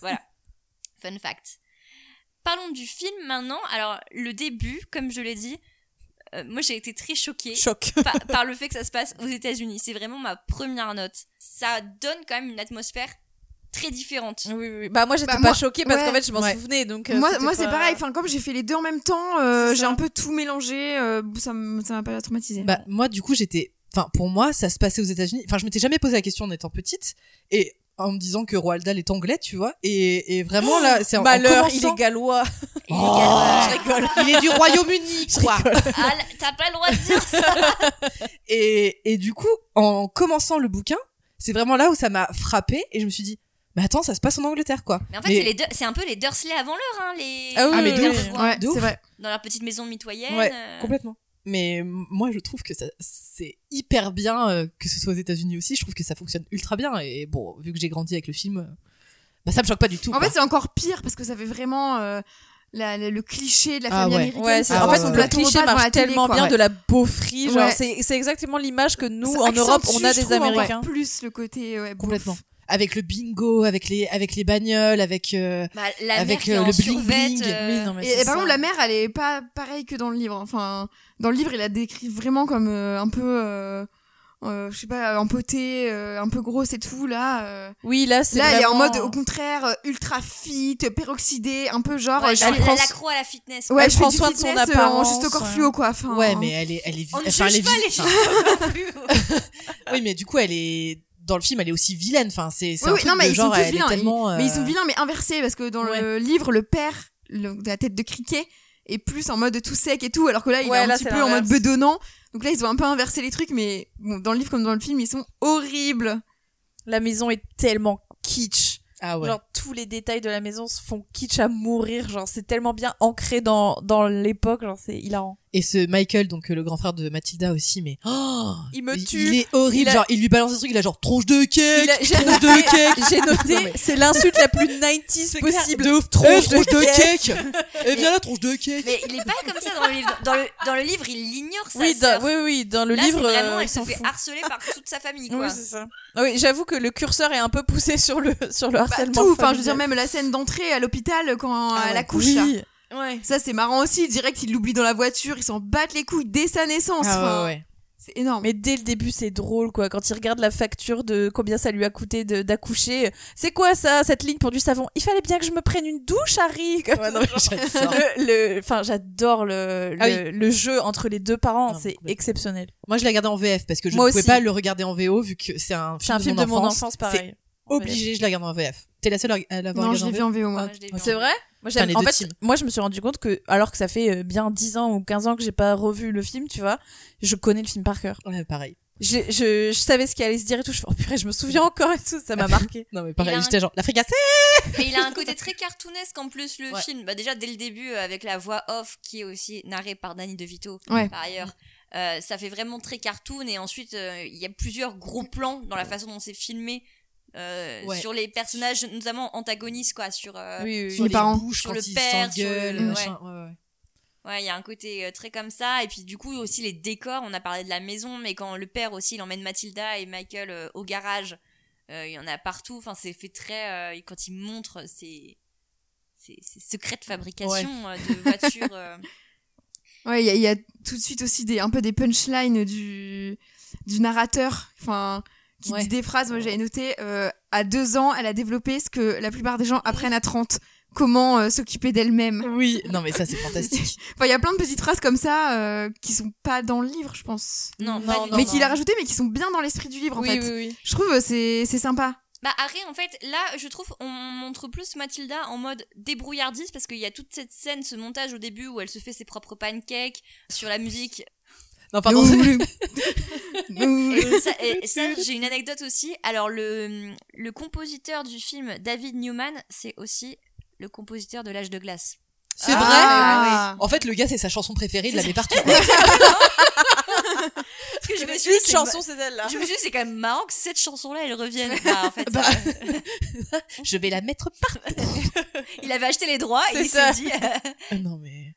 [SPEAKER 1] voilà. Fun fact. Parlons du film maintenant. Alors, le début, comme je l'ai dit, euh, moi j'ai été très choquée
[SPEAKER 7] Choc.
[SPEAKER 1] par, par le fait que ça se passe aux États-Unis. C'est vraiment ma première note. Ça donne quand même une atmosphère très différente.
[SPEAKER 7] Oui, oui, oui. Bah moi j'étais
[SPEAKER 8] Bah,
[SPEAKER 7] pas
[SPEAKER 8] moi-
[SPEAKER 7] choquée parce
[SPEAKER 8] ouais.
[SPEAKER 7] qu'en fait je m'en
[SPEAKER 6] Ouais.
[SPEAKER 7] souvenais donc. euh,
[SPEAKER 8] moi,
[SPEAKER 7] c'était
[SPEAKER 8] moi c'est
[SPEAKER 7] pas-
[SPEAKER 8] pareil. Enfin, comme j'ai fait les deux en même temps, euh,
[SPEAKER 7] C'est
[SPEAKER 8] j'ai
[SPEAKER 7] ça.
[SPEAKER 8] un peu tout mélangé. euh, ça m- ça m'a pas traumatisé.
[SPEAKER 6] Bah, moi, du coup, j'étais. Enfin, pour moi, ça se passait aux États-Unis. Enfin, je m'étais jamais posé la question en étant petite. Et en me disant que Roald Dahl est anglais, tu vois. Et, et vraiment, là, c'est en, en
[SPEAKER 7] Malheur, il
[SPEAKER 6] commençant-
[SPEAKER 7] est gallois.
[SPEAKER 1] Il est
[SPEAKER 6] Oh.
[SPEAKER 1] gallois.
[SPEAKER 6] Je rigole. Il est du Royaume-Uni, quoi.
[SPEAKER 1] Ah, là, T'as pas le droit de dire ça.
[SPEAKER 6] Et, et du coup, en commençant le bouquin, c'est vraiment là où ça m'a frappé et je me suis dit, mais attends, ça se passe en Angleterre, quoi.
[SPEAKER 1] Mais en fait, c'est les deux- c'est un peu les Dursley avant l'heure, hein, les.
[SPEAKER 7] Ah
[SPEAKER 1] les
[SPEAKER 7] oui, Ah, mais de ouf.
[SPEAKER 1] Verbevois,
[SPEAKER 8] ouais,
[SPEAKER 6] de ouf.
[SPEAKER 8] c'est vrai.
[SPEAKER 1] Dans leur petite maison mitoyenne.
[SPEAKER 6] Ouais,
[SPEAKER 1] euh,
[SPEAKER 6] complètement. Mais moi, je trouve que ça, c'est hyper bien euh, que ce soit aux États-Unis aussi. Je trouve que ça fonctionne ultra bien. Et bon, vu que j'ai grandi avec le film, euh, bah ça me choque pas du tout.
[SPEAKER 8] En
[SPEAKER 6] quoi.
[SPEAKER 8] fait, c'est encore pire parce que ça fait vraiment. euh, la- le, le cliché de la
[SPEAKER 7] Ah
[SPEAKER 8] famille
[SPEAKER 7] ouais.
[SPEAKER 8] américaine.
[SPEAKER 7] Ouais, c'est-
[SPEAKER 8] Ah
[SPEAKER 7] en
[SPEAKER 8] ouais,
[SPEAKER 7] fait,
[SPEAKER 8] on
[SPEAKER 7] le
[SPEAKER 8] la trouve
[SPEAKER 7] cliché
[SPEAKER 8] pas dans
[SPEAKER 7] marche
[SPEAKER 8] la télé,
[SPEAKER 7] tellement
[SPEAKER 8] quoi.
[SPEAKER 7] bien de la beaufrie. genre,
[SPEAKER 8] Ouais.
[SPEAKER 7] C'est c'est exactement l'image que nous,
[SPEAKER 8] Ça
[SPEAKER 7] en Europe,
[SPEAKER 8] accentue,
[SPEAKER 7] on a
[SPEAKER 8] je
[SPEAKER 7] des
[SPEAKER 8] trouve, encore
[SPEAKER 7] Américains.
[SPEAKER 8] plus le côté ouais,
[SPEAKER 6] Complètement. Avec le bingo, avec les, avec les bagnoles, avec, euh,
[SPEAKER 1] Bah, la mère
[SPEAKER 6] avec
[SPEAKER 1] qui est
[SPEAKER 6] euh,
[SPEAKER 1] en
[SPEAKER 6] le bling
[SPEAKER 1] survêt,
[SPEAKER 6] bling.
[SPEAKER 1] euh,
[SPEAKER 6] Oui, non, mais
[SPEAKER 8] Et,
[SPEAKER 6] c'est
[SPEAKER 8] et par
[SPEAKER 6] ça.
[SPEAKER 8] contre, la mère, elle est pas pareille que dans le livre. Enfin, dans le livre, il la décrit vraiment comme euh, un peu, euh, euh, je sais pas, empotée, euh, un peu grosse et tout. Là, euh,
[SPEAKER 7] Oui, là, c'est
[SPEAKER 8] là, elle est en
[SPEAKER 7] vraiment-
[SPEAKER 8] mode, au contraire, euh, ultra fit, peroxydée, un peu genre.
[SPEAKER 1] Ouais,
[SPEAKER 8] euh, je
[SPEAKER 1] elle,
[SPEAKER 8] fais-
[SPEAKER 1] elle accro à la fitness. quoi.
[SPEAKER 8] Ouais,
[SPEAKER 7] elle
[SPEAKER 8] je
[SPEAKER 7] prend
[SPEAKER 8] fais du
[SPEAKER 7] soin de son
[SPEAKER 8] fitness, euh, en
[SPEAKER 7] apparence,
[SPEAKER 8] juste au corps
[SPEAKER 7] ouais.
[SPEAKER 8] fluo, quoi. Enfin,
[SPEAKER 6] Ouais, mais elle est, elle est,
[SPEAKER 1] On ne
[SPEAKER 6] enfin, elle
[SPEAKER 1] juge
[SPEAKER 6] est
[SPEAKER 1] pas les
[SPEAKER 6] vi-
[SPEAKER 1] gens
[SPEAKER 6] enfin,
[SPEAKER 1] non plus.
[SPEAKER 6] oui, mais du coup, elle est, dans le film, elle est aussi vilaine. Enfin, c'est, c'est
[SPEAKER 8] Oui,
[SPEAKER 6] un
[SPEAKER 8] oui,
[SPEAKER 6] truc
[SPEAKER 8] non, mais
[SPEAKER 6] de
[SPEAKER 8] ils
[SPEAKER 6] genre,
[SPEAKER 8] sont tous
[SPEAKER 6] elle
[SPEAKER 8] vilains.
[SPEAKER 6] est tellement,
[SPEAKER 8] ils-
[SPEAKER 6] euh,
[SPEAKER 8] Mais ils sont vilains, mais inversés, parce que dans le livre, le père le- de la tête de criquet est plus en mode tout sec et tout, alors que là, il
[SPEAKER 7] Ouais,
[SPEAKER 8] est un
[SPEAKER 7] là,
[SPEAKER 8] petit
[SPEAKER 7] c'est
[SPEAKER 8] peu en mode
[SPEAKER 7] l'inverse.
[SPEAKER 8] bedonnant. Donc là, ils ont un peu inversé les trucs, mais bon, dans le livre comme dans le film, ils sont horribles.
[SPEAKER 7] La maison est tellement kitsch.
[SPEAKER 6] Ah ouais.
[SPEAKER 7] Genre, tous les détails de la maison se font kitsch à mourir. Genre, c'est tellement bien ancré dans, dans l'époque. Genre, c'est hilarant.
[SPEAKER 6] Et ce Michael, donc euh, le grand frère de Mathilda aussi, mais oh,
[SPEAKER 7] Il me
[SPEAKER 6] il-
[SPEAKER 7] tue.
[SPEAKER 6] Il est horrible,
[SPEAKER 7] Il a-
[SPEAKER 6] genre il lui balance des trucs, il a genre tronche de cake,
[SPEAKER 7] Il a- J'ai
[SPEAKER 6] tronche de cake.
[SPEAKER 7] noté, j'ai noté,
[SPEAKER 6] Non, mais-
[SPEAKER 7] c'est l'insulte la plus 90s possible.
[SPEAKER 6] De ouf,
[SPEAKER 7] Eh,
[SPEAKER 6] tronche, tronche
[SPEAKER 7] tronche de
[SPEAKER 6] de cake. Eh bien là, tronche de cake.
[SPEAKER 1] Mais il est pas comme ça dans le livre. Dans le, dans le livre, il ignore sa
[SPEAKER 7] Oui,
[SPEAKER 1] sœur.
[SPEAKER 7] dans, oui, oui, dans le
[SPEAKER 1] Là,
[SPEAKER 7] livre.
[SPEAKER 1] c'est vraiment,
[SPEAKER 7] euh,
[SPEAKER 1] elle
[SPEAKER 7] il
[SPEAKER 1] se
[SPEAKER 7] s'en
[SPEAKER 1] fait
[SPEAKER 7] fout.
[SPEAKER 1] harceler par toute sa famille, quoi.
[SPEAKER 7] Oui, c'est ça. Ah oui, j'avoue que le curseur est un peu poussé sur le, sur le
[SPEAKER 8] Bah,
[SPEAKER 7] harcèlement.
[SPEAKER 8] tout, enfin, je veux dire,
[SPEAKER 7] familial.
[SPEAKER 8] même euh, la scène d'entrée à l'hôpital quand
[SPEAKER 7] Ah
[SPEAKER 8] elle
[SPEAKER 7] ouais.
[SPEAKER 8] accouche, là.
[SPEAKER 7] Oui.
[SPEAKER 8] Ça, c'est marrant aussi. Direct, il l'oublie dans la voiture, ils s'en battent les couilles dès sa naissance.
[SPEAKER 6] Ah
[SPEAKER 8] enfin,
[SPEAKER 6] ouais, ouais.
[SPEAKER 8] C'est énorme.
[SPEAKER 7] Mais dès le début, c'est drôle, quoi. Quand il regarde la facture de combien ça lui a coûté de- d'accoucher, c'est quoi ça, cette ligne pour du savon Il fallait bien que je me prenne une douche, Harry Comme
[SPEAKER 6] Ouais, non, mais j'adore ça.
[SPEAKER 7] le, le- enfin, j'adore le,
[SPEAKER 6] Ah
[SPEAKER 7] le, le jeu entre les deux parents,
[SPEAKER 6] Ah,
[SPEAKER 7] c'est
[SPEAKER 6] complètement.
[SPEAKER 7] exceptionnel.
[SPEAKER 6] Moi je l'ai regardé en VF parce que je
[SPEAKER 7] Moi
[SPEAKER 6] ne pouvais
[SPEAKER 7] aussi.
[SPEAKER 6] pas le regarder en VO vu que c'est un
[SPEAKER 7] C'est
[SPEAKER 6] film,
[SPEAKER 7] un film de mon enfance,
[SPEAKER 6] C'est
[SPEAKER 7] pareil.
[SPEAKER 6] obligé, je la regarde en VF. T'es la seule à- à l'avoir
[SPEAKER 8] non, je
[SPEAKER 6] regardé
[SPEAKER 8] l'ai vu
[SPEAKER 6] en VF.
[SPEAKER 8] en VO, moi.
[SPEAKER 1] Moi, je l'ai vu en-
[SPEAKER 7] C'est vrai moi,
[SPEAKER 6] Putain,
[SPEAKER 7] j'aime-
[SPEAKER 6] les
[SPEAKER 7] en
[SPEAKER 6] deux
[SPEAKER 7] fait,
[SPEAKER 6] teams.
[SPEAKER 7] moi, je me suis rendu compte que, alors que ça fait euh, bien 10 ans ou 15 ans que j'ai pas revu le film, tu vois, je connais le film par cœur.
[SPEAKER 6] Ouais, pareil.
[SPEAKER 7] Je, je, je savais ce qui allait se dire et tout. Je fais, oh purée, je me souviens encore et tout. Ça m'a marqué.
[SPEAKER 6] Non mais
[SPEAKER 1] Il a
[SPEAKER 6] pareil,
[SPEAKER 1] un-
[SPEAKER 6] j'étais genre la fricassée.
[SPEAKER 1] Mais il a un côté très cartoonesque en plus le
[SPEAKER 6] Ouais.
[SPEAKER 1] film. Bah déjà dès le début euh, avec la voix off qui est aussi narrée par Danny DeVito
[SPEAKER 8] Ouais.
[SPEAKER 1] par ailleurs. Euh, ça fait vraiment très cartoon et ensuite euh, il y a plusieurs gros plans dans la façon dont c'est filmé euh,
[SPEAKER 6] Ouais.
[SPEAKER 1] sur les personnages notamment antagonistes quoi sur euh,
[SPEAKER 7] Oui, oui,
[SPEAKER 6] Sur
[SPEAKER 7] oui.
[SPEAKER 6] les
[SPEAKER 8] parents.
[SPEAKER 6] bouches
[SPEAKER 1] Sur
[SPEAKER 6] quand
[SPEAKER 1] le
[SPEAKER 6] ils
[SPEAKER 1] père, sur
[SPEAKER 6] s'engueulent,
[SPEAKER 1] le-
[SPEAKER 6] machin. Ouais, ouais.
[SPEAKER 1] Ouais, il y a un côté euh, très comme ça. Et puis, du coup, aussi les décors. On a parlé de la maison, mais quand le père aussi, il emmène Mathilda et Michael euh, au garage, euh, il y en a partout. Enfin, c'est fait très. euh, et quand il montre ses, ses, ses secrets de fabrication euh, de voitures. euh,
[SPEAKER 8] Ouais, il y, a- il y a tout de suite aussi des, un peu des punchlines du, du narrateur, enfin, qui
[SPEAKER 6] Ouais.
[SPEAKER 8] dit des phrases. Moi, j'avais noté, euh, à deux ans, elle a développé ce que la plupart des gens apprennent à 30. Comment euh, s'occuper d'elle-même.
[SPEAKER 6] Oui, non mais ça c'est fantastique.
[SPEAKER 8] Enfin, il y a plein de petites phrases comme ça euh, qui sont pas dans le livre, je pense.
[SPEAKER 1] Non,
[SPEAKER 7] Non,
[SPEAKER 1] pas du
[SPEAKER 7] non,
[SPEAKER 1] tout.
[SPEAKER 8] mais qu'il a rajouté, mais qui sont bien dans l'esprit du livre, en
[SPEAKER 7] Oui,
[SPEAKER 8] fait.
[SPEAKER 7] oui, oui.
[SPEAKER 8] Je trouve euh, c'est c'est sympa.
[SPEAKER 1] Bah, après, en fait, là, je trouve, on montre plus Mathilda en mode débrouillardiste parce qu'il y a toute cette scène, ce montage au début où elle se fait ses propres pancakes sur la musique.
[SPEAKER 6] Non pardon.
[SPEAKER 8] Ouh.
[SPEAKER 1] Et ça, et ça, j'ai une anecdote aussi. Alors, le, le compositeur du film, David Newman, c'est aussi le compositeur de L'âge de glace.
[SPEAKER 6] C'est
[SPEAKER 1] Ah,
[SPEAKER 6] vrai.
[SPEAKER 8] Ah.
[SPEAKER 6] En fait, le gars, c'est sa chanson préférée, il la met partout. quoi.
[SPEAKER 1] Parce que je me suis dit,
[SPEAKER 7] Une
[SPEAKER 1] c'est
[SPEAKER 7] chanson, c'est celle-là.
[SPEAKER 1] ma- Je me suis dit, c'est quand même marrant que cette chanson-là, elle revienne. Bah, en fait,
[SPEAKER 6] Bah.
[SPEAKER 1] euh,
[SPEAKER 6] Je vais la mettre
[SPEAKER 1] il avait acheté les droits et
[SPEAKER 7] C'est
[SPEAKER 1] il
[SPEAKER 7] ça.
[SPEAKER 1] s'est dit. euh,
[SPEAKER 6] partout. Non mais.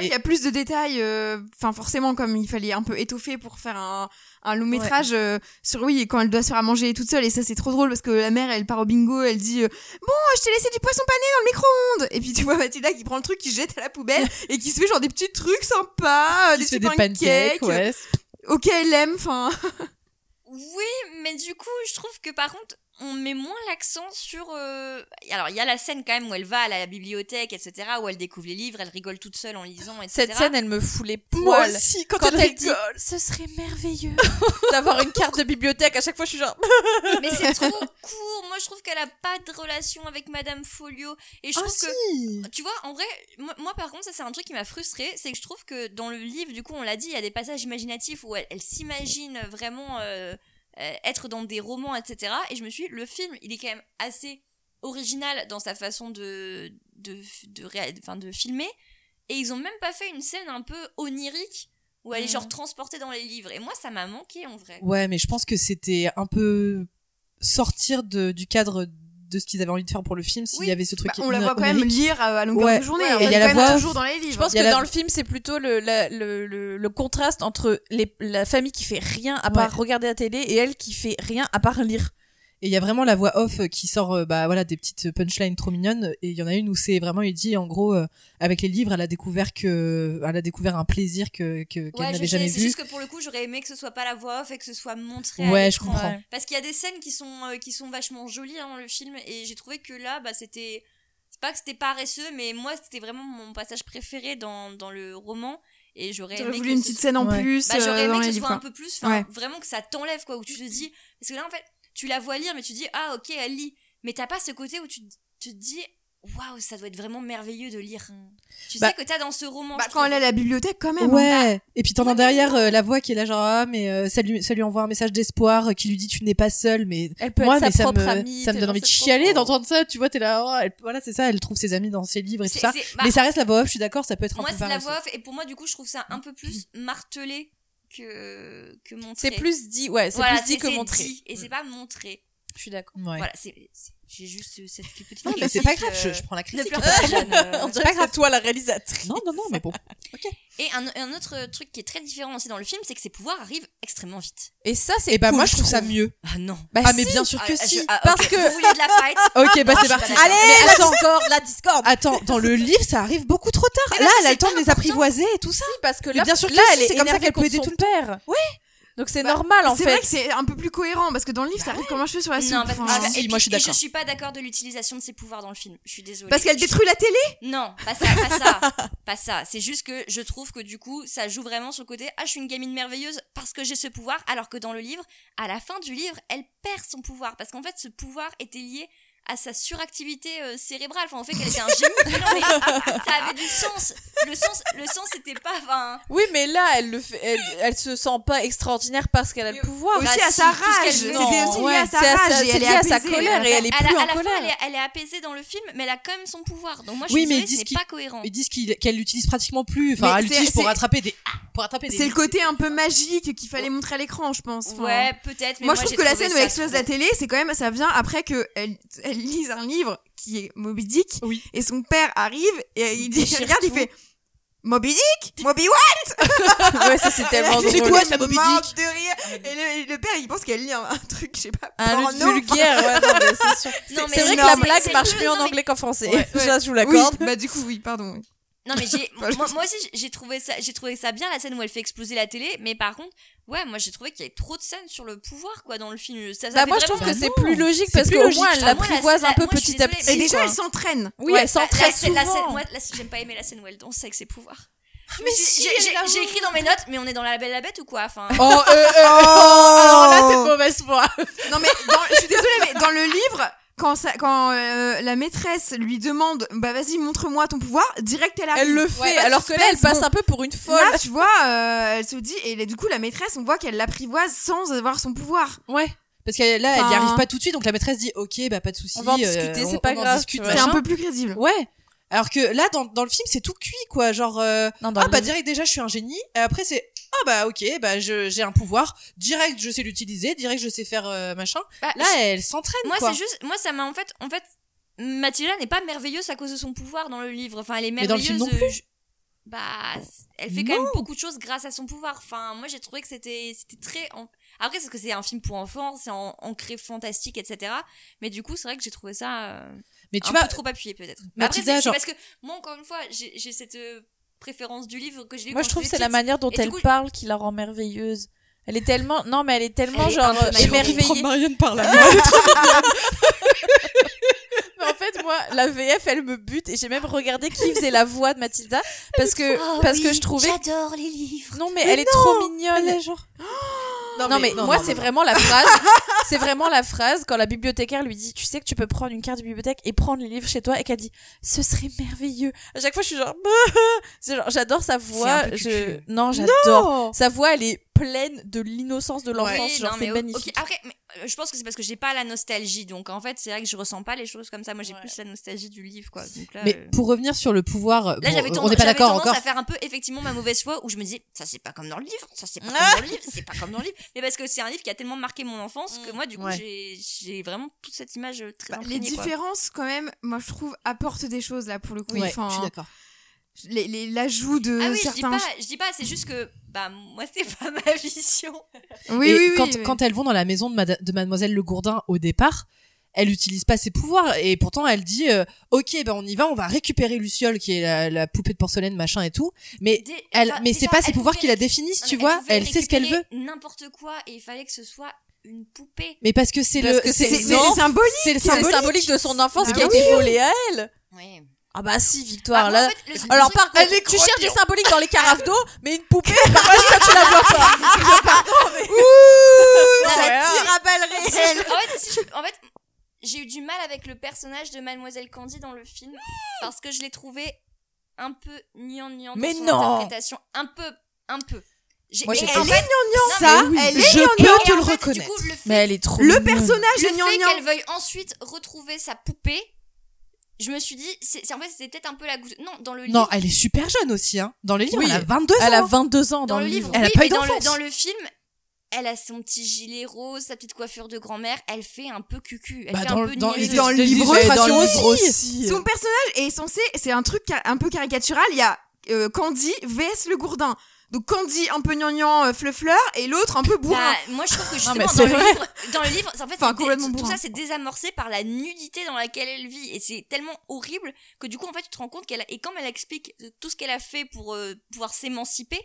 [SPEAKER 8] Il y a plus de détails, euh, enfin forcément comme il fallait un peu étoffer pour faire un, un long
[SPEAKER 7] Ouais.
[SPEAKER 8] métrage euh, sur oui et quand elle doit se faire à manger toute seule et ça c'est trop drôle parce que la mère elle part au bingo, elle dit euh, bon je t'ai laissé du poisson pané dans le micro-ondes et puis tu vois Mathilda qui prend le truc, qui jette à la poubelle et qui se fait genre des petits trucs sympas, euh,
[SPEAKER 6] Il
[SPEAKER 8] des,
[SPEAKER 6] se fait
[SPEAKER 8] petits
[SPEAKER 6] des pancakes, ouais.
[SPEAKER 8] ok elle aime, enfin
[SPEAKER 1] Oui, mais du coup, je trouve que par contre, on met moins l'accent sur. euh, Alors, il y a la scène quand même où elle va à la bibliothèque, etc., où elle découvre les livres, elle rigole toute seule en lisant, etc.
[SPEAKER 7] Cette scène, elle me fout les
[SPEAKER 6] Moi
[SPEAKER 7] poils.
[SPEAKER 6] aussi, quand,
[SPEAKER 7] Quand
[SPEAKER 6] elle,
[SPEAKER 7] elle
[SPEAKER 6] rigole.
[SPEAKER 7] dit, ce serait merveilleux d'avoir une carte de bibliothèque, à chaque fois, je suis genre,
[SPEAKER 1] Mais c'est trop court. Moi, je trouve qu'elle a pas de relation avec Madame Folio. Et je
[SPEAKER 6] Ah,
[SPEAKER 1] trouve que.
[SPEAKER 6] si.
[SPEAKER 1] Bah, Tu vois, en vrai, moi, moi, par contre, ça c'est un truc qui m'a frustrée, c'est que je trouve que dans le livre, du coup, on l'a dit, il y a des passages imaginatifs où elle, elle s'imagine vraiment euh, euh, être dans des romans, etc. Et je me suis dit, le film, il est quand même assez original dans sa façon de, de, de, réa- enfin, de filmer. Et ils ont même pas fait une scène un peu onirique où elle est
[SPEAKER 7] Mhm.
[SPEAKER 1] genre transportée dans les livres. Et moi, ça m'a manqué en vrai.
[SPEAKER 6] Ouais, mais je pense que c'était un peu sortir de- du cadre de ce qu'ils avaient envie de faire pour le film s'il y avait ce truc.
[SPEAKER 8] Bah, on la voit quand même
[SPEAKER 6] onirique.
[SPEAKER 8] lire à, à longueur
[SPEAKER 6] Ouais.
[SPEAKER 8] de journée.
[SPEAKER 6] Ouais,
[SPEAKER 8] hein.
[SPEAKER 6] et
[SPEAKER 8] Elle
[SPEAKER 6] il y a
[SPEAKER 8] est
[SPEAKER 6] la
[SPEAKER 8] quand même
[SPEAKER 6] voix.
[SPEAKER 8] toujours dans les livres.
[SPEAKER 7] Je pense
[SPEAKER 6] Il y a
[SPEAKER 7] que
[SPEAKER 6] la-
[SPEAKER 7] dans le film, c'est plutôt le, la- le, le- le contraste entre les- la famille qui fait rien à part
[SPEAKER 6] Ouais.
[SPEAKER 7] regarder la télé et elle qui fait rien à part lire.
[SPEAKER 6] Et il y a vraiment la voix off euh, qui sort euh, bah voilà des petites punchlines trop mignonnes et il y en a une où c'est vraiment il dit en gros euh, avec les livres elle a découvert que elle a découvert un plaisir que que-
[SPEAKER 1] Ouais,
[SPEAKER 6] qu'elle
[SPEAKER 1] je
[SPEAKER 6] n'avait
[SPEAKER 1] sais,
[SPEAKER 6] jamais
[SPEAKER 1] c'est
[SPEAKER 6] vu.
[SPEAKER 1] juste que pour le coup, j'aurais aimé que ce soit pas la voix off et que ce soit montré. à
[SPEAKER 6] Ouais, je
[SPEAKER 1] l'écran.
[SPEAKER 6] comprends.
[SPEAKER 7] Ouais.
[SPEAKER 1] Parce qu'il y a des scènes qui sont, euh, qui sont vachement jolies hein, dans le film, et j'ai trouvé que là, bah, c'était. C'est pas que c'était paresseux, mais moi, c'était vraiment mon passage préféré dans, dans le roman, et j'aurais
[SPEAKER 8] J'aurais
[SPEAKER 1] aimé.
[SPEAKER 8] voulu
[SPEAKER 1] que
[SPEAKER 8] une
[SPEAKER 1] ce
[SPEAKER 8] petite
[SPEAKER 1] soit-
[SPEAKER 8] scène en
[SPEAKER 6] Ouais.
[SPEAKER 8] plus.
[SPEAKER 1] Bah, j'aurais
[SPEAKER 8] euh,
[SPEAKER 1] aimé
[SPEAKER 8] dans les
[SPEAKER 1] que ce soit
[SPEAKER 8] livres, quoi.
[SPEAKER 1] un peu plus, enfin,
[SPEAKER 8] Ouais.
[SPEAKER 1] vraiment que ça t'enlève, quoi, où tu te dis. Parce que là, en fait, tu la vois lire, mais tu te dis, ah, ok, elle lit. Mais t'as pas ce côté où tu tu te dis, waouh, ça doit être vraiment merveilleux de lire. Tu
[SPEAKER 6] Bah-
[SPEAKER 1] sais que t'as dans ce roman.
[SPEAKER 8] Bah,
[SPEAKER 1] je
[SPEAKER 8] quand
[SPEAKER 1] trouve.
[SPEAKER 8] elle est à la bibliothèque, quand même. hein.
[SPEAKER 6] Ouais. Et puis t'entends derrière euh, la voix qui est là genre ah mais euh, ça lui ça lui envoie un message d'espoir euh, qui lui dit tu n'es pas seule mais
[SPEAKER 7] Elle peut
[SPEAKER 6] moi
[SPEAKER 7] être
[SPEAKER 6] mais
[SPEAKER 7] sa
[SPEAKER 6] ça me
[SPEAKER 7] propre amie.
[SPEAKER 6] ça me
[SPEAKER 7] t'es
[SPEAKER 6] donne
[SPEAKER 7] genre
[SPEAKER 6] envie de
[SPEAKER 7] sa
[SPEAKER 6] chialer
[SPEAKER 7] propre-
[SPEAKER 6] d'entendre ça tu vois t'es là oh, elle- voilà c'est ça elle trouve ses amis dans ses livres et tout
[SPEAKER 1] C'est-
[SPEAKER 6] ça
[SPEAKER 1] c'est- bah,
[SPEAKER 6] mais ça reste la voix off je suis d'accord ça peut être
[SPEAKER 1] Pour moi,
[SPEAKER 6] un peu
[SPEAKER 1] c'est de la
[SPEAKER 6] paresseux.
[SPEAKER 1] voix off. Et pour moi, du coup, je trouve ça un peu plus martelé que, que montré.
[SPEAKER 7] C'est plus dit, ouais, c'est
[SPEAKER 1] Voilà,
[SPEAKER 7] plus dit que
[SPEAKER 1] c'est
[SPEAKER 7] montré.
[SPEAKER 1] dit, et c'est pas montré.
[SPEAKER 7] Je suis d'accord.
[SPEAKER 6] Ouais.
[SPEAKER 1] Voilà, c'est, c'est- j'ai juste cette petite
[SPEAKER 6] Non, mais c'est
[SPEAKER 1] critique,
[SPEAKER 6] pas grave
[SPEAKER 1] euh,
[SPEAKER 6] je, je prends la
[SPEAKER 1] Ne
[SPEAKER 6] critique
[SPEAKER 1] pleure pas, Jeanne, euh.
[SPEAKER 7] On dirait que c'est toi la réalisatrice.
[SPEAKER 6] non non non mais bon
[SPEAKER 1] Et un, un autre truc qui est très différent aussi dans le film, c'est que ses pouvoirs arrivent extrêmement vite.
[SPEAKER 7] Et ça, c'est.
[SPEAKER 6] et bah
[SPEAKER 7] cool,
[SPEAKER 6] moi je trouve ça mieux
[SPEAKER 1] Ah non.
[SPEAKER 7] Bah,
[SPEAKER 6] ah mais
[SPEAKER 7] si.
[SPEAKER 6] bien sûr que
[SPEAKER 1] Ah,
[SPEAKER 6] si
[SPEAKER 1] je- ah,
[SPEAKER 7] parce
[SPEAKER 1] ok,
[SPEAKER 7] que-
[SPEAKER 1] vous voulez de la fight.
[SPEAKER 6] ok bah
[SPEAKER 1] Ah,
[SPEAKER 6] c'est
[SPEAKER 1] je suis
[SPEAKER 6] parti
[SPEAKER 1] pas d'accord.
[SPEAKER 7] Allez,
[SPEAKER 6] Mais
[SPEAKER 7] la
[SPEAKER 6] attends.
[SPEAKER 7] Discord, la Discord.
[SPEAKER 6] Attends, dans le livre, ça arrive beaucoup trop tard.
[SPEAKER 1] Mais
[SPEAKER 6] Là,
[SPEAKER 1] parce que
[SPEAKER 6] elle a
[SPEAKER 1] c'est
[SPEAKER 6] le temps
[SPEAKER 1] pas
[SPEAKER 6] de les
[SPEAKER 1] important.
[SPEAKER 6] apprivoiser et tout ça.
[SPEAKER 7] parce que
[SPEAKER 6] Mais
[SPEAKER 7] là,
[SPEAKER 6] bien sûr que
[SPEAKER 7] là,
[SPEAKER 6] si,
[SPEAKER 7] elle est,
[SPEAKER 6] c'est comme ça
[SPEAKER 7] énervée
[SPEAKER 6] qu'elle peut
[SPEAKER 7] contre
[SPEAKER 6] aider
[SPEAKER 7] son
[SPEAKER 6] tout le
[SPEAKER 7] père. Oui. Donc c'est
[SPEAKER 8] Bah,
[SPEAKER 7] normal en
[SPEAKER 8] C'est
[SPEAKER 7] fait.
[SPEAKER 8] vrai que c'est un peu plus cohérent parce que dans le livre, ça arrive comme un cheveu sur la soupe.
[SPEAKER 1] Non, parce que-
[SPEAKER 8] Enfin,
[SPEAKER 6] Ah, si,
[SPEAKER 1] et
[SPEAKER 6] moi, je suis
[SPEAKER 1] puis- et
[SPEAKER 6] d'accord.
[SPEAKER 1] suis pas d'accord de l'utilisation de ses pouvoirs dans le film. Je suis désolée.
[SPEAKER 8] Parce qu'elle
[SPEAKER 1] Je-
[SPEAKER 8] détruit la télé.
[SPEAKER 1] Non, pas ça, pas ça, pas ça. C'est juste que je trouve que du coup, ça joue vraiment sur le côté ah, je suis une gamine merveilleuse parce que j'ai ce pouvoir, alors que dans le livre, à la fin du livre, elle perd son pouvoir parce qu'en fait, ce pouvoir était lié à sa suractivité euh, cérébrale. Enfin, en fait, qu'elle était un génie. Mais non, mais ça avait du sens. Le sens, le sens, c'était pas. Enfin,
[SPEAKER 7] Oui, mais là, elle le fait. Elle, elle se sent pas extraordinaire parce qu'elle a le pouvoir.
[SPEAKER 8] Aussi
[SPEAKER 1] bah,
[SPEAKER 8] à
[SPEAKER 1] si,
[SPEAKER 8] sa
[SPEAKER 1] tout ce
[SPEAKER 8] rage.
[SPEAKER 1] qu'elle
[SPEAKER 8] C'était
[SPEAKER 1] veut.
[SPEAKER 8] aussi lié
[SPEAKER 7] Ouais,
[SPEAKER 8] à sa
[SPEAKER 7] c'est à sa-
[SPEAKER 8] rage. et elle
[SPEAKER 7] c'est
[SPEAKER 8] est
[SPEAKER 7] lié à sa
[SPEAKER 8] apaisée.
[SPEAKER 7] colère et elle est
[SPEAKER 1] à la,
[SPEAKER 7] plus en
[SPEAKER 1] à la
[SPEAKER 7] colère.
[SPEAKER 1] fin, elle est, elle est apaisée dans le film, mais elle a quand même son pouvoir. Donc moi, je
[SPEAKER 6] Oui,
[SPEAKER 1] suis
[SPEAKER 6] mais
[SPEAKER 1] désolée,
[SPEAKER 6] ils disent
[SPEAKER 1] ce n'est
[SPEAKER 6] qu'il-
[SPEAKER 1] pas cohérent.
[SPEAKER 6] Ils disent qu'il- qu'elle l'utilise pratiquement plus. Enfin,
[SPEAKER 8] Mais
[SPEAKER 6] elle
[SPEAKER 8] c'est-
[SPEAKER 6] l'utilise pour
[SPEAKER 8] c'est-
[SPEAKER 6] rattraper des. Pour rattraper des.
[SPEAKER 8] C'est le côté un peu magique qu'il fallait montrer à l'écran, je pense. Enfin,
[SPEAKER 1] Ouais, peut-être. mais
[SPEAKER 8] moi, je trouve
[SPEAKER 1] j'ai
[SPEAKER 8] que la
[SPEAKER 1] trouvé
[SPEAKER 8] scène où
[SPEAKER 1] ça
[SPEAKER 8] elle explose
[SPEAKER 1] trop-
[SPEAKER 8] la télé, c'est quand même, ça vient après que elle, elle lise un livre qui est Moby Dick,
[SPEAKER 6] Oui.
[SPEAKER 8] et son père arrive et il dit,
[SPEAKER 7] Déchire
[SPEAKER 8] regarde, il
[SPEAKER 7] tout.
[SPEAKER 8] fait Moby Dick, Moby what
[SPEAKER 7] ouais, ça c'est tellement
[SPEAKER 8] Elle est
[SPEAKER 7] drôle.
[SPEAKER 6] quoi, ça, Moby
[SPEAKER 8] morte
[SPEAKER 6] Dick
[SPEAKER 8] de rire. Et le, et le père, il pense qu'elle lit un, un truc, je sais pas,
[SPEAKER 7] Un
[SPEAKER 8] porno.
[SPEAKER 7] lutte vulgaire, ouais, non, mais c'est sûr.
[SPEAKER 1] Non, mais
[SPEAKER 7] C'est vrai que la
[SPEAKER 1] énorme.
[SPEAKER 7] blague
[SPEAKER 1] C'est-
[SPEAKER 7] marche mieux
[SPEAKER 1] non,
[SPEAKER 7] en
[SPEAKER 1] mais-
[SPEAKER 7] anglais qu'en français.
[SPEAKER 8] Ouais, ouais.
[SPEAKER 7] Ça, je vous
[SPEAKER 8] Oui,
[SPEAKER 7] l'accorde.
[SPEAKER 8] bah du coup, oui, pardon. oui.
[SPEAKER 1] Non mais j'ai
[SPEAKER 8] Enfin, je-
[SPEAKER 1] moi, moi aussi j'ai trouvé ça j'ai trouvé ça bien la scène où elle fait exploser la télé mais par contre ouais moi j'ai trouvé qu'il y avait trop de scènes sur le pouvoir quoi dans le film ça, ça
[SPEAKER 7] Bah,
[SPEAKER 1] fait
[SPEAKER 7] moi, je
[SPEAKER 1] vraiment-
[SPEAKER 7] trouve
[SPEAKER 6] Bah
[SPEAKER 7] que c'est
[SPEAKER 6] non.
[SPEAKER 7] plus logique
[SPEAKER 6] C'est
[SPEAKER 7] parce
[SPEAKER 6] plus
[SPEAKER 7] qu'au
[SPEAKER 6] logique.
[SPEAKER 7] moins, elle
[SPEAKER 1] Ah, moi, la-
[SPEAKER 7] l'apprivoise
[SPEAKER 1] la-
[SPEAKER 7] un peu
[SPEAKER 1] moi, je suis
[SPEAKER 7] petit à
[SPEAKER 1] désolée,
[SPEAKER 7] petit.
[SPEAKER 8] Et
[SPEAKER 1] mais-
[SPEAKER 8] déjà,
[SPEAKER 7] quoi.
[SPEAKER 8] elle s'entraîne.
[SPEAKER 7] Oui,
[SPEAKER 1] Ouais,
[SPEAKER 7] elle
[SPEAKER 1] la-
[SPEAKER 7] s'entraîne
[SPEAKER 1] la scène- la scène-
[SPEAKER 7] souvent. Ah,
[SPEAKER 1] moi la- j'aime pas aimer la scène où elle danse avec ses pouvoirs Je me
[SPEAKER 7] Mais
[SPEAKER 1] suis-
[SPEAKER 7] si,
[SPEAKER 1] j'ai
[SPEAKER 7] elle
[SPEAKER 1] j'ai-
[SPEAKER 7] la
[SPEAKER 1] j'ai écrit dans mes notes mais on est dans la belle la bête ou quoi enfin
[SPEAKER 6] Oh, euh, euh, alors là, c'est de mauvaise foi.
[SPEAKER 8] Non mais dans- je suis désolée mais dans le livre quand ça quand euh, la maîtresse lui demande bah vas-y montre-moi ton pouvoir direct elle arrive.
[SPEAKER 7] Elle le
[SPEAKER 8] Ouais,
[SPEAKER 7] fait,
[SPEAKER 8] pas de
[SPEAKER 7] alors que là, elle
[SPEAKER 8] suspense,
[SPEAKER 7] passe
[SPEAKER 8] bon.
[SPEAKER 7] un peu pour une folle.
[SPEAKER 8] Là, tu vois, euh, elle se dit, et du coup, la maîtresse, on voit qu'elle l'apprivoise sans avoir son pouvoir.
[SPEAKER 7] Ouais.
[SPEAKER 6] Parce que là, elle n'y
[SPEAKER 8] Enfin.
[SPEAKER 6] arrive pas tout de suite, donc la maîtresse dit Ok, bah pas de souci.
[SPEAKER 7] On va en
[SPEAKER 6] euh,
[SPEAKER 7] discuter,
[SPEAKER 6] on-
[SPEAKER 7] c'est pas
[SPEAKER 6] on en
[SPEAKER 7] grave,
[SPEAKER 6] discute,
[SPEAKER 7] tu vois.
[SPEAKER 8] C'est un
[SPEAKER 6] machin.
[SPEAKER 8] peu plus crédible.
[SPEAKER 6] Ouais. Alors que là, dans, dans le film, c'est tout cuit, quoi. Genre, euh,
[SPEAKER 7] Non, dans
[SPEAKER 6] ah
[SPEAKER 7] le
[SPEAKER 6] bah
[SPEAKER 7] livre-
[SPEAKER 6] direct, déjà, je suis un génie. Et après, c'est Ah bah ok, bah je- j'ai un pouvoir. Direct, je sais l'utiliser. Direct, je sais faire euh, machin.
[SPEAKER 1] Bah,
[SPEAKER 6] Là, elle s'entraîne,
[SPEAKER 1] moi
[SPEAKER 6] quoi.
[SPEAKER 1] c'est juste moi ça m'a en fait en fait Mathilda n'est pas merveilleuse à cause de son pouvoir dans le livre enfin elle est
[SPEAKER 6] Mais dans le
[SPEAKER 1] merveilleuse
[SPEAKER 6] film non
[SPEAKER 1] euh, je- bah c- elle fait quand même beaucoup de choses grâce à son pouvoir enfin moi j'ai trouvé que c'était c'était très en- après c'est que c'est un film pour enfants c'est en- ancré fantastique etc mais du coup c'est vrai que j'ai trouvé ça euh,
[SPEAKER 6] Mais tu
[SPEAKER 1] un
[SPEAKER 6] vois,
[SPEAKER 1] peu trop appuyé peut-être Mais après
[SPEAKER 6] Mathilda,
[SPEAKER 1] c'est- c'est
[SPEAKER 6] genre-
[SPEAKER 1] parce que moi encore une fois j'ai j'ai cette euh, préférence du livre que j'ai lu
[SPEAKER 7] Moi,
[SPEAKER 1] quand
[SPEAKER 7] je trouve que
[SPEAKER 1] j'étais
[SPEAKER 7] c'est la
[SPEAKER 1] petite.
[SPEAKER 7] manière dont
[SPEAKER 1] Et du
[SPEAKER 7] elle
[SPEAKER 1] coup-
[SPEAKER 7] parle qui la rend merveilleuse. Elle est tellement. Non, mais elle est tellement,
[SPEAKER 1] Elle est
[SPEAKER 7] genre,
[SPEAKER 1] un peu
[SPEAKER 7] euh,
[SPEAKER 1] magique.
[SPEAKER 7] émerveillée.
[SPEAKER 6] Marianne par
[SPEAKER 1] Ah
[SPEAKER 6] là.
[SPEAKER 7] Mais en fait, moi, la VF, elle me bute et j'ai même regardé qui faisait la voix de Mathilda parce que,
[SPEAKER 1] Ah
[SPEAKER 7] parce que
[SPEAKER 1] oui,
[SPEAKER 7] je trouvais.
[SPEAKER 1] j'adore les livres
[SPEAKER 7] Non, mais, elle est trop mignonne. Non, mais, moi, c'est vraiment la phrase. c'est vraiment la phrase quand la bibliothécaire lui dit Tu sais que tu peux prendre une carte de bibliothèque et prendre les livres chez toi et qu'elle dit Ce serait merveilleux. À chaque fois, je suis genre. C'est genre, J'adore sa
[SPEAKER 6] C'est un
[SPEAKER 7] voix.
[SPEAKER 6] peu
[SPEAKER 7] je...
[SPEAKER 6] cucu.
[SPEAKER 7] Non, j'adore. Sa voix, elle est pleine de l'innocence de l'enfance.
[SPEAKER 1] Oui,
[SPEAKER 7] genre,
[SPEAKER 1] non, mais
[SPEAKER 7] c'est
[SPEAKER 1] o-
[SPEAKER 7] magnifique.
[SPEAKER 1] ok. Après, mais, euh, je pense que c'est parce que j'ai pas la nostalgie, donc en fait, c'est vrai que je ressens pas les choses comme ça. Moi, j'ai plus la nostalgie du livre, quoi. Donc là,
[SPEAKER 6] Mais
[SPEAKER 1] euh,
[SPEAKER 6] pour revenir sur le pouvoir,
[SPEAKER 1] là,
[SPEAKER 6] bon,
[SPEAKER 1] j'avais tend-
[SPEAKER 6] on n'est pas
[SPEAKER 1] j'avais
[SPEAKER 6] d'accord
[SPEAKER 1] tendance
[SPEAKER 6] encore.
[SPEAKER 1] à faire un peu effectivement ma mauvaise foi où je me disais ça c'est pas comme dans le livre, ça c'est pas
[SPEAKER 7] Ah
[SPEAKER 1] comme dans le livre, c'est pas comme dans le livre. Mais parce que c'est un livre qui a tellement marqué mon enfance que moi du coup
[SPEAKER 6] Mm, Ouais.
[SPEAKER 1] j'ai- j'ai vraiment toute cette image euh, très
[SPEAKER 8] Bah, les
[SPEAKER 1] imprégnée, quoi.
[SPEAKER 8] différences, quand même, moi, je trouve, apportent des choses, là, pour le coup.
[SPEAKER 6] Ouais,
[SPEAKER 8] Enfin,
[SPEAKER 6] je suis d'accord.
[SPEAKER 8] les- les- L'ajout
[SPEAKER 6] euh,
[SPEAKER 8] de
[SPEAKER 1] Ah oui, je dis
[SPEAKER 8] certains...
[SPEAKER 1] pas, je dis pas, c'est juste que bah moi c'est pas ma vision.
[SPEAKER 8] Oui, oui,
[SPEAKER 6] et
[SPEAKER 8] oui,
[SPEAKER 6] quand,
[SPEAKER 8] oui.
[SPEAKER 6] quand elles vont dans la maison de, Mada- de Mademoiselle Le Gourdin au départ, elle n'utilise pas ses pouvoirs et pourtant elle dit euh, Ok, ben on y va, on va récupérer Luciole qui est la, la poupée de porcelaine, machin et tout. Mais,
[SPEAKER 1] Dé-
[SPEAKER 6] elle,
[SPEAKER 1] enfin,
[SPEAKER 6] mais c'est
[SPEAKER 1] déjà,
[SPEAKER 6] pas ses
[SPEAKER 1] elle
[SPEAKER 6] pouvoirs
[SPEAKER 1] pouvait
[SPEAKER 6] qui la
[SPEAKER 1] récu-
[SPEAKER 6] définissent,
[SPEAKER 1] Non,
[SPEAKER 6] tu
[SPEAKER 1] mais
[SPEAKER 6] vois.
[SPEAKER 1] pouvait
[SPEAKER 6] Elle sait ce qu'elle veut.
[SPEAKER 1] récupérer N'importe quoi et il fallait que ce soit une poupée.
[SPEAKER 6] Mais parce que c'est
[SPEAKER 7] Parce
[SPEAKER 6] le,
[SPEAKER 7] que
[SPEAKER 6] c'est
[SPEAKER 7] c'est-
[SPEAKER 6] c'est-
[SPEAKER 7] non,
[SPEAKER 6] c'est symbolique.
[SPEAKER 7] C'est le symbolique. de son enfance
[SPEAKER 6] Bah
[SPEAKER 7] qui a
[SPEAKER 6] oui.
[SPEAKER 7] été volée à elle.
[SPEAKER 1] Ouais.
[SPEAKER 7] Ah bah si, Victoire.
[SPEAKER 1] Ah, moi,
[SPEAKER 7] là...
[SPEAKER 1] en fait, le- le
[SPEAKER 7] Alors
[SPEAKER 1] truc-
[SPEAKER 7] par
[SPEAKER 1] Elle est
[SPEAKER 7] contre, tu
[SPEAKER 1] trop
[SPEAKER 7] cherches des
[SPEAKER 1] bien.
[SPEAKER 7] symboliques dans les carafes d'eau, mais une poupée, bah, ça, tu la vois pas. Je- Pardon, mais...
[SPEAKER 1] Non,
[SPEAKER 7] ça
[SPEAKER 1] mais-
[SPEAKER 7] tire à balles
[SPEAKER 1] Si
[SPEAKER 7] réelles.
[SPEAKER 1] je- en fait, si je- en fait, j'ai eu du mal avec le personnage de Mademoiselle Candy dans le film parce que je l'ai trouvé un peu gnangnan dans
[SPEAKER 7] Mais
[SPEAKER 1] son
[SPEAKER 7] non.
[SPEAKER 1] interprétation. Un peu, un peu. J'ai-
[SPEAKER 7] Moi,
[SPEAKER 1] et
[SPEAKER 7] j'ai
[SPEAKER 1] en
[SPEAKER 7] trouvé
[SPEAKER 1] fait- non,
[SPEAKER 6] Ça,
[SPEAKER 1] mais-
[SPEAKER 8] elle est
[SPEAKER 6] je
[SPEAKER 8] gnangnan.
[SPEAKER 6] peux
[SPEAKER 1] et
[SPEAKER 6] te
[SPEAKER 1] en
[SPEAKER 6] le
[SPEAKER 1] fait,
[SPEAKER 6] reconnaître.
[SPEAKER 1] Du coup, le fait,
[SPEAKER 7] Mais elle est
[SPEAKER 6] Oh,
[SPEAKER 7] trop
[SPEAKER 8] Le
[SPEAKER 7] mignonne.
[SPEAKER 8] personnage
[SPEAKER 1] le
[SPEAKER 8] de
[SPEAKER 1] fait
[SPEAKER 8] Gnangnan.
[SPEAKER 1] qu'elle veuille ensuite retrouver sa poupée, je me suis dit, c'est c'est- en fait, c'était peut-être un peu la goutte. Non, dans le
[SPEAKER 6] Non,
[SPEAKER 1] livre,
[SPEAKER 6] elle est super jeune aussi. Hein. Dans le livre,
[SPEAKER 7] Oui.
[SPEAKER 6] elle a 22 ans.
[SPEAKER 7] Elle a 22 ans dans,
[SPEAKER 1] dans le livre,
[SPEAKER 6] Elle a
[SPEAKER 1] oui,
[SPEAKER 6] pas eu
[SPEAKER 1] mais dans le,
[SPEAKER 6] d'enfance.
[SPEAKER 1] dans le film, elle a son petit gilet rose, sa petite coiffure de grand-mère, elle fait un peu cucu, elle
[SPEAKER 6] Bah,
[SPEAKER 1] fait
[SPEAKER 6] dans-
[SPEAKER 1] un peu
[SPEAKER 6] dans-
[SPEAKER 1] niaiseuse.
[SPEAKER 8] dans le
[SPEAKER 6] livre,
[SPEAKER 8] livre,
[SPEAKER 6] dans
[SPEAKER 8] illustration
[SPEAKER 6] le livre
[SPEAKER 8] aussi.
[SPEAKER 6] aussi.
[SPEAKER 8] Son personnage est censé, c'est un truc ca- un peu caricatural. Il y a euh, Candy vs le Gourdin. Donc Candy un peu gnangnan euh, fleufleur et l'autre un peu bourrin.
[SPEAKER 1] Bah, moi je trouve que
[SPEAKER 7] mais
[SPEAKER 1] justement
[SPEAKER 7] c'est
[SPEAKER 1] dans, le
[SPEAKER 7] vrai.
[SPEAKER 1] livre, dans le livre, en fait,
[SPEAKER 8] Enfin,
[SPEAKER 1] c'est dé-
[SPEAKER 8] complètement
[SPEAKER 1] tout- tout
[SPEAKER 8] bourrin.
[SPEAKER 1] ça c'est désamorcé par la nudité dans laquelle elle vit et c'est tellement horrible que du coup en fait tu te rends compte qu'elle a- et comme elle explique euh, tout ce qu'elle a fait pour euh, pouvoir s'émanciper,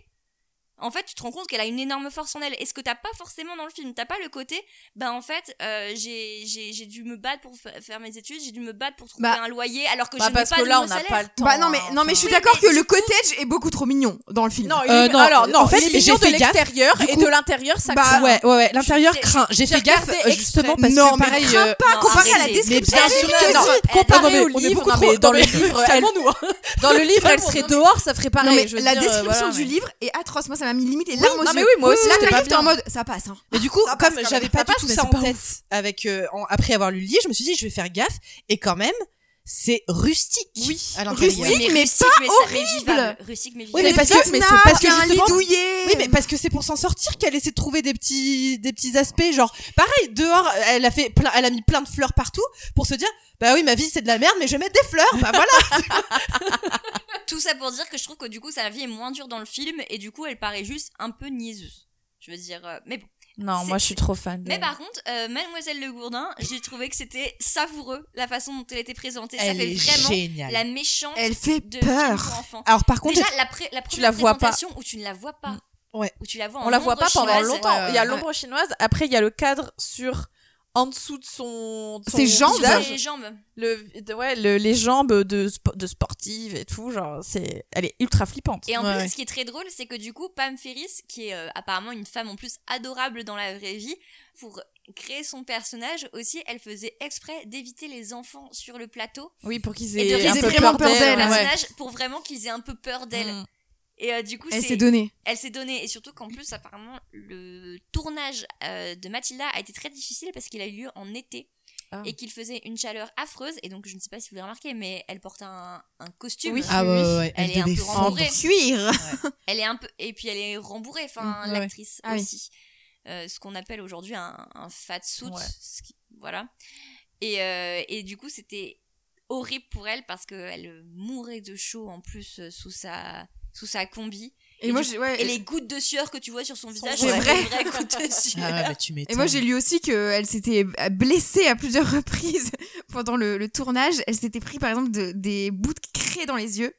[SPEAKER 1] en fait tu te rends compte qu'elle a une énorme force en elle. Et ce que t'as pas forcément dans le film, t'as pas le côté, bah en fait euh, j'ai j'ai j'ai dû me battre pour fa- faire mes études, j'ai dû me battre pour trouver
[SPEAKER 8] Bah,
[SPEAKER 1] un loyer alors que
[SPEAKER 7] Bah,
[SPEAKER 1] je n'ai
[SPEAKER 7] parce
[SPEAKER 1] pas
[SPEAKER 7] que
[SPEAKER 1] de
[SPEAKER 7] là,
[SPEAKER 1] mon
[SPEAKER 7] on n'a
[SPEAKER 1] salaire.
[SPEAKER 7] pas le temps.
[SPEAKER 8] Bah non mais
[SPEAKER 7] hein,
[SPEAKER 8] non mais je
[SPEAKER 7] enfin.
[SPEAKER 8] suis
[SPEAKER 1] Oui,
[SPEAKER 8] d'accord
[SPEAKER 1] mais
[SPEAKER 8] que le
[SPEAKER 1] du coup-
[SPEAKER 8] cottage est beaucoup trop mignon dans le film.
[SPEAKER 7] Non, il
[SPEAKER 6] Euh,
[SPEAKER 7] est...
[SPEAKER 6] non,
[SPEAKER 7] alors non,
[SPEAKER 6] en fait,
[SPEAKER 7] il est mignon
[SPEAKER 6] j'ai
[SPEAKER 7] de
[SPEAKER 6] fait gaffe.
[SPEAKER 7] l'extérieur
[SPEAKER 6] Du
[SPEAKER 7] et
[SPEAKER 6] coup-
[SPEAKER 7] de l'intérieur, ça
[SPEAKER 8] Bah,
[SPEAKER 7] craint.
[SPEAKER 6] Ouais, ouais, ouais. L'intérieur
[SPEAKER 1] j'ai-
[SPEAKER 6] craint. J'ai fait
[SPEAKER 7] regardé
[SPEAKER 6] gaffe euh, justement parce
[SPEAKER 8] Non,
[SPEAKER 6] que
[SPEAKER 8] mais
[SPEAKER 6] pareil.
[SPEAKER 8] crains
[SPEAKER 6] euh,
[SPEAKER 8] pas comparé à la
[SPEAKER 1] arrêtez.
[SPEAKER 6] Mais
[SPEAKER 8] description
[SPEAKER 6] bien
[SPEAKER 8] du
[SPEAKER 6] sûr
[SPEAKER 8] livre.
[SPEAKER 6] que
[SPEAKER 7] non,
[SPEAKER 6] si.
[SPEAKER 7] elle-
[SPEAKER 6] Comparé
[SPEAKER 7] non, mais
[SPEAKER 6] au
[SPEAKER 7] on est
[SPEAKER 6] livre,
[SPEAKER 7] beaucoup
[SPEAKER 6] non,
[SPEAKER 7] trop-
[SPEAKER 6] mais dans le
[SPEAKER 7] elle-
[SPEAKER 6] livre, calmons-nous. hein.
[SPEAKER 7] Dans le livre, elle
[SPEAKER 6] Vraiment,
[SPEAKER 7] serait
[SPEAKER 6] non,
[SPEAKER 7] dehors, ça ferait
[SPEAKER 8] Non,
[SPEAKER 7] pareil.
[SPEAKER 8] mais
[SPEAKER 7] je veux
[SPEAKER 8] la
[SPEAKER 7] dire, euh,
[SPEAKER 8] description
[SPEAKER 7] voilà,
[SPEAKER 8] du
[SPEAKER 7] mais-
[SPEAKER 8] livre est atroce. Moi ça m'a mis limite les
[SPEAKER 7] Oui,
[SPEAKER 8] larmes aux
[SPEAKER 7] non,
[SPEAKER 8] yeux.
[SPEAKER 7] mais oui, moi aussi,
[SPEAKER 8] Là
[SPEAKER 7] c'était pas
[SPEAKER 8] t'arrives t'es en
[SPEAKER 7] bien.
[SPEAKER 8] mode ça passe. Hein.
[SPEAKER 6] Mais du coup,
[SPEAKER 8] Ça passe
[SPEAKER 6] comme
[SPEAKER 8] quand
[SPEAKER 6] j'avais
[SPEAKER 8] même.
[SPEAKER 6] pas
[SPEAKER 8] Ça
[SPEAKER 6] du
[SPEAKER 8] passe,
[SPEAKER 6] tout
[SPEAKER 8] mais
[SPEAKER 6] ça
[SPEAKER 8] c'est
[SPEAKER 6] en
[SPEAKER 8] pas
[SPEAKER 6] tête avec euh, en- après avoir lu le livre, je me suis dit je vais faire gaffe et quand même c'est rustique.
[SPEAKER 7] Oui.
[SPEAKER 6] à l'intérieur.
[SPEAKER 8] Rustique, mais
[SPEAKER 1] rustique,
[SPEAKER 8] pas
[SPEAKER 1] mais ça- mais
[SPEAKER 8] horrible.
[SPEAKER 1] vivable, rustique mais
[SPEAKER 6] Oui,
[SPEAKER 1] vivable.
[SPEAKER 6] mais
[SPEAKER 8] Des
[SPEAKER 6] parce
[SPEAKER 8] petites
[SPEAKER 6] que mais c'est
[SPEAKER 8] nappes,
[SPEAKER 6] parce que
[SPEAKER 8] il y a un lit
[SPEAKER 6] justement.
[SPEAKER 8] douillet.
[SPEAKER 6] Oui, mais parce que c'est pour s'en sortir qu'elle essaie de trouver des petits des petits aspects genre pareil dehors elle a fait plein, elle a mis plein de fleurs partout pour se dire bah oui ma vie c'est de la merde mais je vais mettre des fleurs bah voilà
[SPEAKER 1] Tout ça pour dire que je trouve que du coup sa vie est moins dure dans le film et du coup elle paraît juste un peu niaiseuse. Je veux dire, euh, mais bon.
[SPEAKER 7] Non,
[SPEAKER 1] C'est-
[SPEAKER 7] moi, je suis trop fan. de-
[SPEAKER 1] Mais par contre, euh, Mademoiselle Le Gourdin, j'ai trouvé que c'était savoureux la façon dont elle était présentée. ça
[SPEAKER 6] elle
[SPEAKER 1] fait
[SPEAKER 6] est
[SPEAKER 1] vraiment
[SPEAKER 6] géniale.
[SPEAKER 1] la méchante
[SPEAKER 8] Elle fait
[SPEAKER 1] de
[SPEAKER 8] peur.
[SPEAKER 1] film pour enfants.
[SPEAKER 6] Alors par contre
[SPEAKER 1] Déjà, la, pré- la première
[SPEAKER 7] la vois pas.
[SPEAKER 1] présentation où tu ne la vois pas.
[SPEAKER 6] Ouais.
[SPEAKER 1] Où tu la vois en euh,
[SPEAKER 7] On la voit
[SPEAKER 1] ombre
[SPEAKER 7] pas pendant
[SPEAKER 1] chinoise.
[SPEAKER 7] longtemps.
[SPEAKER 6] ouais,
[SPEAKER 7] Il y a
[SPEAKER 6] ouais.
[SPEAKER 7] l'ombre chinoise. Après, il y a le cadre sur en dessous de son, de son
[SPEAKER 8] Ses jambes.
[SPEAKER 1] Tu vois
[SPEAKER 7] visage.
[SPEAKER 1] les jambes.
[SPEAKER 7] Le, de- ouais, le- les jambes de, spo- de sportive et tout. Genre, c'est, elle est ultra flippante.
[SPEAKER 1] Et en
[SPEAKER 6] Ouais,
[SPEAKER 1] plus,
[SPEAKER 6] ouais.
[SPEAKER 1] ce qui est très drôle, c'est que du coup, Pam Ferris, qui est euh, apparemment une femme en plus adorable dans la vraie vie, pour créer son personnage aussi, elle faisait exprès d'éviter les enfants sur le plateau
[SPEAKER 7] oui, pour qu'ils
[SPEAKER 1] et de
[SPEAKER 7] aient un
[SPEAKER 8] aient
[SPEAKER 7] peu
[SPEAKER 1] réserver
[SPEAKER 8] vraiment
[SPEAKER 1] leur
[SPEAKER 8] peur
[SPEAKER 7] peur
[SPEAKER 1] personnage
[SPEAKER 7] d'elle.
[SPEAKER 8] d'elle,
[SPEAKER 7] ouais.
[SPEAKER 1] pour vraiment qu'ils aient un peu peur d'elle.
[SPEAKER 7] Mm.
[SPEAKER 1] Et euh, du coup,
[SPEAKER 8] Elle
[SPEAKER 1] c'est
[SPEAKER 8] s'est donnée.
[SPEAKER 1] elle s'est donnée. Et surtout qu'en plus, apparemment, le tournage euh, de Mathilda a été très difficile parce qu'il a eu lieu en été.
[SPEAKER 7] Ah.
[SPEAKER 1] Et qu'il faisait une chaleur affreuse. Et donc, je ne sais pas si vous l'avez remarqué, mais elle porte un, un costume.
[SPEAKER 7] Oui.
[SPEAKER 6] ah ouais, ouais, ouais,
[SPEAKER 1] Elle est un
[SPEAKER 6] devait
[SPEAKER 1] peu
[SPEAKER 6] fondre.
[SPEAKER 1] rembourrée.
[SPEAKER 8] Cuir.
[SPEAKER 1] Elle est un peu. Et puis, elle est rembourrée, enfin,
[SPEAKER 6] Mm, ouais, ouais.
[SPEAKER 1] l'actrice
[SPEAKER 8] Ah oui.
[SPEAKER 1] aussi. Euh, ce qu'on appelle aujourd'hui un, un fat suit.
[SPEAKER 7] Ouais.
[SPEAKER 1] ce qui- voilà. Et, euh, et du coup, c'était horrible pour elle parce qu'elle mourait de chaud en plus euh, sous sa, sous sa combi.
[SPEAKER 8] Et moi j'ai ouais.
[SPEAKER 1] Et les gouttes de sueur que tu vois sur son visage,
[SPEAKER 8] C'est
[SPEAKER 1] c'est
[SPEAKER 8] vrai.
[SPEAKER 1] vrai. vraies gouttes de sueur.
[SPEAKER 6] Ah ouais, bah, tu m'étonnes.
[SPEAKER 8] Et moi, j'ai lu aussi qu'elle s'était blessée à plusieurs reprises pendant le, le tournage. Elle s'était pris, par exemple, de- des bouts de craie dans les yeux.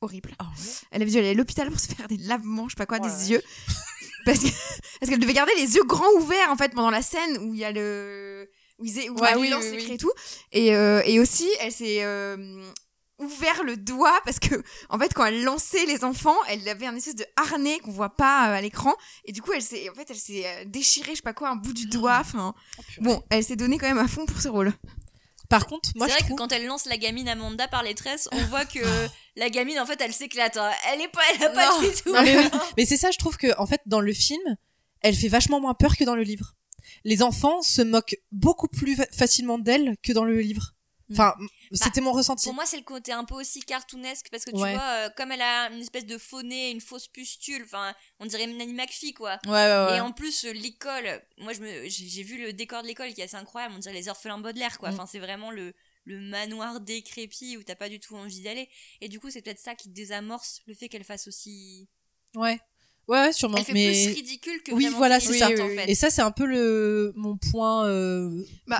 [SPEAKER 8] Horrible.
[SPEAKER 7] Ah ouais.
[SPEAKER 8] Elle avait dû aller à l'hôpital pour se faire des lavements, je sais pas quoi,
[SPEAKER 7] Oh la
[SPEAKER 8] des yeux. parce que- parce qu'elle devait garder les yeux grands ouverts, en fait, pendant la scène où il y a le. Où ils où
[SPEAKER 7] Ouais,
[SPEAKER 8] elle
[SPEAKER 7] oui,
[SPEAKER 8] lance
[SPEAKER 7] oui,
[SPEAKER 8] les
[SPEAKER 7] oui.
[SPEAKER 8] craies et tout. Et, euh, et aussi, elle s'est. euh, ouvert le doigt parce que en fait quand elle lançait les enfants elle avait un espèce de harnais qu'on voit pas euh, à l'écran et du coup, elle s'est, en fait, elle s'est euh, déchirée, je sais pas quoi, un bout du
[SPEAKER 7] Ah.
[SPEAKER 8] doigt. Enfin,
[SPEAKER 7] Oh,
[SPEAKER 8] bon, elle s'est donnée quand même à fond pour ce rôle.
[SPEAKER 6] Par contre, moi
[SPEAKER 1] c'est
[SPEAKER 6] je
[SPEAKER 1] vrai
[SPEAKER 6] trouve
[SPEAKER 1] que quand elle lance la gamine Amanda par les tresses, on voit que la gamine, en fait, elle s'éclate. hein. Elle est pas, elle a pas
[SPEAKER 7] Non.
[SPEAKER 1] du tout.
[SPEAKER 6] Non, mais oui. Mais c'est ça, je trouve que en fait dans le film, elle fait vachement moins peur que dans le livre. Les enfants se moquent beaucoup plus fa- facilement d'elle que dans le livre. Enfin, m-
[SPEAKER 1] Bah,
[SPEAKER 6] c'était mon ressenti.
[SPEAKER 1] Pour moi, c'est le côté un peu aussi cartoonesque parce que tu
[SPEAKER 6] Ouais.
[SPEAKER 1] vois, euh, comme elle a une espèce de faux nez, une fausse pustule, enfin, on dirait Nanny McPhee quoi.
[SPEAKER 7] Ouais, ouais, ouais.
[SPEAKER 1] Et en plus, euh, l'école, moi je me- j'ai j'ai vu le décor de l'école qui est assez incroyable, on dirait les orphelins Baudelaire quoi.
[SPEAKER 7] Mm.
[SPEAKER 1] Enfin, c'est vraiment le, le manoir décrépit où t'as pas du tout envie d'aller. Et du coup, c'est peut-être ça qui désamorce le fait qu'elle fasse aussi.
[SPEAKER 6] Ouais. Ouais, ouais, sûrement.
[SPEAKER 1] Elle fait
[SPEAKER 6] mais...
[SPEAKER 1] plus ridicule que
[SPEAKER 6] Oui,
[SPEAKER 1] vraiment
[SPEAKER 6] voilà, c'est ça.
[SPEAKER 1] intelligente, en fait.
[SPEAKER 6] Et ça, c'est un peu le mon point euh,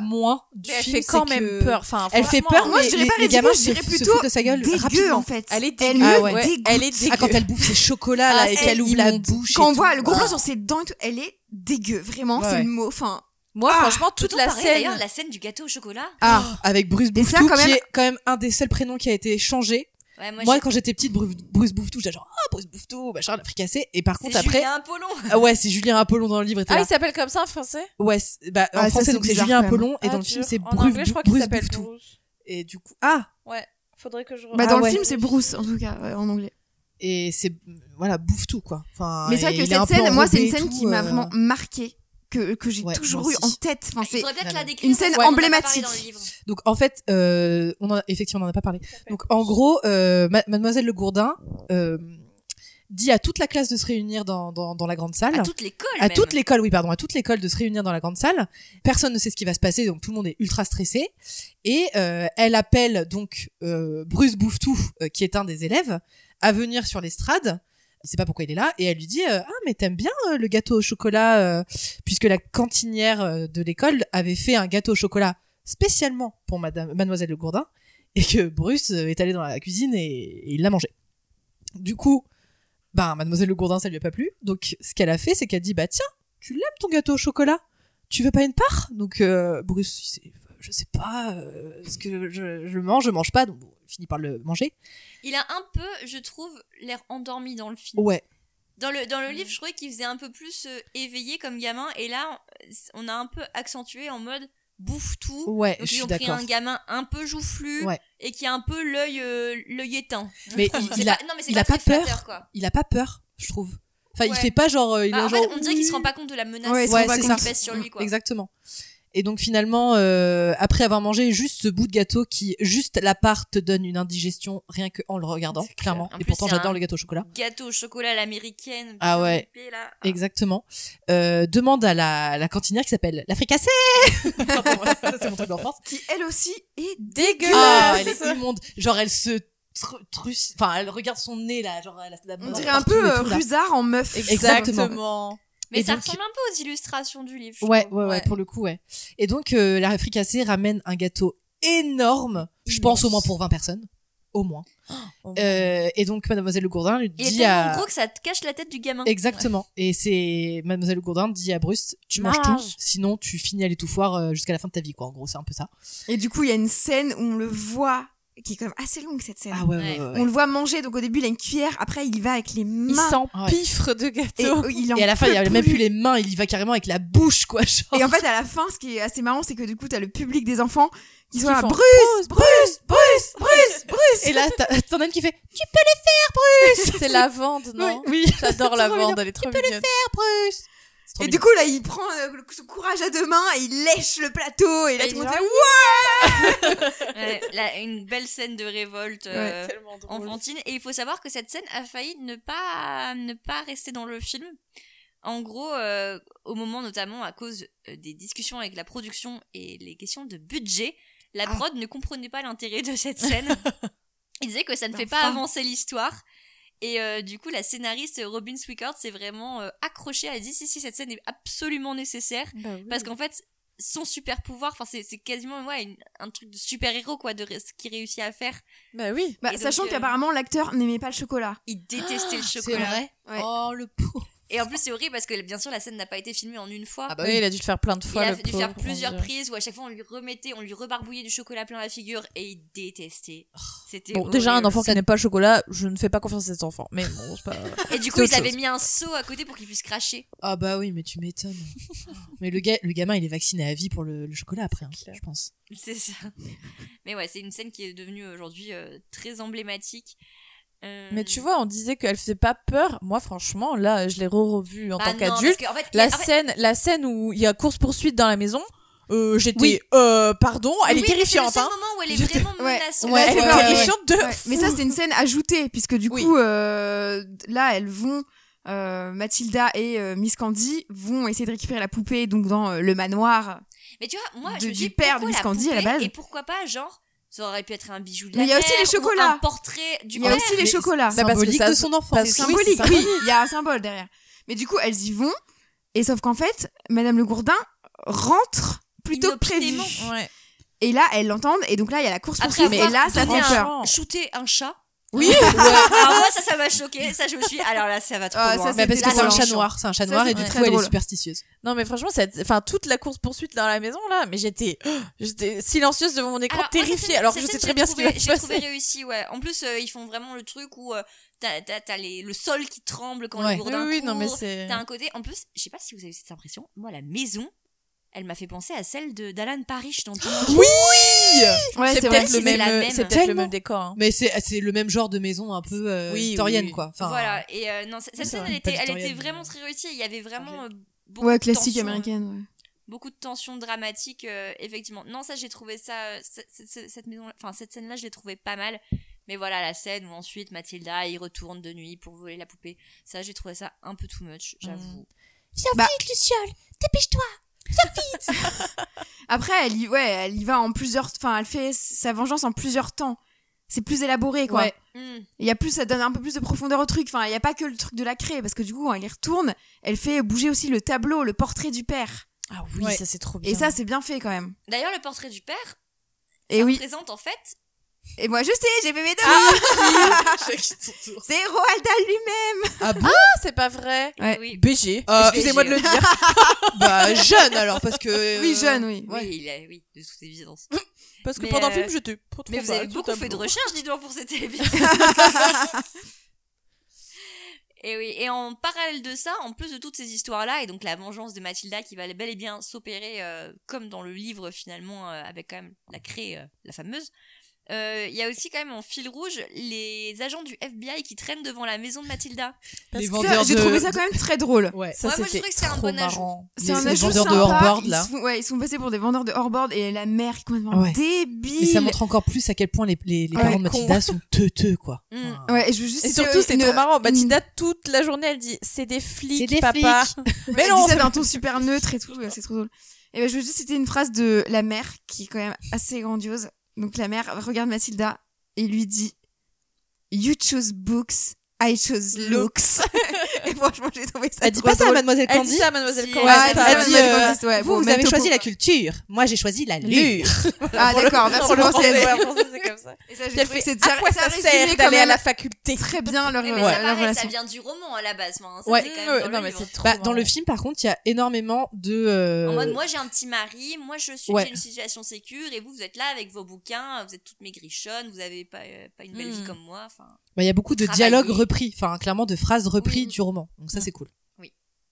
[SPEAKER 6] moins du
[SPEAKER 7] mais elle
[SPEAKER 6] film,
[SPEAKER 7] fait quand
[SPEAKER 6] c'est
[SPEAKER 7] même
[SPEAKER 6] que-
[SPEAKER 7] peur, enfin,
[SPEAKER 6] elle fait
[SPEAKER 7] franchement.
[SPEAKER 6] peur.
[SPEAKER 7] Moi,
[SPEAKER 6] mais
[SPEAKER 7] je dirais
[SPEAKER 6] les,
[SPEAKER 7] pas
[SPEAKER 6] les
[SPEAKER 7] ridicule,
[SPEAKER 6] gamins
[SPEAKER 7] je
[SPEAKER 6] se,
[SPEAKER 7] dirais
[SPEAKER 6] se
[SPEAKER 7] plutôt
[SPEAKER 6] foutent de sa gueule
[SPEAKER 8] dégueu,
[SPEAKER 6] rapidement.
[SPEAKER 8] en fait.
[SPEAKER 6] Elle est
[SPEAKER 8] Elle
[SPEAKER 6] dégueu.
[SPEAKER 8] me
[SPEAKER 6] Ah ouais.
[SPEAKER 8] dégoûte.
[SPEAKER 6] Elle est dégueu. Ah, quand elle bouffe ses chocolats
[SPEAKER 8] Ah,
[SPEAKER 6] là, et
[SPEAKER 8] c'est
[SPEAKER 6] qu'elle ouvre la
[SPEAKER 8] immonde.
[SPEAKER 6] bouche. et
[SPEAKER 8] Quand on
[SPEAKER 6] tout.
[SPEAKER 8] voit le gros
[SPEAKER 6] Ah.
[SPEAKER 8] plan sur ses dents et tout, elle est dégueu, vraiment,
[SPEAKER 6] Ouais,
[SPEAKER 8] c'est
[SPEAKER 6] ouais.
[SPEAKER 8] le mot. Enfin,
[SPEAKER 7] Moi, franchement, toute
[SPEAKER 1] Peut-on
[SPEAKER 7] la
[SPEAKER 1] parler,
[SPEAKER 7] scène.
[SPEAKER 1] D'ailleurs, la scène du gâteau au chocolat.
[SPEAKER 6] Ah, avec Bruce
[SPEAKER 8] Et ça,
[SPEAKER 6] Bouffetou,
[SPEAKER 8] quand
[SPEAKER 6] qui
[SPEAKER 8] même-
[SPEAKER 6] est quand même un des seuls prénoms qui a été changé.
[SPEAKER 1] Ouais, moi,
[SPEAKER 6] Moi,
[SPEAKER 1] j'ai-
[SPEAKER 6] quand j'étais petite, Bru- Bruce Bouffetou, j'étais genre, ah, Bruce Bouffetou, machin, l'a fricassé. Et par contre,
[SPEAKER 1] c'est
[SPEAKER 6] après,
[SPEAKER 1] Julien Apollon.
[SPEAKER 6] ah ouais, c'est Julien Apollon dans le livre. et t'es
[SPEAKER 7] Ah,
[SPEAKER 6] là.
[SPEAKER 7] il s'appelle comme ça en français
[SPEAKER 6] Ouais, c'est- bah, en
[SPEAKER 8] Ah, ça,
[SPEAKER 6] français,
[SPEAKER 8] c'est
[SPEAKER 6] donc c'est
[SPEAKER 8] bizarre,
[SPEAKER 6] Julien
[SPEAKER 8] quand même.
[SPEAKER 6] Apollon, et
[SPEAKER 7] Ah,
[SPEAKER 6] dans le
[SPEAKER 7] dur.
[SPEAKER 6] film, c'est
[SPEAKER 7] En
[SPEAKER 6] Bruce,
[SPEAKER 7] anglais, je crois qu'il
[SPEAKER 6] Bruce
[SPEAKER 7] s'appelle
[SPEAKER 6] Bouffetou.
[SPEAKER 7] Bruce.
[SPEAKER 6] Et du coup, ah,
[SPEAKER 7] Ouais, faudrait que je
[SPEAKER 8] bah, dans
[SPEAKER 6] Ah
[SPEAKER 8] le
[SPEAKER 6] ouais.
[SPEAKER 8] film, c'est Bruce, en tout cas, ouais, en anglais.
[SPEAKER 6] et c'est, voilà, Bouffetou, quoi. Enfin,
[SPEAKER 8] Mais c'est vrai
[SPEAKER 6] et
[SPEAKER 8] que
[SPEAKER 6] Ah, il est un
[SPEAKER 8] cette
[SPEAKER 6] peu
[SPEAKER 8] scène, moi, c'est une
[SPEAKER 6] enrobé et
[SPEAKER 8] scène
[SPEAKER 6] tout,
[SPEAKER 8] qui m'a
[SPEAKER 6] euh,
[SPEAKER 8] vraiment marqué, que, que j'ai
[SPEAKER 6] Ouais,
[SPEAKER 8] toujours
[SPEAKER 6] moi
[SPEAKER 8] eu en
[SPEAKER 6] aussi.
[SPEAKER 8] tête. Enfin,
[SPEAKER 1] Il
[SPEAKER 8] c'est
[SPEAKER 1] faudrait peut-être la décrire.
[SPEAKER 8] une scène
[SPEAKER 1] parce qu'on en a pas parlé
[SPEAKER 8] emblématique.
[SPEAKER 1] dans le livre.
[SPEAKER 6] Donc en fait, euh, on en a, effectivement on n'en a pas parlé. Donc en gros, euh, Ma- mademoiselle Le Gourdin euh, dit à toute la classe de se réunir dans, dans, dans la grande salle.
[SPEAKER 1] À toute l'école.
[SPEAKER 6] À
[SPEAKER 1] même.
[SPEAKER 6] toute l'école, oui, pardon, à toute l'école de se réunir dans la grande salle. Personne ne sait ce qui va se passer, donc tout le monde est ultra stressé. Et euh, elle appelle donc euh, Bruce Bouffetou, euh, qui est un des élèves, à venir sur l'estrade. Il sait pas pourquoi il est là, et elle lui dit euh, Ah, mais t'aimes bien euh, le gâteau au chocolat euh, Puisque la cantinière euh, de l'école avait fait un gâteau au chocolat spécialement pour madame, Mademoiselle Le Gourdin, et que Bruce euh, est allé dans la cuisine et, et il l'a mangé. Du coup, ben, Mademoiselle Le Gourdin, ça lui a pas plu. Donc, ce qu'elle a fait, c'est qu'elle dit Bah, tiens, tu l'aimes ton gâteau au chocolat Tu veux pas une part Donc euh, Bruce, il s'est- je sais pas, euh, ce que je, je mange, je mange pas, donc bon, il finit par le manger.
[SPEAKER 1] Il a un peu, je trouve, l'air endormi dans le film.
[SPEAKER 6] Ouais,
[SPEAKER 1] Dans le, dans le livre, je trouvais qu'il faisait un peu plus euh, éveillé comme gamin, et là, on a un peu accentué en mode bouffe tout.
[SPEAKER 6] ouais,
[SPEAKER 1] Donc,
[SPEAKER 6] je
[SPEAKER 1] ils
[SPEAKER 6] suis
[SPEAKER 1] ont pris
[SPEAKER 6] d'accord.
[SPEAKER 1] un gamin un peu joufflu
[SPEAKER 6] Ouais.
[SPEAKER 1] et qui a un peu l'œil euh, l'œil éteint.
[SPEAKER 6] Mais
[SPEAKER 1] C'est
[SPEAKER 6] il-
[SPEAKER 1] pas-
[SPEAKER 6] il a-
[SPEAKER 1] non, mais c'est
[SPEAKER 6] il a pas
[SPEAKER 1] très
[SPEAKER 6] peur.
[SPEAKER 1] flatteur, quoi.
[SPEAKER 6] Il a pas peur, je trouve. Enfin, il
[SPEAKER 1] Ouais.
[SPEAKER 6] fait pas genre, euh, il
[SPEAKER 1] Bah,
[SPEAKER 6] est
[SPEAKER 1] en
[SPEAKER 6] genre.
[SPEAKER 1] fait, on dirait qu'il se rend pas compte de la menace
[SPEAKER 8] Ouais,
[SPEAKER 1] qui
[SPEAKER 8] se rend
[SPEAKER 6] Ouais,
[SPEAKER 8] pas
[SPEAKER 6] c'est
[SPEAKER 8] compte.
[SPEAKER 1] pèse sur lui, quoi.
[SPEAKER 6] Exactement. Et donc finalement, euh, après avoir mangé juste ce bout de gâteau qui, juste la part, te donne une indigestion rien que en le regardant, clairement.
[SPEAKER 1] En
[SPEAKER 6] Et
[SPEAKER 1] plus,
[SPEAKER 6] pourtant,
[SPEAKER 1] c'est un-
[SPEAKER 6] j'adore le gâteau au chocolat.
[SPEAKER 1] Gâteau au chocolat à l'américaine.
[SPEAKER 6] Ah
[SPEAKER 1] bien
[SPEAKER 6] ouais.
[SPEAKER 1] épais, là. Ah.
[SPEAKER 6] Exactement. Euh, demande à la, la cantinière qui s'appelle la fricassée. Pardon, ça, c'est mon truc d'enfance.
[SPEAKER 8] qui elle aussi est
[SPEAKER 7] Dégueulasse
[SPEAKER 6] Ah, elle est immonde. Genre, elle se tru- truc- Enfin, elle regarde son nez, là. Genre, elle a la
[SPEAKER 8] On
[SPEAKER 6] mort
[SPEAKER 8] dirait un
[SPEAKER 6] partout
[SPEAKER 8] peu
[SPEAKER 6] et
[SPEAKER 8] euh,
[SPEAKER 6] tout, là.
[SPEAKER 8] rusard en meuf.
[SPEAKER 6] Exactement.
[SPEAKER 1] Mais
[SPEAKER 6] Et
[SPEAKER 1] ça
[SPEAKER 6] donc-
[SPEAKER 1] ressemble un peu aux illustrations du livre. je
[SPEAKER 6] Ouais,
[SPEAKER 1] trouve.
[SPEAKER 6] ouais, ouais, pour le coup, ouais. Et donc, euh, la fricassée ramène un gâteau énorme. Je pense au moins pour 20 personnes. Au moins. Euh, et donc, Mademoiselle Le Gourdin lui
[SPEAKER 1] Il est
[SPEAKER 6] dit
[SPEAKER 1] tellement
[SPEAKER 6] à.
[SPEAKER 1] gros que ça te cache la tête du gamin.
[SPEAKER 6] Exactement. Et c'est Mademoiselle Gourdin dit à Bruce, tu manges tout,
[SPEAKER 7] Mange.
[SPEAKER 6] sinon tu finis à l'étouffoir euh, jusqu'à la fin de ta vie, quoi. En gros, c'est un peu ça.
[SPEAKER 8] Et du coup, il y a une scène où on le voit, qui est quand même assez longue cette scène.
[SPEAKER 6] Ah ouais,
[SPEAKER 1] Ouais.
[SPEAKER 6] ouais, ouais, ouais.
[SPEAKER 8] On le voit manger, donc au début, il a une cuillère, après, il y va avec les
[SPEAKER 7] Il
[SPEAKER 8] mains.
[SPEAKER 7] s'empiffre de
[SPEAKER 8] Et,
[SPEAKER 7] gâteau.
[SPEAKER 8] euh, il en
[SPEAKER 6] Et à la fin, il y a
[SPEAKER 8] peut
[SPEAKER 6] même plus
[SPEAKER 8] plus.
[SPEAKER 6] les Oh. mains, il y va carrément avec la bouche, quoi. Genre.
[SPEAKER 8] Et en fait, à la fin, ce qui est assez marrant, c'est que du coup, t'as le public des enfants qui sont
[SPEAKER 7] Qui
[SPEAKER 8] là,
[SPEAKER 7] font
[SPEAKER 8] Bruce, Bruce,
[SPEAKER 6] Bruce, Bruce, Bruce. Et là, t'as t'en as une qui fait, tu peux
[SPEAKER 7] C'est lavande,
[SPEAKER 6] le faire,
[SPEAKER 7] non
[SPEAKER 6] oui,
[SPEAKER 7] J'adore
[SPEAKER 6] C'est
[SPEAKER 7] la
[SPEAKER 6] trop
[SPEAKER 7] bande,
[SPEAKER 6] mignon.
[SPEAKER 7] elle est trop mignonne.
[SPEAKER 6] Bruce. C'est trop
[SPEAKER 8] Et
[SPEAKER 6] mignon.
[SPEAKER 8] du coup, là, il prend euh, le- son courage à deux mains et il lèche le plateau. Et là,
[SPEAKER 7] Et
[SPEAKER 8] tout
[SPEAKER 7] il
[SPEAKER 8] le monde
[SPEAKER 7] est
[SPEAKER 8] fait
[SPEAKER 7] là,
[SPEAKER 8] Ouah
[SPEAKER 1] Ouais, là, une belle scène de révolte euh,
[SPEAKER 7] Tellement drôle.
[SPEAKER 1] enfantine. Et il faut savoir que cette scène a failli ne pas, ne pas rester dans le film. En gros, euh, au moment notamment à cause euh, des discussions avec la production et les questions de budget, la
[SPEAKER 6] Ah.
[SPEAKER 1] prod ne comprenait pas l'intérêt de cette scène. Il disait que ça ne
[SPEAKER 8] Mais
[SPEAKER 1] fait pas
[SPEAKER 8] enfin.
[SPEAKER 1] avancer l'histoire. Et euh, du coup, la scénariste Robin Swickard s'est vraiment euh, accrochée. Elle a dit si, si, cette scène est absolument nécessaire. Parce
[SPEAKER 7] Mm.
[SPEAKER 1] qu'en fait, son super pouvoir, enfin, c'est c'est quasiment ouais, une- un truc de super héros, quoi, de ré- ce qu'il réussit à faire.
[SPEAKER 7] Bah oui.
[SPEAKER 8] Bah,
[SPEAKER 1] Et
[SPEAKER 8] Sachant
[SPEAKER 1] donc, euh,
[SPEAKER 8] qu'apparemment, l'acteur n'aimait pas le chocolat.
[SPEAKER 1] Il détestait le
[SPEAKER 7] Ah,
[SPEAKER 6] c'est
[SPEAKER 1] chocolat.
[SPEAKER 6] vrai.
[SPEAKER 8] Ouais.
[SPEAKER 6] Oh le pauvre.
[SPEAKER 1] Et en plus, c'est horrible parce que bien sûr, la scène n'a pas été filmée en une fois.
[SPEAKER 6] Ah bah
[SPEAKER 7] Oui, il a dû le faire plein de
[SPEAKER 1] Il
[SPEAKER 7] fois.
[SPEAKER 1] a
[SPEAKER 7] le
[SPEAKER 1] dû faire
[SPEAKER 7] pauvre,
[SPEAKER 1] plusieurs
[SPEAKER 7] mon Dieu.
[SPEAKER 1] prises où à chaque fois on lui remettait, on lui rebarbouillait du chocolat plein la figure et il détestait. C'était
[SPEAKER 7] Oh. Bon, déjà, un
[SPEAKER 1] horrible.
[SPEAKER 7] enfant qui n'aime pas le chocolat, je ne fais pas confiance à cet enfant. Mais bon, c'est pas.
[SPEAKER 1] Et du
[SPEAKER 7] c'est
[SPEAKER 1] coup, ils
[SPEAKER 7] autre
[SPEAKER 1] avaient
[SPEAKER 7] chose.
[SPEAKER 1] mis un seau à côté pour qu'il puisse cracher.
[SPEAKER 6] Ah bah oui, mais tu m'étonnes. mais le gars, le gamin, il est vacciné à vie pour le, le chocolat après, hein, je pense.
[SPEAKER 1] C'est ça. Mais ouais, c'est une scène qui est devenue aujourd'hui euh, très euh, emblématique.
[SPEAKER 7] Mais tu vois, on disait qu'elle faisait pas peur. Moi, franchement, là, je l'ai re-revue en
[SPEAKER 1] Bah
[SPEAKER 7] tant
[SPEAKER 1] non, parce
[SPEAKER 7] qu'adulte.
[SPEAKER 1] que, en fait, il y a-
[SPEAKER 7] la
[SPEAKER 1] en fait-
[SPEAKER 7] scène, la scène où il y a course poursuite dans la maison. euh, j'étais,
[SPEAKER 6] Oui.
[SPEAKER 7] euh, pardon,
[SPEAKER 8] Oh,
[SPEAKER 7] elle
[SPEAKER 1] Oui,
[SPEAKER 7] est
[SPEAKER 1] mais
[SPEAKER 7] terrifiante.
[SPEAKER 1] C'est le
[SPEAKER 7] Hein.
[SPEAKER 1] seul moment où elle est
[SPEAKER 7] J'étais-
[SPEAKER 1] vraiment euh, menaçante.
[SPEAKER 7] Ouais, elle est
[SPEAKER 8] ouais,
[SPEAKER 7] terrifiante de.
[SPEAKER 8] Ouais, Mais ça, c'est une scène ajoutée, puisque du
[SPEAKER 7] Oui.
[SPEAKER 8] coup, euh, là, elles vont. euh, Mathilda et euh, Miss Candy vont essayer de récupérer la poupée donc dans euh, le manoir.
[SPEAKER 1] Mais tu vois, moi,
[SPEAKER 8] de-
[SPEAKER 1] je me
[SPEAKER 8] du
[SPEAKER 1] dis
[SPEAKER 8] père de
[SPEAKER 1] pourquoi
[SPEAKER 8] Miss
[SPEAKER 1] la
[SPEAKER 8] Candy, à la
[SPEAKER 1] poupée
[SPEAKER 8] base.
[SPEAKER 1] Et pourquoi pas, genre, ça aurait pu être un bijou de la
[SPEAKER 8] Mais il y a aussi
[SPEAKER 1] mère
[SPEAKER 8] les
[SPEAKER 1] ou
[SPEAKER 8] chocolats.
[SPEAKER 1] un portrait du
[SPEAKER 8] Il y a
[SPEAKER 1] père.
[SPEAKER 8] aussi les
[SPEAKER 6] mais
[SPEAKER 8] chocolats.
[SPEAKER 6] Bah, parce que
[SPEAKER 7] symbolique
[SPEAKER 6] ça-
[SPEAKER 7] de son enfant.
[SPEAKER 6] parce
[SPEAKER 8] C'est
[SPEAKER 6] que-
[SPEAKER 7] oui,
[SPEAKER 8] symbolique,
[SPEAKER 7] c'est
[SPEAKER 8] oui, il y a un symbole derrière. Mais du coup, elles y vont, et sauf qu'en fait, Madame Le Gourdin rentre plutôt que prévu.
[SPEAKER 1] Inopinément.
[SPEAKER 7] Ouais.
[SPEAKER 8] Et là, elles l'entendent, et donc là, il y a la course
[SPEAKER 1] Après
[SPEAKER 8] poursuite, et
[SPEAKER 1] avoir
[SPEAKER 7] Ah,
[SPEAKER 8] là, ça
[SPEAKER 1] donné
[SPEAKER 8] fait
[SPEAKER 1] un-
[SPEAKER 8] peur.
[SPEAKER 1] Shooter un chat.
[SPEAKER 8] Oui.
[SPEAKER 1] Alors moi, ça, ça m'a choqué. Ça, je me suis. dit, Alors là, ça va trop
[SPEAKER 8] Ah, ça,
[SPEAKER 1] loin.
[SPEAKER 8] c'est
[SPEAKER 6] Bah, parce que
[SPEAKER 8] c'était
[SPEAKER 6] c'est un
[SPEAKER 8] trop
[SPEAKER 6] chat
[SPEAKER 8] chiant.
[SPEAKER 6] noir, c'est un chat
[SPEAKER 8] Ça,
[SPEAKER 6] noir et
[SPEAKER 8] c'était
[SPEAKER 6] du
[SPEAKER 8] très
[SPEAKER 6] coup elle est
[SPEAKER 8] drôle.
[SPEAKER 6] superstitieuse.
[SPEAKER 7] Non, mais franchement, cette- enfin, toute la course poursuite dans la maison là, mais j'étais, oh, j'étais silencieuse devant mon écran,
[SPEAKER 1] Alors, moi, cette
[SPEAKER 7] terrifiée.
[SPEAKER 1] scène-
[SPEAKER 7] Alors que
[SPEAKER 1] cette
[SPEAKER 7] je
[SPEAKER 1] scène,
[SPEAKER 7] sais très
[SPEAKER 1] j'ai
[SPEAKER 7] bien ce qui
[SPEAKER 1] trouvé-
[SPEAKER 7] va se
[SPEAKER 1] J'ai trouvé
[SPEAKER 7] passer.
[SPEAKER 1] réussi, ouais. En plus, euh, ils font vraiment le truc où euh, t'as t'as- t'as les- le sol qui tremble quand
[SPEAKER 6] Ouais.
[SPEAKER 1] le
[SPEAKER 7] Oui,
[SPEAKER 1] gourdin
[SPEAKER 7] oui, non, mais
[SPEAKER 1] court.
[SPEAKER 7] c'est.
[SPEAKER 1] T'as un côté. En plus, je sais pas si vous avez cette impression. Moi, la maison, elle m'a fait penser à celle de d'Alan Parrish dans Tim Burton.
[SPEAKER 8] Ouais,
[SPEAKER 7] c'est
[SPEAKER 8] c'est vrai.
[SPEAKER 7] peut-être le
[SPEAKER 1] si c'est la
[SPEAKER 7] même, euh,
[SPEAKER 1] même.
[SPEAKER 7] c'est peut-être le
[SPEAKER 6] Tellement.
[SPEAKER 7] même décor. hein.
[SPEAKER 6] Mais c'est c'est le même genre de maison un peu euh,
[SPEAKER 7] Oui, oui,
[SPEAKER 6] victorienne
[SPEAKER 7] oui.
[SPEAKER 6] quoi. Enfin,
[SPEAKER 1] Voilà. Et euh, non, c- cette
[SPEAKER 6] ça
[SPEAKER 1] scène,
[SPEAKER 6] va,
[SPEAKER 1] elle était,
[SPEAKER 6] pas
[SPEAKER 1] elle
[SPEAKER 6] victorienne,
[SPEAKER 1] était vraiment
[SPEAKER 6] mais-
[SPEAKER 1] très réussie. Il y avait vraiment euh, beaucoup
[SPEAKER 8] Ouais,
[SPEAKER 1] de
[SPEAKER 8] classique
[SPEAKER 1] tension, euh,
[SPEAKER 8] américaine. ouais.
[SPEAKER 1] beaucoup de tensions dramatiques, euh, effectivement. Non, ça, j'ai trouvé ça, euh, c- c- c- cette maison, enfin cette scène-là, je l'ai trouvée pas mal. Mais voilà, la scène où ensuite Mathilda y retourne de nuit pour voler la poupée, ça, j'ai trouvé ça un peu too much, j'avoue.
[SPEAKER 7] Ah Bah,
[SPEAKER 8] Après, elle y, ouais, elle y va en plusieurs. Enfin, elle fait sa vengeance en plusieurs temps. C'est plus élaboré, quoi.
[SPEAKER 6] Ouais.
[SPEAKER 1] Hmm.
[SPEAKER 8] Il y a plus, ça donne un peu plus de profondeur au truc. Enfin, il n'y a pas que le truc de la craie, parce que du coup, quand elle y retourne, elle fait bouger aussi le tableau, le portrait du père.
[SPEAKER 7] Ah oui,
[SPEAKER 6] Ouais.
[SPEAKER 7] ça c'est trop bien.
[SPEAKER 8] Et ça, c'est bien fait quand même.
[SPEAKER 1] D'ailleurs, le portrait du père,
[SPEAKER 8] Et oui.
[SPEAKER 1] présente en fait.
[SPEAKER 8] Et moi, je sais, j'ai fait mes devoirs. C'est Roald Dahl lui-même.
[SPEAKER 6] Ah bon
[SPEAKER 7] Ah, c'est pas vrai.
[SPEAKER 8] Ouais.
[SPEAKER 1] Oui.
[SPEAKER 7] BG.
[SPEAKER 1] Ah,
[SPEAKER 6] Euh,
[SPEAKER 7] Excusez-moi de le dire.
[SPEAKER 6] Bah jeune alors parce que. euh,
[SPEAKER 8] Oui, jeune, oui.
[SPEAKER 1] Oui, il est- oui, de toute évidence.
[SPEAKER 7] Parce que
[SPEAKER 1] Mais,
[SPEAKER 7] pendant
[SPEAKER 1] euh,
[SPEAKER 7] le film, j'étais pas trop
[SPEAKER 1] Mais vous
[SPEAKER 7] mal,
[SPEAKER 1] avez
[SPEAKER 7] tout
[SPEAKER 1] beaucoup
[SPEAKER 7] à
[SPEAKER 1] fait de
[SPEAKER 7] bon.
[SPEAKER 1] recherches, dis-donc, pour cette émission. Et Eh oui, et en parallèle de ça, en plus de toutes ces histoires-là, et donc la vengeance de Mathilda qui va bel et bien s'opérer, euh, comme dans le livre finalement, euh, avec quand même la créée, euh, la fameuse, euh, il y a aussi quand même en fil rouge les agents du FBI qui traînent devant la maison de Mathilda.
[SPEAKER 6] Les
[SPEAKER 8] Ça,
[SPEAKER 6] vendeurs
[SPEAKER 8] J'ai
[SPEAKER 6] de-
[SPEAKER 8] trouvé ça quand même très drôle.
[SPEAKER 6] Ouais.
[SPEAKER 7] Ça,
[SPEAKER 1] Ouais, moi, je
[SPEAKER 7] c'était
[SPEAKER 1] trouvais que c'est un
[SPEAKER 7] trop
[SPEAKER 1] bon ajout.
[SPEAKER 7] marrant.
[SPEAKER 8] C'est
[SPEAKER 6] Les-
[SPEAKER 8] un
[SPEAKER 6] les
[SPEAKER 8] ajout
[SPEAKER 6] vendeurs de
[SPEAKER 8] sympa.
[SPEAKER 6] hors-board,
[SPEAKER 8] Ils
[SPEAKER 6] là. Ah
[SPEAKER 8] se font- ouais, ils sont passés pour des vendeurs de hors-board et la mère est complètement
[SPEAKER 6] Ouais.
[SPEAKER 8] débile.
[SPEAKER 6] Mais ça montre encore plus à quel point les, les, les
[SPEAKER 8] Ouais,
[SPEAKER 6] parents de
[SPEAKER 8] con.
[SPEAKER 6] Mathilda sont teuteux quoi.
[SPEAKER 1] Mm.
[SPEAKER 6] Enfin,
[SPEAKER 8] Ouais, je veux juste
[SPEAKER 7] Et
[SPEAKER 8] citer
[SPEAKER 7] surtout, c'est
[SPEAKER 8] une-
[SPEAKER 7] trop marrant. Mathilda, toute la journée, elle dit C'est des flics,
[SPEAKER 6] C'est des
[SPEAKER 7] papa. Mais
[SPEAKER 8] Elle
[SPEAKER 7] non
[SPEAKER 8] dit ça d'un ton super neutre et tout, c'est trop drôle. Et ben, je veux juste citer une phrase de la mère qui est quand même assez grandiose. Donc la mère regarde Mathilda et lui dit You chose books, I chose looks. et franchement, j'ai trouvé ça
[SPEAKER 6] Elle dit
[SPEAKER 8] trop
[SPEAKER 6] pas ça à
[SPEAKER 8] drôle.
[SPEAKER 6] Mademoiselle
[SPEAKER 7] Elle dit
[SPEAKER 6] Candy.
[SPEAKER 7] ça à Mademoiselle
[SPEAKER 1] Si,
[SPEAKER 7] Candy.
[SPEAKER 1] ouais,
[SPEAKER 8] Ah, elle dit
[SPEAKER 6] Elle
[SPEAKER 8] ça à
[SPEAKER 6] dit,
[SPEAKER 8] Mademoiselle
[SPEAKER 6] euh,
[SPEAKER 8] Candy, ouais,
[SPEAKER 6] vous,
[SPEAKER 8] bon,
[SPEAKER 6] vous
[SPEAKER 8] même
[SPEAKER 6] avez
[SPEAKER 8] topo.
[SPEAKER 6] choisi la culture. Moi, j'ai choisi la lure.
[SPEAKER 8] Ah d'accord, version
[SPEAKER 7] Pour le français,
[SPEAKER 8] française.
[SPEAKER 7] ouais, en français, c'est comme ça.
[SPEAKER 8] Et ça,
[SPEAKER 7] Puis elle fait, à quoi ça sert
[SPEAKER 8] résumait quand
[SPEAKER 7] d'aller à
[SPEAKER 8] même
[SPEAKER 7] la faculté
[SPEAKER 8] très bien leur,
[SPEAKER 1] Mais
[SPEAKER 8] leur-
[SPEAKER 1] mais Eh ben, ça,
[SPEAKER 8] leur
[SPEAKER 1] pareil, ça
[SPEAKER 8] relation.
[SPEAKER 1] vient du roman à la base. enfin, hein, ça,
[SPEAKER 6] Ouais.
[SPEAKER 1] c'est quand même dans
[SPEAKER 7] Non,
[SPEAKER 1] le
[SPEAKER 7] mais
[SPEAKER 1] livre.
[SPEAKER 7] c'est trop
[SPEAKER 6] Bah, dans
[SPEAKER 7] marrant.
[SPEAKER 6] le film, par contre, il y a énormément de. euh,
[SPEAKER 1] En mode, moi j'ai un petit mari, moi je suis
[SPEAKER 6] ouais.
[SPEAKER 1] j'ai une situation sécure, et vous vous êtes là avec vos bouquins, vous êtes toutes maigrichonnes, vous avez pas, euh, pas une belle vie
[SPEAKER 7] Mm.
[SPEAKER 1] comme moi. Enfin,
[SPEAKER 6] bah, il y a beaucoup de
[SPEAKER 1] Travailler.
[SPEAKER 6] dialogues repris, enfin clairement de phrases reprises
[SPEAKER 1] Oui.
[SPEAKER 6] du roman. Donc ça, c'est cool.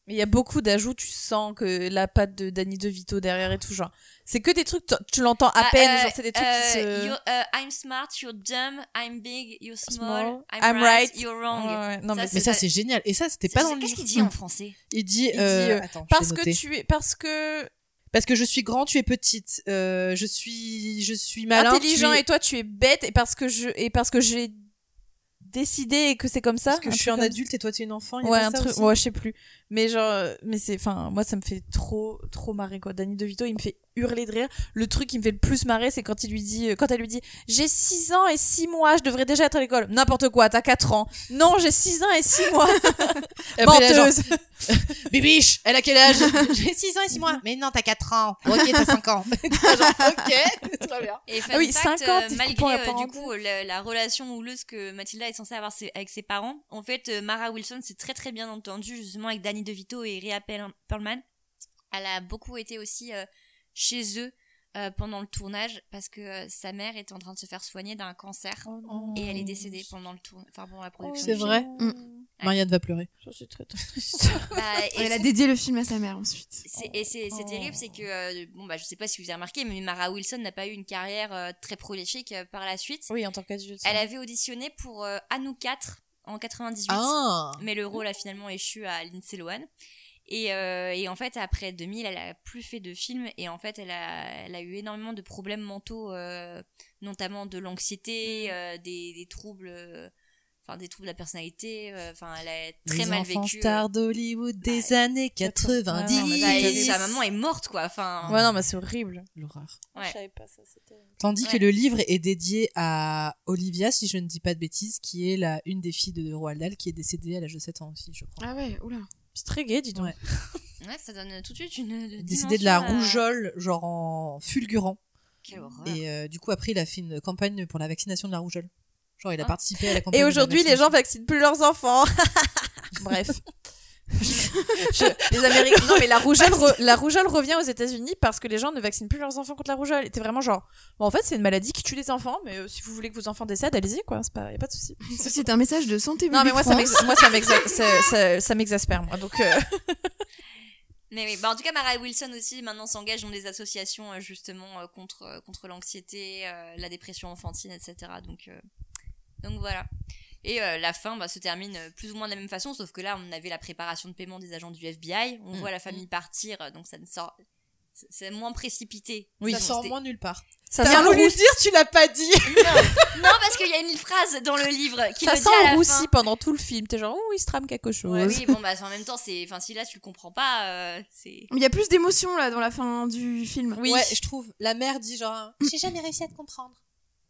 [SPEAKER 7] Mais il y a beaucoup d'ajouts, tu sens que la patte de Danny DeVito derrière et tout, genre. C'est que des trucs, t- tu l'entends à
[SPEAKER 1] Ah,
[SPEAKER 7] peine,
[SPEAKER 1] euh,
[SPEAKER 7] genre, c'est des trucs qui
[SPEAKER 1] euh,
[SPEAKER 7] se.
[SPEAKER 1] you're, euh, I'm smart, you're dumb, I'm big, you're small,
[SPEAKER 7] Small,
[SPEAKER 1] I'm,
[SPEAKER 7] I'm
[SPEAKER 1] right,
[SPEAKER 7] right.
[SPEAKER 1] you're wrong.
[SPEAKER 7] Ouais, ouais, non,
[SPEAKER 1] Ça,
[SPEAKER 7] mais-
[SPEAKER 1] c'est
[SPEAKER 6] Mais ça,
[SPEAKER 1] pas-
[SPEAKER 6] c'est génial. Et ça, c'était
[SPEAKER 1] C'est-
[SPEAKER 6] pas dans le
[SPEAKER 1] Qu'est-ce
[SPEAKER 6] livre.
[SPEAKER 1] qu'il dit en français
[SPEAKER 6] Il dit.
[SPEAKER 7] Il
[SPEAKER 6] euh,
[SPEAKER 7] dit, euh,
[SPEAKER 6] attends, je
[SPEAKER 7] Parce
[SPEAKER 6] l'ai
[SPEAKER 7] que
[SPEAKER 6] noté.
[SPEAKER 7] tu es. Parce que.
[SPEAKER 6] Parce que je suis grand, tu es petite. Euh, je suis, je suis malin.
[SPEAKER 7] Intelligent
[SPEAKER 6] tu es-
[SPEAKER 7] et toi, tu es bête et parce que je. Et parce que j'ai décidé et que c'est comme ça.
[SPEAKER 6] Parce que je suis
[SPEAKER 7] truc
[SPEAKER 6] un
[SPEAKER 7] comme
[SPEAKER 6] adulte et toi, tu es une enfant. il y a
[SPEAKER 7] Ouais,
[SPEAKER 6] pas
[SPEAKER 7] un
[SPEAKER 6] ça
[SPEAKER 7] truc,
[SPEAKER 6] aussi
[SPEAKER 7] ouais, je sais plus. Mais genre, euh, mais c'est, enfin, moi, ça me fait trop, trop marrer, quoi. Danny DeVito, il me fait hurler de rire. Le truc qui me fait le plus marrer, c'est quand il lui dit, euh, quand elle lui dit, j'ai 6 ans et 6 mois, je devrais déjà être à l'école. N'importe quoi, t'as 4 ans. Non, j'ai 6 ans et 6 mois.
[SPEAKER 6] Et après, elle a genre,
[SPEAKER 7] Menteuse.
[SPEAKER 6] ben, Bibiche, elle a quel âge J'ai 6 ans et 6 mois. Mais non, t'as 4 ans. Ok, t'as 5 ans. T'es genre, ok, très bien.
[SPEAKER 1] Et fun
[SPEAKER 7] Ah oui,
[SPEAKER 1] fact,
[SPEAKER 7] 50,
[SPEAKER 1] euh,
[SPEAKER 7] il
[SPEAKER 1] malgré
[SPEAKER 7] comprend la
[SPEAKER 1] euh, du
[SPEAKER 7] parenthèse.
[SPEAKER 1] coup euh, la, la relation houleuse que Mathilda est censée avoir ses- avec ses parents, en fait, euh, Mara Wilson s'est très très bien entendue justement avec Danny DeVito et Rhea Perl- Perlman. Elle a beaucoup été aussi euh, chez eux euh, pendant le tournage parce que euh, sa mère était en
[SPEAKER 7] Oh
[SPEAKER 1] train de se faire soigner d'un cancer et elle est décédée pendant le tour, enfin pendant la production.
[SPEAKER 6] C'est
[SPEAKER 1] du film.
[SPEAKER 7] Mm.
[SPEAKER 6] vrai. Marianne va pleurer.
[SPEAKER 7] Je Oh, suis très
[SPEAKER 1] Bah, et
[SPEAKER 8] Elle a
[SPEAKER 1] c'est-
[SPEAKER 8] dédié le film à sa mère ensuite.
[SPEAKER 1] c'est- et c'est
[SPEAKER 7] Oh.
[SPEAKER 1] c'est terrible, c'est que, euh, bon, bah, je sais pas si vous avez remarqué, mais Mara Wilson n'a pas eu une carrière euh, très prolifique euh, par la suite.
[SPEAKER 7] Oui, en tant qu'adulte.
[SPEAKER 1] Elle avait auditionné pour euh, À nous 4 en 98.
[SPEAKER 6] Ah
[SPEAKER 1] Mais le rôle a finalement échu à Lindsay Lohan. Et, euh, et en fait, après 2000, elle a plus fait de films et en fait, elle a, elle a eu énormément de problèmes mentaux, euh, notamment de
[SPEAKER 6] Mm.
[SPEAKER 1] l'anxiété, euh, des, des troubles, euh, enfin des troubles de la personnalité. euh, Enfin, elle a très
[SPEAKER 6] Les
[SPEAKER 1] mal
[SPEAKER 6] enfants
[SPEAKER 1] vécu. euh.
[SPEAKER 6] stars d'Hollywood des
[SPEAKER 1] ouais.
[SPEAKER 6] années 90.
[SPEAKER 1] Enfin, bah, elle- sa maman est morte, quoi. Enfin,
[SPEAKER 7] Ouais, non, mais c'est horrible.
[SPEAKER 6] L'horreur.
[SPEAKER 1] ouais.
[SPEAKER 7] savais pas ça, c'était.
[SPEAKER 6] Tandis
[SPEAKER 1] Ouais.
[SPEAKER 6] que le livre est dédié à Olivia, si je ne dis pas de bêtises, qui est la, une des filles de Roald Dahl, qui est décédée à l'âge de 7 ans aussi, je crois.
[SPEAKER 8] Ah ouais, oula.
[SPEAKER 7] C'est très gay, dis donc.
[SPEAKER 6] Ouais.
[SPEAKER 1] Ouais, ça donne tout de suite une. une
[SPEAKER 6] décédée de la
[SPEAKER 1] dimension à-
[SPEAKER 6] rougeole, genre en fulgurant.
[SPEAKER 1] Quelle horreur.
[SPEAKER 6] Et euh, du coup, après, il a fait une campagne pour la vaccination de la rougeole. Genre, il a
[SPEAKER 1] Ah.
[SPEAKER 6] participé à la campagne.
[SPEAKER 7] Et
[SPEAKER 6] de la
[SPEAKER 7] aujourd'hui, les
[SPEAKER 6] vaccination.
[SPEAKER 7] gens vaccinent plus leurs enfants. Bref. Je- les Américains. Non, mais la rougeole, re- la rougeole revient aux États-Unis parce que les gens ne vaccinent plus leurs enfants contre la rougeole. Et t'es vraiment genre. Bon, en fait, c'est une maladie qui tue les enfants, mais euh, si vous voulez que vos enfants décèdent, allez-y, quoi. C'est pas, y a pas de souci.
[SPEAKER 8] Ceci est un message de santé
[SPEAKER 7] Non, mais
[SPEAKER 8] publique
[SPEAKER 7] moi, ça
[SPEAKER 8] France.
[SPEAKER 7] m'exa- moi, ça m'exa- ça- ça- ça m'exaspère, moi. Donc, euh,
[SPEAKER 1] Mais oui, bah en tout cas, Mara Wilson aussi maintenant s'engage dans des associations euh, justement euh, contre, euh, contre l'anxiété, euh, la dépression enfantine, etc. Donc, euh, donc voilà. Et euh, la fin bah, se termine euh, plus ou moins de la même façon, sauf que là, on avait la préparation de paiement des agents du FBI, on
[SPEAKER 6] Mm.
[SPEAKER 1] voit la famille partir, euh, donc ça ne sort. c'est- C'est moins précipité.
[SPEAKER 6] Oui,
[SPEAKER 1] Ça,
[SPEAKER 6] ça sort
[SPEAKER 1] c'était-
[SPEAKER 6] moins nulle part.
[SPEAKER 7] ça sent le roussi.
[SPEAKER 6] dire, tu l'as pas dit
[SPEAKER 1] Non, parce qu'il y a une phrase dans le livre qui
[SPEAKER 7] Ça
[SPEAKER 1] le dit à
[SPEAKER 7] sent
[SPEAKER 1] la
[SPEAKER 7] le
[SPEAKER 1] fin.
[SPEAKER 7] roussi pendant tout le film. T'es genre, oh, il se trame quelque chose.
[SPEAKER 1] Ouais, oui, bon, bah en même temps, c'est. Enfin, si là, tu le comprends pas, euh, c'est.
[SPEAKER 8] Mais il y a plus d'émotion là dans la fin du film.
[SPEAKER 6] Oui. Ouais, je trouve. La mère dit genre. hein, J'ai jamais réussi à te comprendre.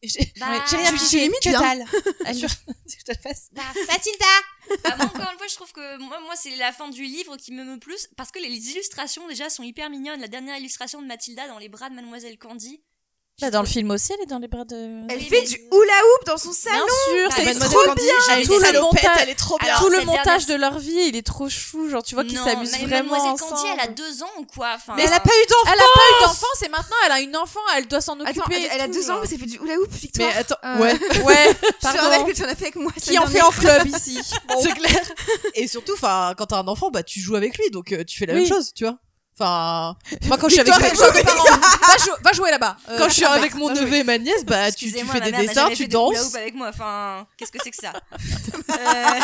[SPEAKER 6] J'ai
[SPEAKER 1] Bah,
[SPEAKER 6] j'ai rien
[SPEAKER 7] Ah,
[SPEAKER 8] tu-
[SPEAKER 6] pigé,
[SPEAKER 8] tu limites
[SPEAKER 6] que
[SPEAKER 8] bien.
[SPEAKER 6] dalle. Sur- Je te le passe.
[SPEAKER 1] Bah, Mathilda Bah, moi, Encore une fois, je trouve que moi, moi c'est la fin du livre qui me meut plus parce que les illustrations déjà sont hyper mignonnes. La dernière illustration de Mathilda dans les bras de Mademoiselle Candy.
[SPEAKER 7] Bah, dans le film aussi, elle est dans les bras de.
[SPEAKER 8] Elle
[SPEAKER 1] Oui,
[SPEAKER 8] fait
[SPEAKER 1] mais-
[SPEAKER 8] du hula hoop dans son salon.
[SPEAKER 7] Bien sûr,
[SPEAKER 1] Bah,
[SPEAKER 7] c'est
[SPEAKER 1] Mademoiselle
[SPEAKER 7] trop
[SPEAKER 1] Candy,
[SPEAKER 7] bien.
[SPEAKER 1] j'avais
[SPEAKER 7] tout
[SPEAKER 1] des
[SPEAKER 7] le
[SPEAKER 1] salopette,
[SPEAKER 7] montage,
[SPEAKER 6] elle est trop
[SPEAKER 1] bien. Alors,
[SPEAKER 7] tout le
[SPEAKER 1] cette dernière-
[SPEAKER 7] montage de leur vie, il est trop chou. Genre, tu vois qu'ils
[SPEAKER 1] Non,
[SPEAKER 7] s'amusent
[SPEAKER 1] mais
[SPEAKER 7] vraiment.
[SPEAKER 1] Mademoiselle
[SPEAKER 7] ensemble.
[SPEAKER 1] Candy, elle a deux ans ou quoi enfin,
[SPEAKER 6] Mais elle a pas eu d'enfant.
[SPEAKER 7] Elle a pas eu d'enfant, c'est maintenant, elle a une enfant, elle doit s'en occuper.
[SPEAKER 8] Attends, elle,
[SPEAKER 7] et
[SPEAKER 8] elle a
[SPEAKER 7] tout,
[SPEAKER 8] deux ans,
[SPEAKER 7] genre.
[SPEAKER 8] mais ça fait du hula hoop, Victoire.
[SPEAKER 6] Mais attends,
[SPEAKER 8] Euh,
[SPEAKER 6] ouais.
[SPEAKER 7] Ouais,
[SPEAKER 8] je te
[SPEAKER 7] pardon.
[SPEAKER 8] rappelle que tu en as fait avec moi.
[SPEAKER 7] Qui en fait en club ici
[SPEAKER 6] C'est clair. Et surtout, enfin, quand t'as un enfant, bah, tu joues avec lui, donc euh, tu fais la
[SPEAKER 7] Oui.
[SPEAKER 6] même chose, tu vois. Enfin, moi, quand je suis avec,
[SPEAKER 7] Victoire, elle joue
[SPEAKER 6] mes
[SPEAKER 7] avec
[SPEAKER 6] parents,
[SPEAKER 7] ses va, jou- va jouer là-bas. Euh,
[SPEAKER 6] quand je suis
[SPEAKER 7] va
[SPEAKER 6] avec
[SPEAKER 7] faire.
[SPEAKER 6] mon
[SPEAKER 7] Va jouer.
[SPEAKER 6] neveu et ma nièce, bah, tu, tu
[SPEAKER 1] Excusez-moi,
[SPEAKER 6] fais
[SPEAKER 1] ma
[SPEAKER 6] des
[SPEAKER 1] mère n'a
[SPEAKER 6] dessins,
[SPEAKER 1] jamais
[SPEAKER 6] tu
[SPEAKER 1] fait de hula
[SPEAKER 6] danses.
[SPEAKER 1] hoop avec moi. Enfin, qu'est-ce que c'est que ça Euh,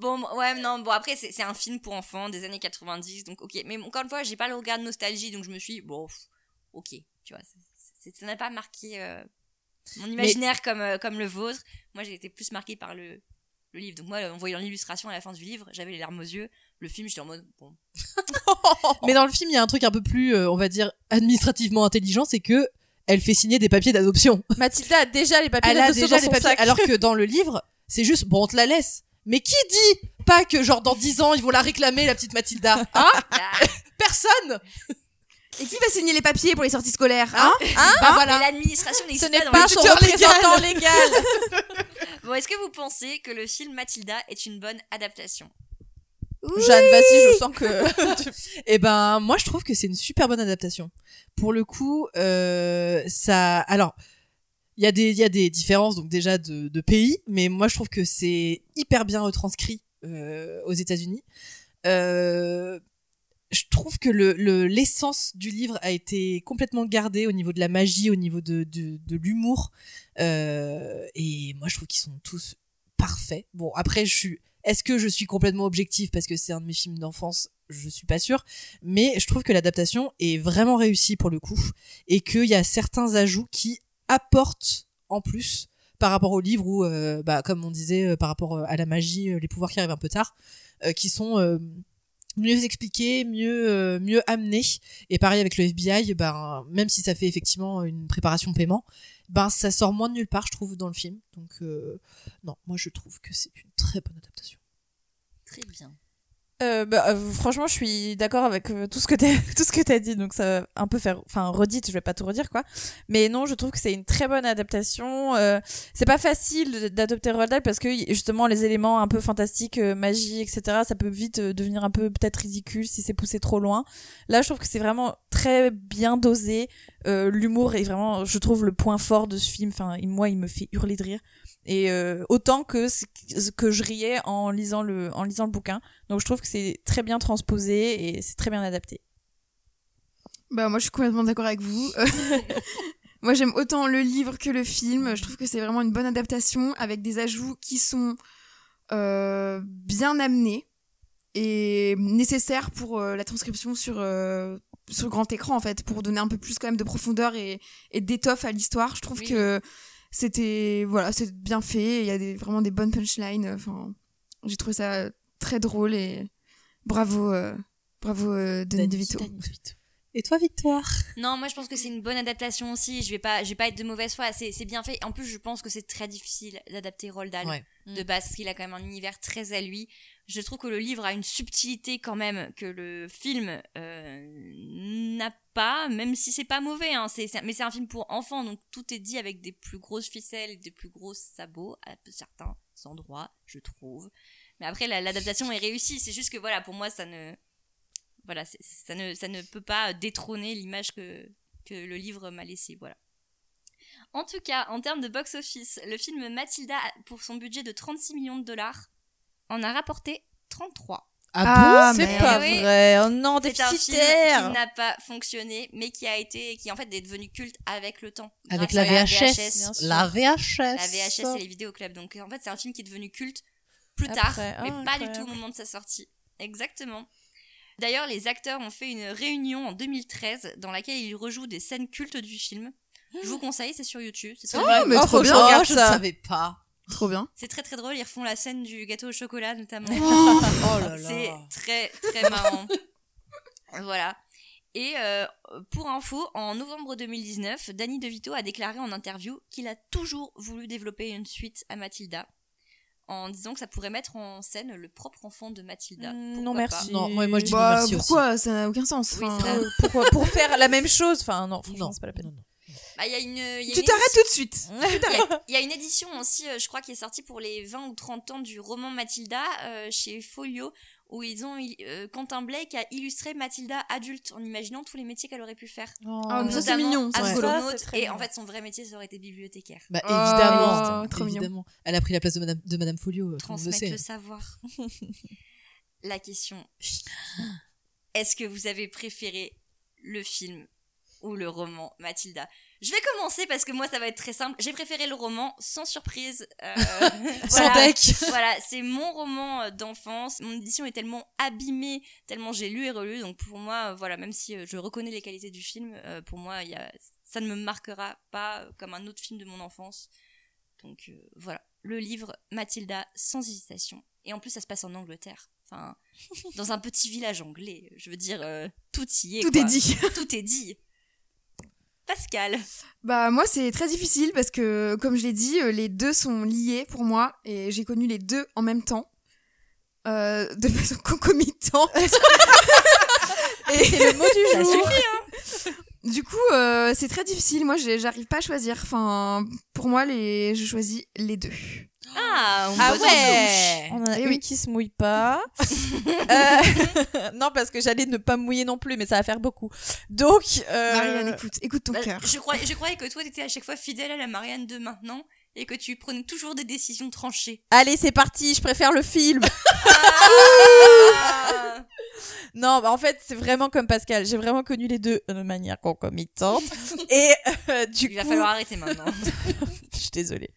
[SPEAKER 1] Bon, ouais, non, bon, après, c'est c'est un film pour enfants des années 90, donc ok. Mais encore une fois, j'ai pas le regard de nostalgie, donc je me suis dit, bon, pff, ok, tu vois, c'est- c'est- ça n'a pas marqué euh, mon imaginaire comme, euh, comme le vôtre. Moi, j'ai été plus marquée par le, le livre. Donc, moi, en voyant l'illustration à la fin du livre, j'avais les larmes aux yeux. Le film, j'étais en mode, bon,
[SPEAKER 6] Mais dans le film, il y a un truc un peu plus, euh, on va dire, administrativement intelligent, c'est que elle fait signer des papiers d'adoption.
[SPEAKER 7] Mathilda a déjà les papiers
[SPEAKER 6] Elle a
[SPEAKER 7] d'adoption
[SPEAKER 6] déjà
[SPEAKER 7] dans
[SPEAKER 6] les
[SPEAKER 7] son
[SPEAKER 6] papiers.
[SPEAKER 7] sac.
[SPEAKER 6] Alors que dans le livre, c'est juste, bon, on te la laisse. Mais qui dit pas que, genre, dans 10 ans, ils vont la réclamer, la petite Mathilda
[SPEAKER 7] Ah.
[SPEAKER 6] Hein
[SPEAKER 1] bah,
[SPEAKER 6] Personne
[SPEAKER 8] Et qui va signer les papiers pour les sorties scolaires hein
[SPEAKER 6] Bah
[SPEAKER 1] Ah, mais
[SPEAKER 6] voilà.
[SPEAKER 1] l'administration
[SPEAKER 7] ce
[SPEAKER 1] n'existe
[SPEAKER 7] n'est
[SPEAKER 1] pas dans
[SPEAKER 7] pas
[SPEAKER 1] le
[SPEAKER 7] son
[SPEAKER 6] tuteur
[SPEAKER 7] représentant légal.
[SPEAKER 1] Bon, est-ce que vous pensez que le film Mathilda est une bonne adaptation
[SPEAKER 7] Jeanne, vas-y, je sens que.
[SPEAKER 6] Eh ben, moi, je trouve que c'est une super bonne adaptation. Pour le coup, euh, ça. Alors, il y, a des- il y a des différences, donc déjà de, de pays, mais moi, je trouve que c'est hyper bien retranscrit euh, aux États-Unis. Euh, je trouve que l'essence le, l'essence du livre a été complètement gardée au niveau de la magie, au niveau de, de, de l'humour. Euh, et moi, je trouve qu'ils sont tous parfaits. Bon, après, je suis. Est-ce que je suis complètement objective parce que c'est un de mes films d'enfance Je suis pas sûre. Mais je trouve que l'adaptation est vraiment réussie pour le coup et qu'il y a certains ajouts qui apportent en plus par rapport au livre ou, euh, bah, comme on disait, euh, par rapport euh, à la magie, euh, les pouvoirs qui arrivent un peu tard, euh, qui sont euh, mieux expliqués, mieux, euh, mieux amenés. Et pareil avec le FBI, ben, même si ça fait effectivement une préparation paiement, ben, ça sort moins de nulle part, je trouve, dans le film. Donc, euh, non, moi je trouve que c'est une très bonne adaptation.
[SPEAKER 1] Très bien.
[SPEAKER 7] Euh, bah, euh, franchement, je suis d'accord avec euh, tout ce que t'as tout ce que t'as dit, donc ça va un peu faire, enfin redite, je vais pas tout redire quoi. Mais non, je trouve que c'est une très bonne adaptation. Euh, c'est pas facile de- d'adopter Roald Dahl parce que y- justement les éléments un peu fantastiques, euh, magie, etc. Ça peut vite euh, devenir un peu peut-être ridicule si c'est poussé trop loin. Là, je trouve que c'est vraiment très bien dosé. Euh, L'humour est vraiment, je trouve, le point fort de ce film. Enfin, il- moi, il me fait hurler de rire. Et euh, autant que ce ce que je riais en lisant le, en lisant le bouquin. Donc, je trouve que c'est très bien transposé et c'est très bien adapté.
[SPEAKER 8] Bah moi je suis complètement d'accord avec vous. Euh, moi j'aime autant le livre que le film. Je trouve que c'est vraiment une bonne adaptation avec des ajouts qui sont euh, bien amenés et nécessaires pour euh, la transcription sur euh, sur grand écran en fait pour donner un peu plus quand même de profondeur et, et d'étoffe à l'histoire. Je trouve
[SPEAKER 1] Oui.
[SPEAKER 8] que c'était voilà c'est bien fait. Il y a des, vraiment des bonnes punchlines. Enfin j'ai trouvé ça très drôle et bravo euh, bravo euh, Denis DeVito.
[SPEAKER 6] Et toi, Victoire
[SPEAKER 1] Non, moi je pense que c'est une bonne adaptation aussi. Je vais pas, je vais pas être de mauvaise foi. C'est c'est bien fait. En plus, je pense que c'est très difficile d'adapter Roald Dahl
[SPEAKER 6] Ouais.
[SPEAKER 1] de base parce qu'il a quand même un univers très à lui. Je trouve que le livre a une subtilité quand même que le film euh, n'a pas, même si c'est pas mauvais. Hein. C'est- c'est- mais c'est un film pour enfants, donc tout est dit avec des plus grosses ficelles, des plus gros sabots à certains endroits, je trouve. Mais après, la- l'adaptation est réussie. C'est juste que voilà, pour moi, ça ne voilà, c'est- ça ne, ça ne peut pas détrôner l'image que, que le livre m'a laissée, voilà. En tout cas, en termes de box-office, le film Mathilda, a- pour son budget de 36 millions de dollars, en a rapporté 33.
[SPEAKER 7] Ah,
[SPEAKER 1] bon, c'est
[SPEAKER 7] mais
[SPEAKER 1] pas
[SPEAKER 7] oui.
[SPEAKER 1] vrai.
[SPEAKER 7] Oh non, des
[SPEAKER 1] C'est un film
[SPEAKER 7] fichitaires.
[SPEAKER 1] qui n'a pas fonctionné, mais qui a été, qui en fait est devenu culte avec le temps.
[SPEAKER 6] Avec
[SPEAKER 1] grâce
[SPEAKER 6] la
[SPEAKER 1] à
[SPEAKER 6] VHS,
[SPEAKER 1] bien sûr.
[SPEAKER 6] la VHS.
[SPEAKER 1] La VHS et les vidéoclubs. Donc euh, en fait, c'est un film qui est devenu culte plus tard,
[SPEAKER 6] Après, ah,
[SPEAKER 1] mais pas du
[SPEAKER 6] incroyable.
[SPEAKER 1] tout au moment de sa sortie. Exactement. D'ailleurs, les acteurs ont fait une réunion en 2013 dans laquelle ils rejouent des scènes cultes du film. Je vous conseille, c'est sur YouTube. C'est très,
[SPEAKER 6] Oh,
[SPEAKER 1] drôle.
[SPEAKER 6] mais Oh, trop faut que je bien. regarde Oh, je ne ça. savais pas.
[SPEAKER 8] Trop bien.
[SPEAKER 1] C'est très très drôle. Ils refont la scène du gâteau au chocolat notamment.
[SPEAKER 6] Oh là là.
[SPEAKER 1] C'est très très marrant. voilà. Et euh, pour info, en novembre 2019, Danny DeVito a déclaré en interview qu'il a toujours voulu développer une suite à Mathilda, en disant que ça pourrait mettre en scène le propre enfant de Mathilda.
[SPEAKER 7] Mm, non,
[SPEAKER 1] Pourquoi pas.
[SPEAKER 7] merci.
[SPEAKER 6] Non, moi- moi, je dis
[SPEAKER 8] Bah,
[SPEAKER 6] non, merci aussi.
[SPEAKER 8] pourquoi Ça n'a aucun sens.
[SPEAKER 1] Oui,
[SPEAKER 8] enfin.
[SPEAKER 1] c'est vrai.
[SPEAKER 7] Pourquoi Pour faire la même chose. Enfin, non, franchement, c'est pas la peine.
[SPEAKER 1] Bah, il y a une, il y a
[SPEAKER 8] Tu
[SPEAKER 1] une
[SPEAKER 8] t'arrêtes
[SPEAKER 1] édition-
[SPEAKER 8] tout de suite. Tu
[SPEAKER 1] Il y
[SPEAKER 8] t'arrêtes.
[SPEAKER 1] a- il y, a une édition aussi, euh, je crois, qui est sortie pour les 20 ou 30 ans du roman Mathilda euh, chez Folio, où ils ont il- euh, Quentin Blake a illustré Mathilda adulte en imaginant tous les métiers qu'elle aurait pu faire.
[SPEAKER 8] Ah, mais ça, c'est
[SPEAKER 1] Notamment
[SPEAKER 8] mignon, ça, c'est rigolo.
[SPEAKER 1] astronaute,
[SPEAKER 8] Ça, c'est très
[SPEAKER 1] et
[SPEAKER 8] mignon.
[SPEAKER 1] en fait son vrai métier ça aurait été bibliothécaire.
[SPEAKER 6] Bah,
[SPEAKER 8] Oh,
[SPEAKER 6] évidemment.
[SPEAKER 8] trop mignon.
[SPEAKER 6] évidemment. Elle a pris la place de Madame, de Madame Folio. euh, tout le monde le
[SPEAKER 1] Transmettre
[SPEAKER 6] sait.
[SPEAKER 1] le savoir. La question. Est-ce que vous avez préféré le film ou le roman Mathilda Je vais commencer parce que moi ça va être très simple. J'ai préféré le roman sans surprise. euh,
[SPEAKER 6] Sans deck.
[SPEAKER 1] voilà, c'est mon roman euh, d'enfance. Mon édition est tellement abîmée, tellement j'ai lu et relu. Donc pour moi, euh, voilà, même si euh, je reconnais les qualités du film, euh, pour moi, il y a- ça ne me marquera pas euh, comme un autre film de mon enfance. Donc euh, voilà, le livre Mathilda sans hésitation. Et en plus, ça se passe en Angleterre. Enfin, dans un petit village anglais. Je veux dire, euh, tout y est.
[SPEAKER 8] Tout
[SPEAKER 1] quoi.
[SPEAKER 8] est dit.
[SPEAKER 1] Tout est dit. Pascal.
[SPEAKER 8] Bah moi c'est très difficile parce que comme je l'ai dit, euh, les deux sont liés pour moi et j'ai connu les deux en même temps, euh, de façon concomitante. et
[SPEAKER 7] c'est le mot du
[SPEAKER 8] Ça
[SPEAKER 7] jour.
[SPEAKER 8] suffit, hein. Du coup, euh, c'est très difficile. Moi, j'ai- j'arrive pas à choisir. Enfin, pour moi, les... je choisis les deux.
[SPEAKER 1] Ah, on
[SPEAKER 7] Ah
[SPEAKER 1] bosse en
[SPEAKER 7] ouais On en a
[SPEAKER 8] Eh
[SPEAKER 7] une
[SPEAKER 8] oui.
[SPEAKER 7] qui se mouille pas. Euh, non, parce que j'allais ne pas me mouiller non plus, mais ça va faire beaucoup. Donc, euh,
[SPEAKER 8] Marianne, écoute, écoute ton
[SPEAKER 1] Bah,
[SPEAKER 8] cœur.
[SPEAKER 1] Je croyais, je croyais que toi, t'étais à chaque fois fidèle à la Marianne de maintenant et que tu prenais toujours des décisions tranchées.
[SPEAKER 7] allez, c'est parti, je préfère le film.
[SPEAKER 1] Ah
[SPEAKER 7] non, bah, en fait, c'est vraiment comme Pascal. J'ai vraiment connu les deux de manière concomitante. Et euh, du
[SPEAKER 1] Il va
[SPEAKER 7] coup-
[SPEAKER 1] falloir arrêter maintenant.
[SPEAKER 7] Je suis désolée.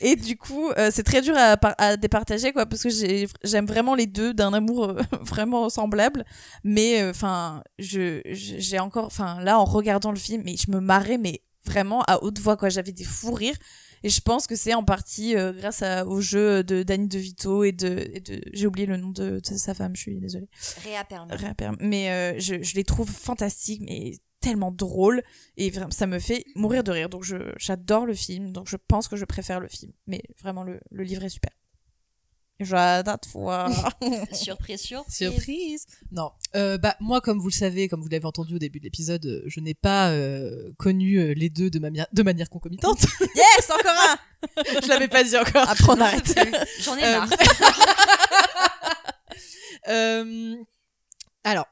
[SPEAKER 7] Et du coup, euh, c'est très dur à, par- à départager, quoi, parce que j'ai- j'aime vraiment les deux d'un amour euh, vraiment semblable. Mais euh, enfin, je je- j'ai encore, enfin là, en regardant le film, mais je me marrais, mais vraiment à haute voix, quoi. J'avais des fous rires. Et je pense que c'est en partie euh, grâce à- au jeu de Danny DeVito et de, et de- j'ai oublié le nom de, de sa femme, je suis désolée.
[SPEAKER 1] Réa permis.
[SPEAKER 7] Rien à perdre. Mais euh, je, je les trouve fantastiques, mais tellement drôles. Et vraiment, ça me fait mourir de rire. Donc je- j'adore le film. Donc je pense que je préfère le film. Mais vraiment, le, le livre est super. J'adore toi.
[SPEAKER 1] Surprise, surprise.
[SPEAKER 6] Surprise. Non, Euh, bah moi, comme vous le savez, comme vous l'avez entendu au début de l'épisode, euh, je n'ai pas euh, connu euh, les deux de, ma de manière concomitante.
[SPEAKER 7] yes, encore un.
[SPEAKER 6] je l'avais pas dit
[SPEAKER 1] Ah,
[SPEAKER 6] encore.
[SPEAKER 7] Après, on arrête.
[SPEAKER 1] J'en ai
[SPEAKER 6] Euh,
[SPEAKER 1] marre.
[SPEAKER 6] Euh, alors,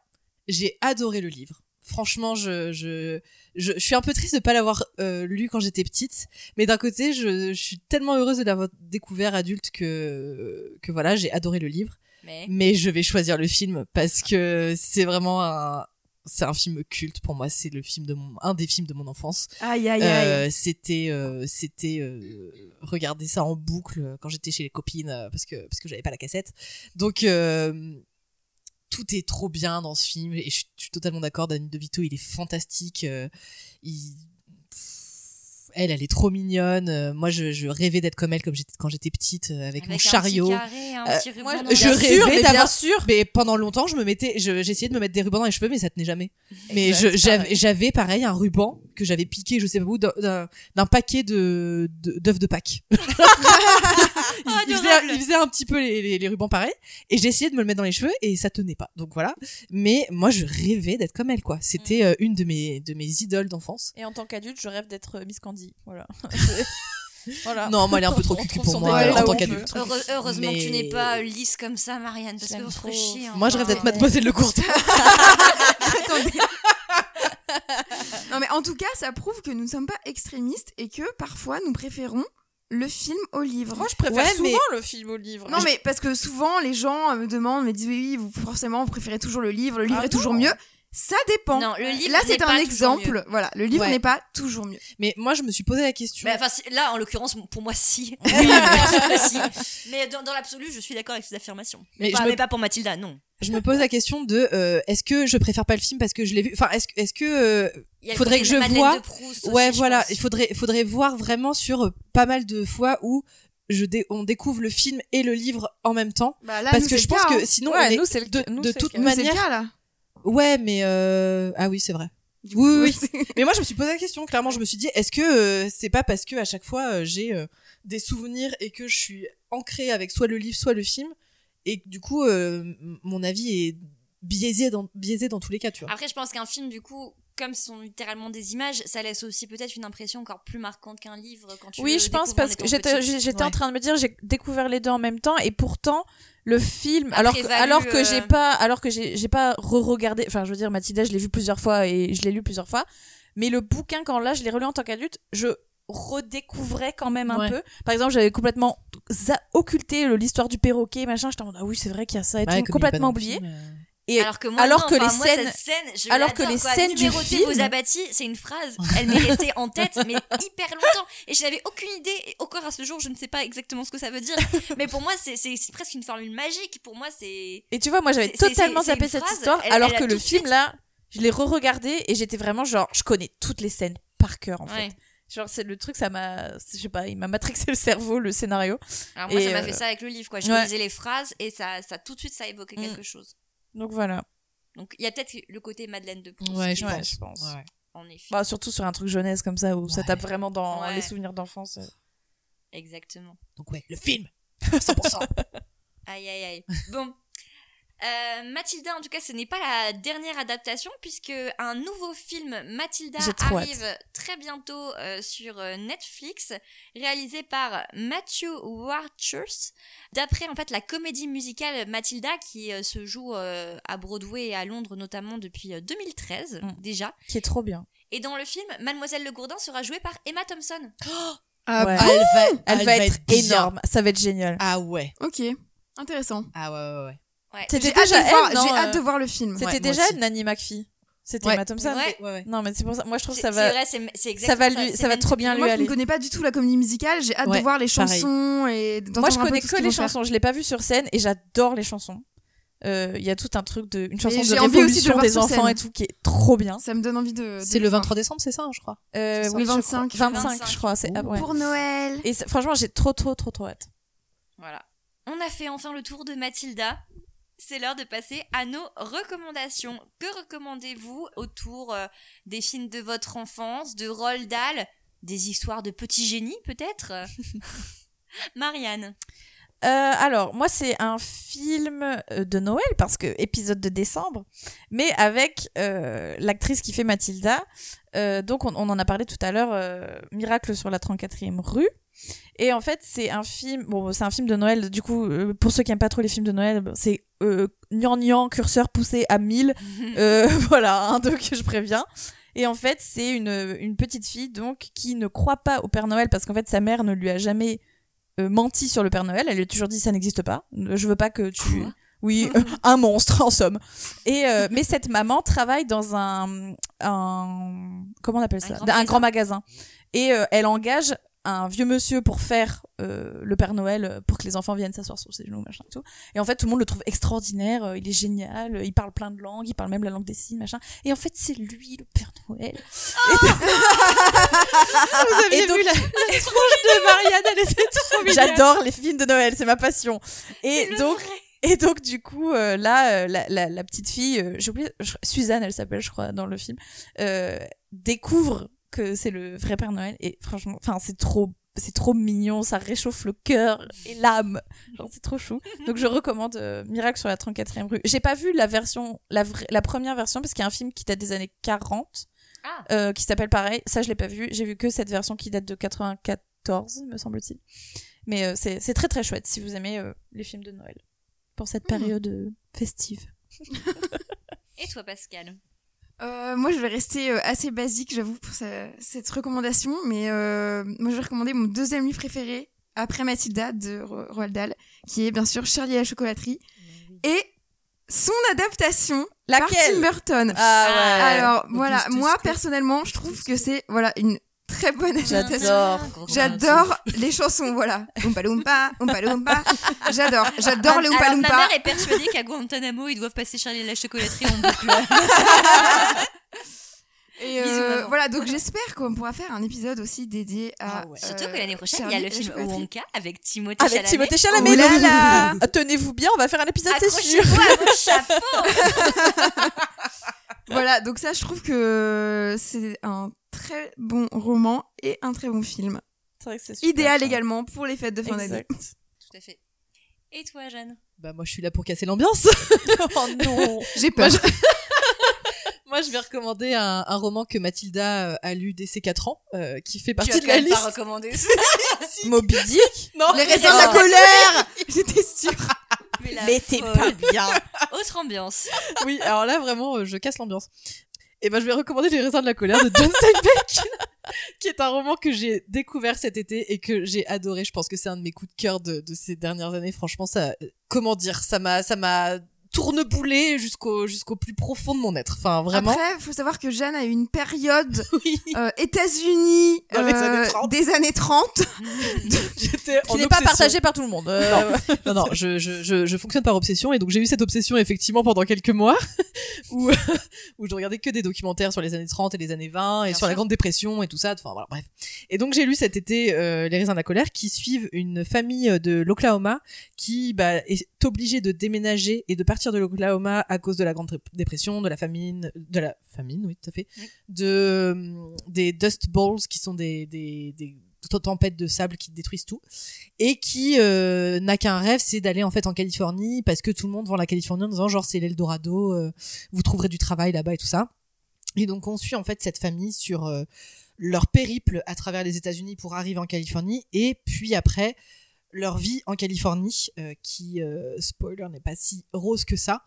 [SPEAKER 6] j'ai adoré le livre. Franchement, je, je, je, je suis un peu triste de pas l'avoir euh, lu quand j'étais petite, mais d'un côté, je, je suis tellement heureuse de l'avoir découvert adulte que, que voilà, j'ai adoré le livre.
[SPEAKER 1] Mais
[SPEAKER 6] Mais je vais choisir le film parce que c'est vraiment un, c'est un film culte pour moi. C'est le film de mon, un des films de mon enfance.
[SPEAKER 7] Aïe, aïe, aïe.
[SPEAKER 6] Euh, c'était, euh, c'était euh, regarder ça en boucle euh, quand j'étais chez les copines euh, parce que parce que j'avais pas la cassette. Donc euh, tout est trop bien dans ce film et je suis- je suis totalement d'accord. Danny DeVito, il est fantastique. euh, il pff, elle, elle est trop mignonne. Euh, Moi, je, je rêvais d'être comme elle comme j'étais- quand j'étais petite, euh, avec, mon
[SPEAKER 1] un
[SPEAKER 6] chariot.
[SPEAKER 1] petit carré, un
[SPEAKER 6] Euh,
[SPEAKER 1] petit ruban
[SPEAKER 7] moi,
[SPEAKER 1] dans
[SPEAKER 7] je-
[SPEAKER 1] la-
[SPEAKER 6] Je
[SPEAKER 7] Bien sûr, Ah mais
[SPEAKER 6] rêvais
[SPEAKER 7] bien
[SPEAKER 6] d'avoir
[SPEAKER 7] sûr.
[SPEAKER 6] mais pendant longtemps, je me mettais, je- j'essayais de me mettre des rubans dans les cheveux, mais ça tenait jamais. Mais
[SPEAKER 7] Exact, Ah
[SPEAKER 6] je-
[SPEAKER 7] pareil.
[SPEAKER 6] j'avais, j'avais pareil un ruban que j'avais piqué, je sais pas où, d'un- d'un d'un paquet de de- d'œufs de Pâques. il,
[SPEAKER 7] Ah,
[SPEAKER 6] il faisait,
[SPEAKER 1] Adorable.
[SPEAKER 6] il faisait un petit peu les, les- les rubans pareils, et j'essayais de me le mettre dans les cheveux et ça tenait pas. Donc voilà. Mais moi, je rêvais d'être comme elle, quoi. C'était
[SPEAKER 7] Mm.
[SPEAKER 6] euh, une de mes de mes idoles d'enfance.
[SPEAKER 7] Et en tant qu'adulte, je rêve d'être euh, Miss Candy. Voilà. voilà.
[SPEAKER 6] Non, moi, elle est un peu trop
[SPEAKER 7] Ah. On Ah
[SPEAKER 6] cucu
[SPEAKER 7] trouve
[SPEAKER 6] pour
[SPEAKER 7] son
[SPEAKER 6] moi
[SPEAKER 7] délire
[SPEAKER 6] euh,
[SPEAKER 7] là
[SPEAKER 6] en
[SPEAKER 7] où
[SPEAKER 6] tant
[SPEAKER 7] on
[SPEAKER 6] qu'adulte.
[SPEAKER 1] Heureux- heureusement que tu
[SPEAKER 6] Mais-
[SPEAKER 1] n'es pas lisse comme ça, Marianne, parce
[SPEAKER 7] J'aime
[SPEAKER 1] que on se ferait
[SPEAKER 7] trop.
[SPEAKER 1] chier.
[SPEAKER 6] Moi, je rêve
[SPEAKER 1] enfin.
[SPEAKER 7] Ah
[SPEAKER 6] d'être mademoiselle le Courtin.
[SPEAKER 8] Attendez. non mais en tout cas, ça prouve que nous ne sommes pas extrémistes et que parfois nous préférons le film au livre.
[SPEAKER 7] Moi, je préfère
[SPEAKER 6] Ouais,
[SPEAKER 7] souvent
[SPEAKER 6] mais-
[SPEAKER 7] le film au livre.
[SPEAKER 8] Non mais parce que souvent les gens euh, me demandent, me disent oui, oui, vous forcément vous préférez toujours le livre, le livre
[SPEAKER 7] Ah
[SPEAKER 8] est toujours
[SPEAKER 7] non.
[SPEAKER 8] mieux. Ça dépend.
[SPEAKER 1] Non, le livre
[SPEAKER 8] Là
[SPEAKER 1] n'est
[SPEAKER 8] c'est
[SPEAKER 1] pas
[SPEAKER 8] un
[SPEAKER 1] toujours mieux.
[SPEAKER 8] exemple, voilà, le livre
[SPEAKER 6] Ouais.
[SPEAKER 8] n'est pas toujours mieux.
[SPEAKER 6] Mais moi, je me suis posé la question.
[SPEAKER 1] Mais
[SPEAKER 7] Bah,
[SPEAKER 1] enfin, c'est- là, en l'occurrence, pour moi, si.
[SPEAKER 6] Oui, mais-
[SPEAKER 1] Si. Mais dans, dans l'absolu, je suis d'accord avec ces affirmations. Mais,
[SPEAKER 6] Mais
[SPEAKER 7] bah,
[SPEAKER 1] pas,
[SPEAKER 6] je me-
[SPEAKER 1] mais pas pour Mathilda, non.
[SPEAKER 6] je me pose la question de euh, est-ce que je préfère pas le film parce que je l'ai vu enfin est-ce que est-ce que euh,
[SPEAKER 1] Il y a le
[SPEAKER 6] Faudrait
[SPEAKER 1] côté
[SPEAKER 6] que je
[SPEAKER 1] Madeleine
[SPEAKER 6] voie.
[SPEAKER 1] de Proust aussi,
[SPEAKER 6] ouais
[SPEAKER 1] je
[SPEAKER 6] voilà
[SPEAKER 1] pense.
[SPEAKER 6] il faudrait faudrait voir vraiment sur euh, pas mal de fois où je dé- on découvre le film et le livre en même temps
[SPEAKER 8] Bah, là,
[SPEAKER 6] parce
[SPEAKER 8] nous,
[SPEAKER 6] que
[SPEAKER 8] c'est
[SPEAKER 6] je
[SPEAKER 8] le
[SPEAKER 6] pense
[SPEAKER 8] cas,
[SPEAKER 6] que
[SPEAKER 8] hein.
[SPEAKER 6] sinon
[SPEAKER 7] Ouais,
[SPEAKER 6] on est-
[SPEAKER 7] nous, c'est le
[SPEAKER 6] de,
[SPEAKER 7] cas- nous,
[SPEAKER 6] de
[SPEAKER 7] c'est le
[SPEAKER 6] toute
[SPEAKER 7] cas.
[SPEAKER 8] Nous, c'est le
[SPEAKER 6] manière
[SPEAKER 8] cas, là.
[SPEAKER 6] ouais mais euh, ah oui c'est vrai
[SPEAKER 8] Du coup,
[SPEAKER 6] Oui,
[SPEAKER 8] c'est-
[SPEAKER 6] mais moi je me suis posé la question clairement je me suis dit est-ce que euh, c'est pas parce que à chaque fois euh, j'ai euh, des souvenirs et que je suis ancrée avec soit le livre soit le film et que, du coup euh, m- mon avis est biaisé dans biaisé dans tous les cas
[SPEAKER 7] Ah,
[SPEAKER 6] tu vois
[SPEAKER 1] Après, je pense qu'un film, du coup, comme ce sont littéralement des images, ça laisse aussi peut-être une impression encore plus marquante qu'un livre quand tu
[SPEAKER 7] Oui,
[SPEAKER 1] le
[SPEAKER 7] je pense
[SPEAKER 1] découvres en
[SPEAKER 7] parce que
[SPEAKER 1] étant
[SPEAKER 7] j'étais
[SPEAKER 1] petit.
[SPEAKER 7] j'ai- j'étais
[SPEAKER 6] Ouais.
[SPEAKER 7] en train de me dire j'ai découvert les deux en même temps et pourtant le film
[SPEAKER 1] Bah,
[SPEAKER 7] alors que,
[SPEAKER 1] prévalue,
[SPEAKER 7] alors que
[SPEAKER 1] euh,
[SPEAKER 7] j'ai pas alors que j'ai j'ai pas re-regardé enfin je veux dire Mathilda je l'ai vu plusieurs fois et je l'ai lu plusieurs fois mais le bouquin quand là je l'ai relu en tant qu'adulte je redécouvrais quand même un
[SPEAKER 6] Ouais.
[SPEAKER 7] peu par exemple j'avais complètement za- occulté le- l'histoire du perroquet machin j'étais en mode ah oui c'est vrai qu'il y a ça et
[SPEAKER 6] Ouais,
[SPEAKER 7] tout
[SPEAKER 6] comme
[SPEAKER 7] complètement
[SPEAKER 6] il
[SPEAKER 7] oublié
[SPEAKER 6] est pas dans le film, euh.
[SPEAKER 7] et
[SPEAKER 1] Alors que, moi,
[SPEAKER 7] alors
[SPEAKER 1] non,
[SPEAKER 7] que
[SPEAKER 1] enfin,
[SPEAKER 7] les
[SPEAKER 1] moi,
[SPEAKER 7] scènes-
[SPEAKER 1] cette scène je
[SPEAKER 7] alors que
[SPEAKER 1] l'adore,
[SPEAKER 7] les
[SPEAKER 1] quoi.
[SPEAKER 7] scènes du
[SPEAKER 1] Numérotez
[SPEAKER 7] film-
[SPEAKER 1] vos abattis, c'est une phrase. Elle m'est restée en tête, mais hyper longtemps. Et je n'avais aucune idée. Et encore à ce jour, je ne sais pas exactement ce que ça veut dire. Mais pour moi, c'est c'est- c'est presque une formule magique. Pour moi, c'est.
[SPEAKER 7] Et tu vois, moi j'avais
[SPEAKER 1] C'est- c'est-
[SPEAKER 7] totalement
[SPEAKER 1] c'est- c'est
[SPEAKER 7] zappé
[SPEAKER 1] une
[SPEAKER 7] cette
[SPEAKER 1] phrase,
[SPEAKER 7] histoire,
[SPEAKER 1] elle-
[SPEAKER 7] alors
[SPEAKER 1] elle a
[SPEAKER 7] que
[SPEAKER 1] tout
[SPEAKER 7] le
[SPEAKER 1] de
[SPEAKER 7] film
[SPEAKER 1] suite.
[SPEAKER 7] là, je l'ai re-regardé et j'étais vraiment genre, je connais toutes les scènes par cœur en
[SPEAKER 1] Ouais.
[SPEAKER 7] fait. Genre, c'est le truc, ça m'a, je sais pas, il m'a matrixé le cerveau, le scénario.
[SPEAKER 1] Alors moi,
[SPEAKER 7] Et,
[SPEAKER 1] ça m'a
[SPEAKER 7] euh,
[SPEAKER 1] fait ça avec le livre, quoi. Je
[SPEAKER 7] ouais.
[SPEAKER 1] lisais les phrases et ça, ça, tout de suite, ça évoquait
[SPEAKER 7] Mm.
[SPEAKER 1] quelque chose.
[SPEAKER 7] Donc voilà.
[SPEAKER 1] Donc, il y a peut-être le côté Madeleine de Proust.
[SPEAKER 6] Ouais, je
[SPEAKER 1] qui-
[SPEAKER 7] Ouais,
[SPEAKER 6] pense.
[SPEAKER 7] je pense.
[SPEAKER 6] Ouais, ouais.
[SPEAKER 1] En effet.
[SPEAKER 7] Bah, surtout sur un truc jeunesse comme ça où ça
[SPEAKER 6] Ouais.
[SPEAKER 7] tape vraiment dans
[SPEAKER 1] Ouais.
[SPEAKER 7] les souvenirs d'enfance. euh,
[SPEAKER 1] Exactement.
[SPEAKER 6] Donc ouais, le film, 100%.
[SPEAKER 1] Aïe, aïe, aïe. Bon. Euh, Mathilda, en tout cas, ce n'est pas la dernière adaptation puisque un nouveau film Mathilda
[SPEAKER 7] J'ai trop
[SPEAKER 1] arrive très bientôt euh, sur euh, Netflix, réalisé par Matthew Warchers, d'après en fait la comédie musicale Mathilda qui euh, se joue euh, à Broadway et à Londres notamment depuis euh, 2013
[SPEAKER 7] Mm.
[SPEAKER 1] déjà.
[SPEAKER 7] Qui est trop bien.
[SPEAKER 1] Et dans le film, Mademoiselle Le Gourdin sera jouée par Emma Thompson.
[SPEAKER 7] Ouais.
[SPEAKER 6] Ah, elle va,
[SPEAKER 7] Ah Elle, va, être,
[SPEAKER 6] bien.
[SPEAKER 7] énorme, ça va être génial.
[SPEAKER 6] Ah ouais,
[SPEAKER 8] OK. Intéressant.
[SPEAKER 6] ah ouais, ouais, ouais.
[SPEAKER 1] Ouais.
[SPEAKER 7] C'était
[SPEAKER 8] J'ai hâte,
[SPEAKER 7] déjà
[SPEAKER 8] de voir-
[SPEAKER 7] elle, non,
[SPEAKER 8] j'ai
[SPEAKER 7] euh,
[SPEAKER 8] hâte de voir le film.
[SPEAKER 7] C'était
[SPEAKER 6] Ouais, moi
[SPEAKER 7] déjà
[SPEAKER 6] aussi.
[SPEAKER 7] Nanny McPhee. C'était
[SPEAKER 6] Ouais.
[SPEAKER 7] Emma Thompson.
[SPEAKER 1] Ouais.
[SPEAKER 7] Non, mais c'est pour ça. Moi, je trouve que ça
[SPEAKER 1] C'est-
[SPEAKER 7] va,
[SPEAKER 1] C'est vrai, c'est- c'est
[SPEAKER 7] ça
[SPEAKER 1] exactement
[SPEAKER 7] va lui, ça va
[SPEAKER 1] c'est
[SPEAKER 7] trop bien lui
[SPEAKER 8] Moi, je
[SPEAKER 7] aller.
[SPEAKER 8] ne connais pas du tout la comédie musicale. J'ai hâte
[SPEAKER 6] Ouais,
[SPEAKER 8] de voir les
[SPEAKER 6] pareil.
[SPEAKER 8] chansons et
[SPEAKER 7] Moi,
[SPEAKER 8] d'entendre
[SPEAKER 7] je
[SPEAKER 8] un peu
[SPEAKER 7] connais
[SPEAKER 8] tout ce
[SPEAKER 7] que
[SPEAKER 8] qu'ils
[SPEAKER 7] les
[SPEAKER 8] vont faire.
[SPEAKER 7] chansons. Je l'ai pas vu sur scène et j'adore les chansons. Euh, Il y a tout un truc de une chanson
[SPEAKER 8] Et
[SPEAKER 7] de
[SPEAKER 8] j'ai envie aussi de le
[SPEAKER 7] révolution
[SPEAKER 8] voir
[SPEAKER 7] des
[SPEAKER 8] sur
[SPEAKER 7] enfants
[SPEAKER 8] scène.
[SPEAKER 7] et tout qui est trop bien.
[SPEAKER 8] Ça me donne envie de. de
[SPEAKER 6] C'est le
[SPEAKER 8] voir.
[SPEAKER 6] 23 décembre, c'est ça, hein, je crois.
[SPEAKER 7] Euh,
[SPEAKER 8] Le
[SPEAKER 7] oui, je
[SPEAKER 8] 25.
[SPEAKER 7] crois. 25,
[SPEAKER 1] 25.
[SPEAKER 7] je crois. C'est ah, ouais.
[SPEAKER 8] Pour Noël.
[SPEAKER 7] Et c'est- franchement, j'ai trop, trop, trop, trop hâte.
[SPEAKER 1] Voilà. On a fait enfin le tour de Mathilda. C'est l'heure de passer à nos recommandations. Que recommandez-vous autour euh, des films de votre enfance, de Roald Dahl, des histoires de petits génies peut-être Marianne.
[SPEAKER 7] Euh, alors, moi, c'est un film euh, de Noël, parce que épisode de décembre, mais avec euh, l'actrice qui fait Mathilda. Euh, donc, on, on en a parlé tout à l'heure, euh, Miracle sur la 34e rue. Et en fait, c'est un film, bon, c'est un film de Noël. Du coup, euh, pour ceux qui aiment pas trop les films de Noël, bon, c'est euh, gnangnan, curseur poussé à 1000. Euh, voilà, un deux que je préviens. Et en fait, c'est une, une petite fille donc qui ne croit pas au Père Noël parce qu'en fait, sa mère ne lui a jamais euh, menti sur le Père Noël. Elle lui a toujours dit ça n'existe pas. Je veux pas que tu. oui, euh, un monstre en somme. Et euh, mais cette maman travaille dans un, un comment on appelle ça, un grand, magasin. Et euh, elle engage un vieux monsieur pour faire euh, le Père Noël euh, pour que les enfants viennent s'asseoir sur ses genoux, machin et tout. Et en fait, tout le monde le trouve extraordinaire. euh, il est génial. euh, il parle plein de langues. Il parle même la langue des signes, machin. Et en fait, c'est lui le Père Noël.
[SPEAKER 6] Ah Vous aviez vu la- la tronche de Marianne, elle était trop mignonne.
[SPEAKER 7] J'adore les films de Noël, c'est ma passion. Et donc, et donc du coup, euh, là, euh, la, la- la petite fille, euh, j'ai oublié, je- Suzanne, elle s'appelle, je crois, dans le film, euh, découvre que c'est le vrai Père Noël. Et franchement, enfin, c'est trop, c'est trop mignon, ça réchauffe le cœur et l'âme. Genre, c'est trop chou. Donc, je recommande euh, Miracle sur la 34e rue. J'ai pas vu la version, la, vraie- la première version, parce qu'il y a un film qui date des années 40.
[SPEAKER 1] Ah.
[SPEAKER 7] euh, qui s'appelle pareil, ça je l'ai pas vu, j'ai vu que cette version qui date de 94 me semble-t-il. Mais euh, c'est c'est très très chouette si vous aimez euh, les films de Noël pour cette
[SPEAKER 1] Hmm.
[SPEAKER 7] période euh, festive.
[SPEAKER 1] Et toi, Pascal
[SPEAKER 8] Euh, moi, je vais rester euh, assez basique, j'avoue, pour ce- cette recommandation. Mais euh, moi, je vais recommander mon deuxième livre préféré, après Mathilda, de Ro- Roald Dahl, qui est bien sûr Charlie et la chocolaterie. Et son adaptation,
[SPEAKER 7] Laquelle
[SPEAKER 8] par Tim Burton.
[SPEAKER 7] Ah
[SPEAKER 6] Euh,
[SPEAKER 7] ouais.
[SPEAKER 8] Alors,
[SPEAKER 7] Le
[SPEAKER 8] voilà,
[SPEAKER 7] Beast
[SPEAKER 8] moi, personnellement, je trouve que c'est voilà une très bonne adaptation.
[SPEAKER 7] J'adore.
[SPEAKER 8] J'adore les chansons, voilà. Oompa Loompa, Oompa Loompa. J'adore, j'adore
[SPEAKER 1] Ma-
[SPEAKER 8] les Oompa
[SPEAKER 1] alors,
[SPEAKER 8] Loompa.
[SPEAKER 1] Ma mère est persuadée qu'à Guantanamo, ils doivent passer Charlie et la chocolaterie en boucle.
[SPEAKER 8] Et
[SPEAKER 1] Bisous,
[SPEAKER 8] euh,
[SPEAKER 1] maman.
[SPEAKER 8] voilà, donc j'espère qu'on pourra faire un épisode aussi dédié à.
[SPEAKER 1] Surtout
[SPEAKER 8] euh,
[SPEAKER 1] que l'année prochaine, il y a
[SPEAKER 8] Charlie
[SPEAKER 1] le
[SPEAKER 8] et la
[SPEAKER 1] film
[SPEAKER 8] chocolaterie.
[SPEAKER 1] Wonka avec Timothée
[SPEAKER 7] Avec
[SPEAKER 1] Chalamet.
[SPEAKER 7] Timothée Chalamet.
[SPEAKER 8] Oh là là.
[SPEAKER 7] Ah, Tenez-vous bien, on va faire un épisode, c'est sûr.
[SPEAKER 1] Accrochez-vous à vos chapeaux.
[SPEAKER 8] Voilà, donc ça, je trouve que c'est un très bon roman et un très bon film.
[SPEAKER 7] C'est vrai que c'est super,
[SPEAKER 8] Idéal
[SPEAKER 7] ça.
[SPEAKER 8] également pour les fêtes de fin d'année.
[SPEAKER 7] Exact.
[SPEAKER 1] Tout à fait. Et toi, Jeanne
[SPEAKER 6] Bah moi je suis là pour casser l'ambiance. oh non.
[SPEAKER 8] J'ai peur.
[SPEAKER 6] Moi je... Moi, je vais recommander un, un roman que Mathilda euh, a lu dès ses 4 ans, euh, qui fait
[SPEAKER 1] Tu as
[SPEAKER 6] partie de
[SPEAKER 1] quand
[SPEAKER 6] la
[SPEAKER 1] même
[SPEAKER 6] liste.
[SPEAKER 1] pas recommandé.
[SPEAKER 7] Moby Dick
[SPEAKER 6] Non.
[SPEAKER 8] Les raisins de la colère J'étais sûre.
[SPEAKER 1] Mais, la
[SPEAKER 7] Mais t'es
[SPEAKER 1] folle.
[SPEAKER 7] pas bien.
[SPEAKER 1] Autre ambiance.
[SPEAKER 6] Oui, alors là vraiment, euh, je casse l'ambiance. Et ben je vais recommander Les raisins de la colère de John Steinbeck, qui est un roman que j'ai découvert cet été et que j'ai adoré. Je pense que c'est un de mes coups de cœur de, de ces dernières années. Franchement, ça, euh, comment dire, ça m'a, ça m'a tourneboulé jusqu'au jusqu'au plus profond de mon être. Enfin vraiment.
[SPEAKER 8] Après, faut savoir que Jeanne a eu une période
[SPEAKER 6] oui.
[SPEAKER 8] euh, États-Unis
[SPEAKER 6] Dans les
[SPEAKER 8] euh,
[SPEAKER 6] années 30.
[SPEAKER 8] des années 30.
[SPEAKER 6] J'étais en
[SPEAKER 7] Qui n'est pas
[SPEAKER 6] obsession.
[SPEAKER 7] partagé par tout le monde. Euh,
[SPEAKER 6] non, non, je, je, je, je fonctionne par obsession et donc j'ai eu cette obsession effectivement pendant quelques mois où, où je regardais que des documentaires sur les années 30 et les années 20 et
[SPEAKER 1] Bien
[SPEAKER 6] sur
[SPEAKER 1] sûr.
[SPEAKER 6] la Grande Dépression et tout ça, enfin voilà, bref. Et donc j'ai lu cet été euh, Les raisins de la colère qui suivent une famille euh, de l'Oklahoma qui bah, est obligée de déménager et de partir de l'Oklahoma à cause de la Grande Dép- Dépression, de la famine, de la famine, oui, tout à fait, de, euh, des Dust Bowls qui sont des, des, des tempêtes de sable qui détruisent tout et qui euh, n'a qu'un rêve, c'est d'aller en fait en Californie parce que tout le monde vend la Californie en disant genre c'est l'Eldorado, euh, vous trouverez du travail là-bas et tout ça. Et donc on suit en fait cette famille sur euh, leur périple à travers les États-Unis pour arriver en Californie et puis après leur vie en Californie euh, qui euh, spoiler n'est pas si rose que ça.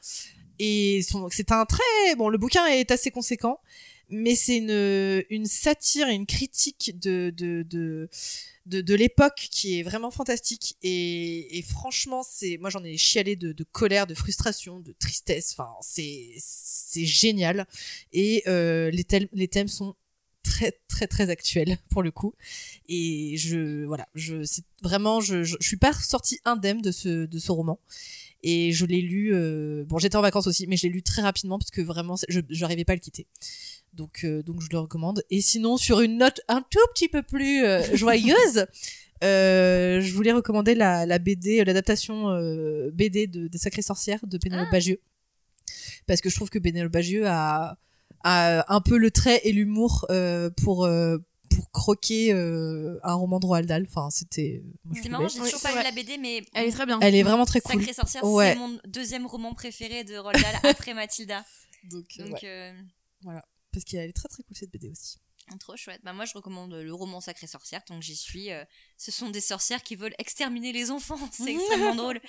[SPEAKER 6] Et son- c'est un très bon le bouquin est assez conséquent mais c'est une, une satire et une critique de, de, de, de, de l'époque qui est vraiment fantastique et, et franchement c'est moi j'en ai chialé de, de colère de frustration de tristesse enfin c'est c'est génial et euh, les thèmes les thèmes sont très très très actuels pour le coup et je voilà je c'est vraiment je, je je suis pas sortie indemne de ce de ce roman et je l'ai lu euh, bon j'étais en vacances aussi mais je l'ai lu très rapidement parce que vraiment c'est- je j'arrivais pas à le quitter donc, euh, donc je le recommande. Et sinon, sur une note un tout petit peu plus euh, joyeuse, euh, je voulais recommander la, la BD, l'adaptation euh, BD de, des Sacrées Sorcières de Pénélope
[SPEAKER 1] Ah.
[SPEAKER 6] Bagieux. Parce que je trouve que Pénélope Bagieux a, a un peu le trait et l'humour euh, pour, euh, pour croquer euh, un roman de Roald Dahl. Enfin, c'était. moi, je
[SPEAKER 1] C'est
[SPEAKER 6] suis
[SPEAKER 1] marrant,
[SPEAKER 6] bête.
[SPEAKER 1] j'ai toujours pas lu la BD, mais.
[SPEAKER 8] Elle est très bien.
[SPEAKER 6] Elle est vraiment très cool.
[SPEAKER 1] Sacrée sorcière,
[SPEAKER 6] Ouais.
[SPEAKER 1] c'est mon deuxième roman préféré de Roald Dahl après Mathilda.
[SPEAKER 6] Donc, euh,
[SPEAKER 1] Donc,
[SPEAKER 6] ouais.
[SPEAKER 1] euh,
[SPEAKER 6] Voilà. Parce qu'elle est très très cool cette BD aussi.
[SPEAKER 1] trop chouette. Bah, moi, je recommande le roman Sacrée sorcière, donc j'y suis. euh, ce sont des sorcières qui veulent exterminer les enfants. C'est extrêmement drôle.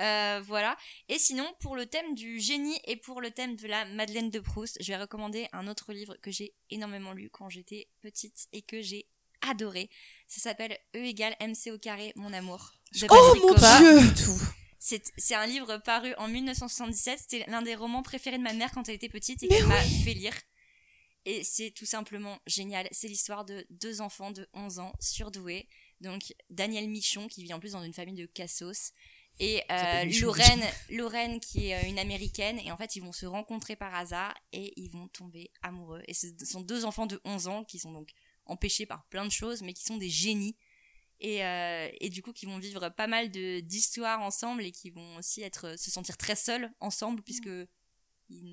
[SPEAKER 1] Euh, voilà. Et sinon, pour le thème du génie et pour le thème de la Madeleine de Proust, je vais recommander un autre livre que j'ai énormément lu quand j'étais petite et que j'ai adoré. Ça s'appelle E égale MC au carré, mon amour. de Patrick Cohen.
[SPEAKER 6] du tout.
[SPEAKER 1] C'est c'est un livre paru en 1977. C'était l'un des romans préférés de ma mère quand elle était petite et
[SPEAKER 6] Mais
[SPEAKER 1] qu'elle m'a fait lire. Et c'est tout simplement génial. C'est l'histoire de deux enfants de 11 ans surdoués. Donc Daniel Michon qui vit en plus dans une famille de cassos et euh,
[SPEAKER 6] s'appelle Michon,
[SPEAKER 1] Lorraine, Lorraine qui est euh, une américaine et en fait ils vont se rencontrer par hasard et ils vont tomber amoureux. Et ce sont deux enfants de 11 ans qui sont donc empêchés par plein de choses mais qui sont des génies et, euh, et du coup qui vont vivre pas mal de d'histoires ensemble et qui vont aussi être se sentir très seuls ensemble puisque
[SPEAKER 6] Mm.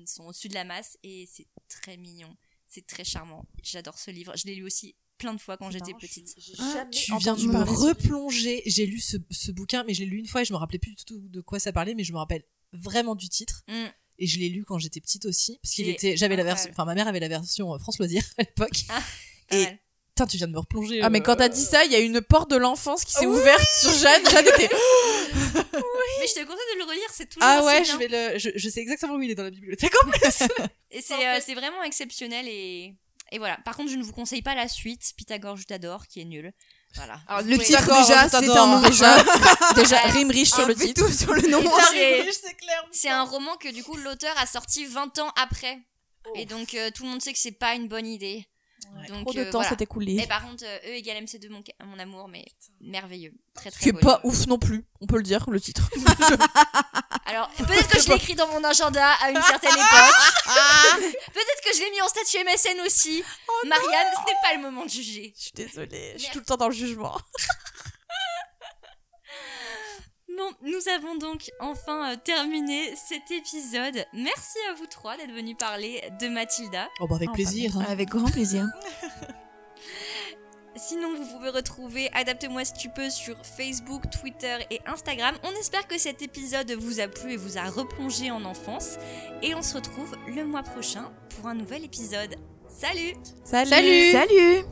[SPEAKER 1] ils sont au-dessus de la masse et c'est très mignon, c'est très charmant. J'adore ce livre, je l'ai lu aussi plein de fois quand j'étais petite.
[SPEAKER 6] tu viens de me replonger. J'ai lu ce, ce bouquin, mais je l'ai lu une fois et je me rappelais plus du tout de quoi ça parlait, mais je me rappelle vraiment du titre.
[SPEAKER 1] Mm.
[SPEAKER 6] Et je l'ai lu quand j'étais petite aussi, parce qu'il
[SPEAKER 1] C'est
[SPEAKER 6] était. J'avais la version.
[SPEAKER 1] incroyable.
[SPEAKER 6] Enfin, ma mère avait la version euh, France Loisir à l'époque.
[SPEAKER 1] Pas
[SPEAKER 6] Et-
[SPEAKER 1] mal.
[SPEAKER 6] Putain, tu viens de me replonger.
[SPEAKER 7] Ah, mais
[SPEAKER 6] euh,
[SPEAKER 7] quand t'as dit ça, il y a une porte de l'enfance qui s'est ouverte sur Jeanne. Jeanne était.
[SPEAKER 1] Mais je te conseille de le relire, c'est toujours
[SPEAKER 6] Ah
[SPEAKER 1] aussi
[SPEAKER 6] ouais,
[SPEAKER 1] bien.
[SPEAKER 6] je vais le. Je, je sais exactement où il est dans la bibliothèque en plus.
[SPEAKER 1] Et c'est euh, c'est vraiment exceptionnel et et voilà. Par contre, je ne vous conseille pas la suite Pythagore, je t'adore, qui est nul. Voilà.
[SPEAKER 8] Alors,
[SPEAKER 1] Vous
[SPEAKER 8] le
[SPEAKER 1] pouvez-
[SPEAKER 8] titre
[SPEAKER 7] D'accord,
[SPEAKER 8] déjà,
[SPEAKER 7] je
[SPEAKER 8] c'est
[SPEAKER 7] t'adore.
[SPEAKER 8] un nom
[SPEAKER 7] Déjà, déjà
[SPEAKER 1] Ouais.
[SPEAKER 7] rime riche sur le
[SPEAKER 8] fait
[SPEAKER 7] titre.
[SPEAKER 8] tout sur le nom.
[SPEAKER 1] Et
[SPEAKER 6] C'est
[SPEAKER 1] c'est-
[SPEAKER 6] c'est clair.
[SPEAKER 1] C'est un roman que du coup l'auteur a sorti 20 ans après.
[SPEAKER 8] Oh.
[SPEAKER 1] Et donc euh, tout le monde sait que c'est pas une bonne idée. Donc,
[SPEAKER 7] Trop de
[SPEAKER 1] euh,
[SPEAKER 7] temps
[SPEAKER 1] voilà.
[SPEAKER 7] s'est écoulé.
[SPEAKER 1] Et par contre, euh, E égale MC2, mon, ca- mon amour, mais merveilleux. Très
[SPEAKER 7] Ce
[SPEAKER 1] très
[SPEAKER 7] qui est
[SPEAKER 1] beau
[SPEAKER 7] pas
[SPEAKER 1] livre.
[SPEAKER 7] ouf non plus, on peut le dire, le titre.
[SPEAKER 1] Alors, peut-être que je l'ai écrit dans mon agenda à une certaine époque. peut-être que je l'ai mis en statut MSN aussi. Marianne, ce n'est pas le moment de juger.
[SPEAKER 7] Je suis désolée, je suis tout le temps dans le jugement.
[SPEAKER 1] Bon, nous avons donc enfin euh, terminé cet épisode. Merci à vous trois d'être venus parler de Mathilda.
[SPEAKER 6] Oh bah avec
[SPEAKER 7] Ah,
[SPEAKER 6] plaisir. hein.
[SPEAKER 8] Avec grand plaisir.
[SPEAKER 1] Sinon, vous pouvez retrouver Adapte-moi si tu peux sur Facebook, Twitter et Instagram. On espère que cet épisode vous a plu et vous a replongé en enfance. Et on se retrouve le mois prochain pour un nouvel épisode. Salut
[SPEAKER 7] Salut.
[SPEAKER 8] Salut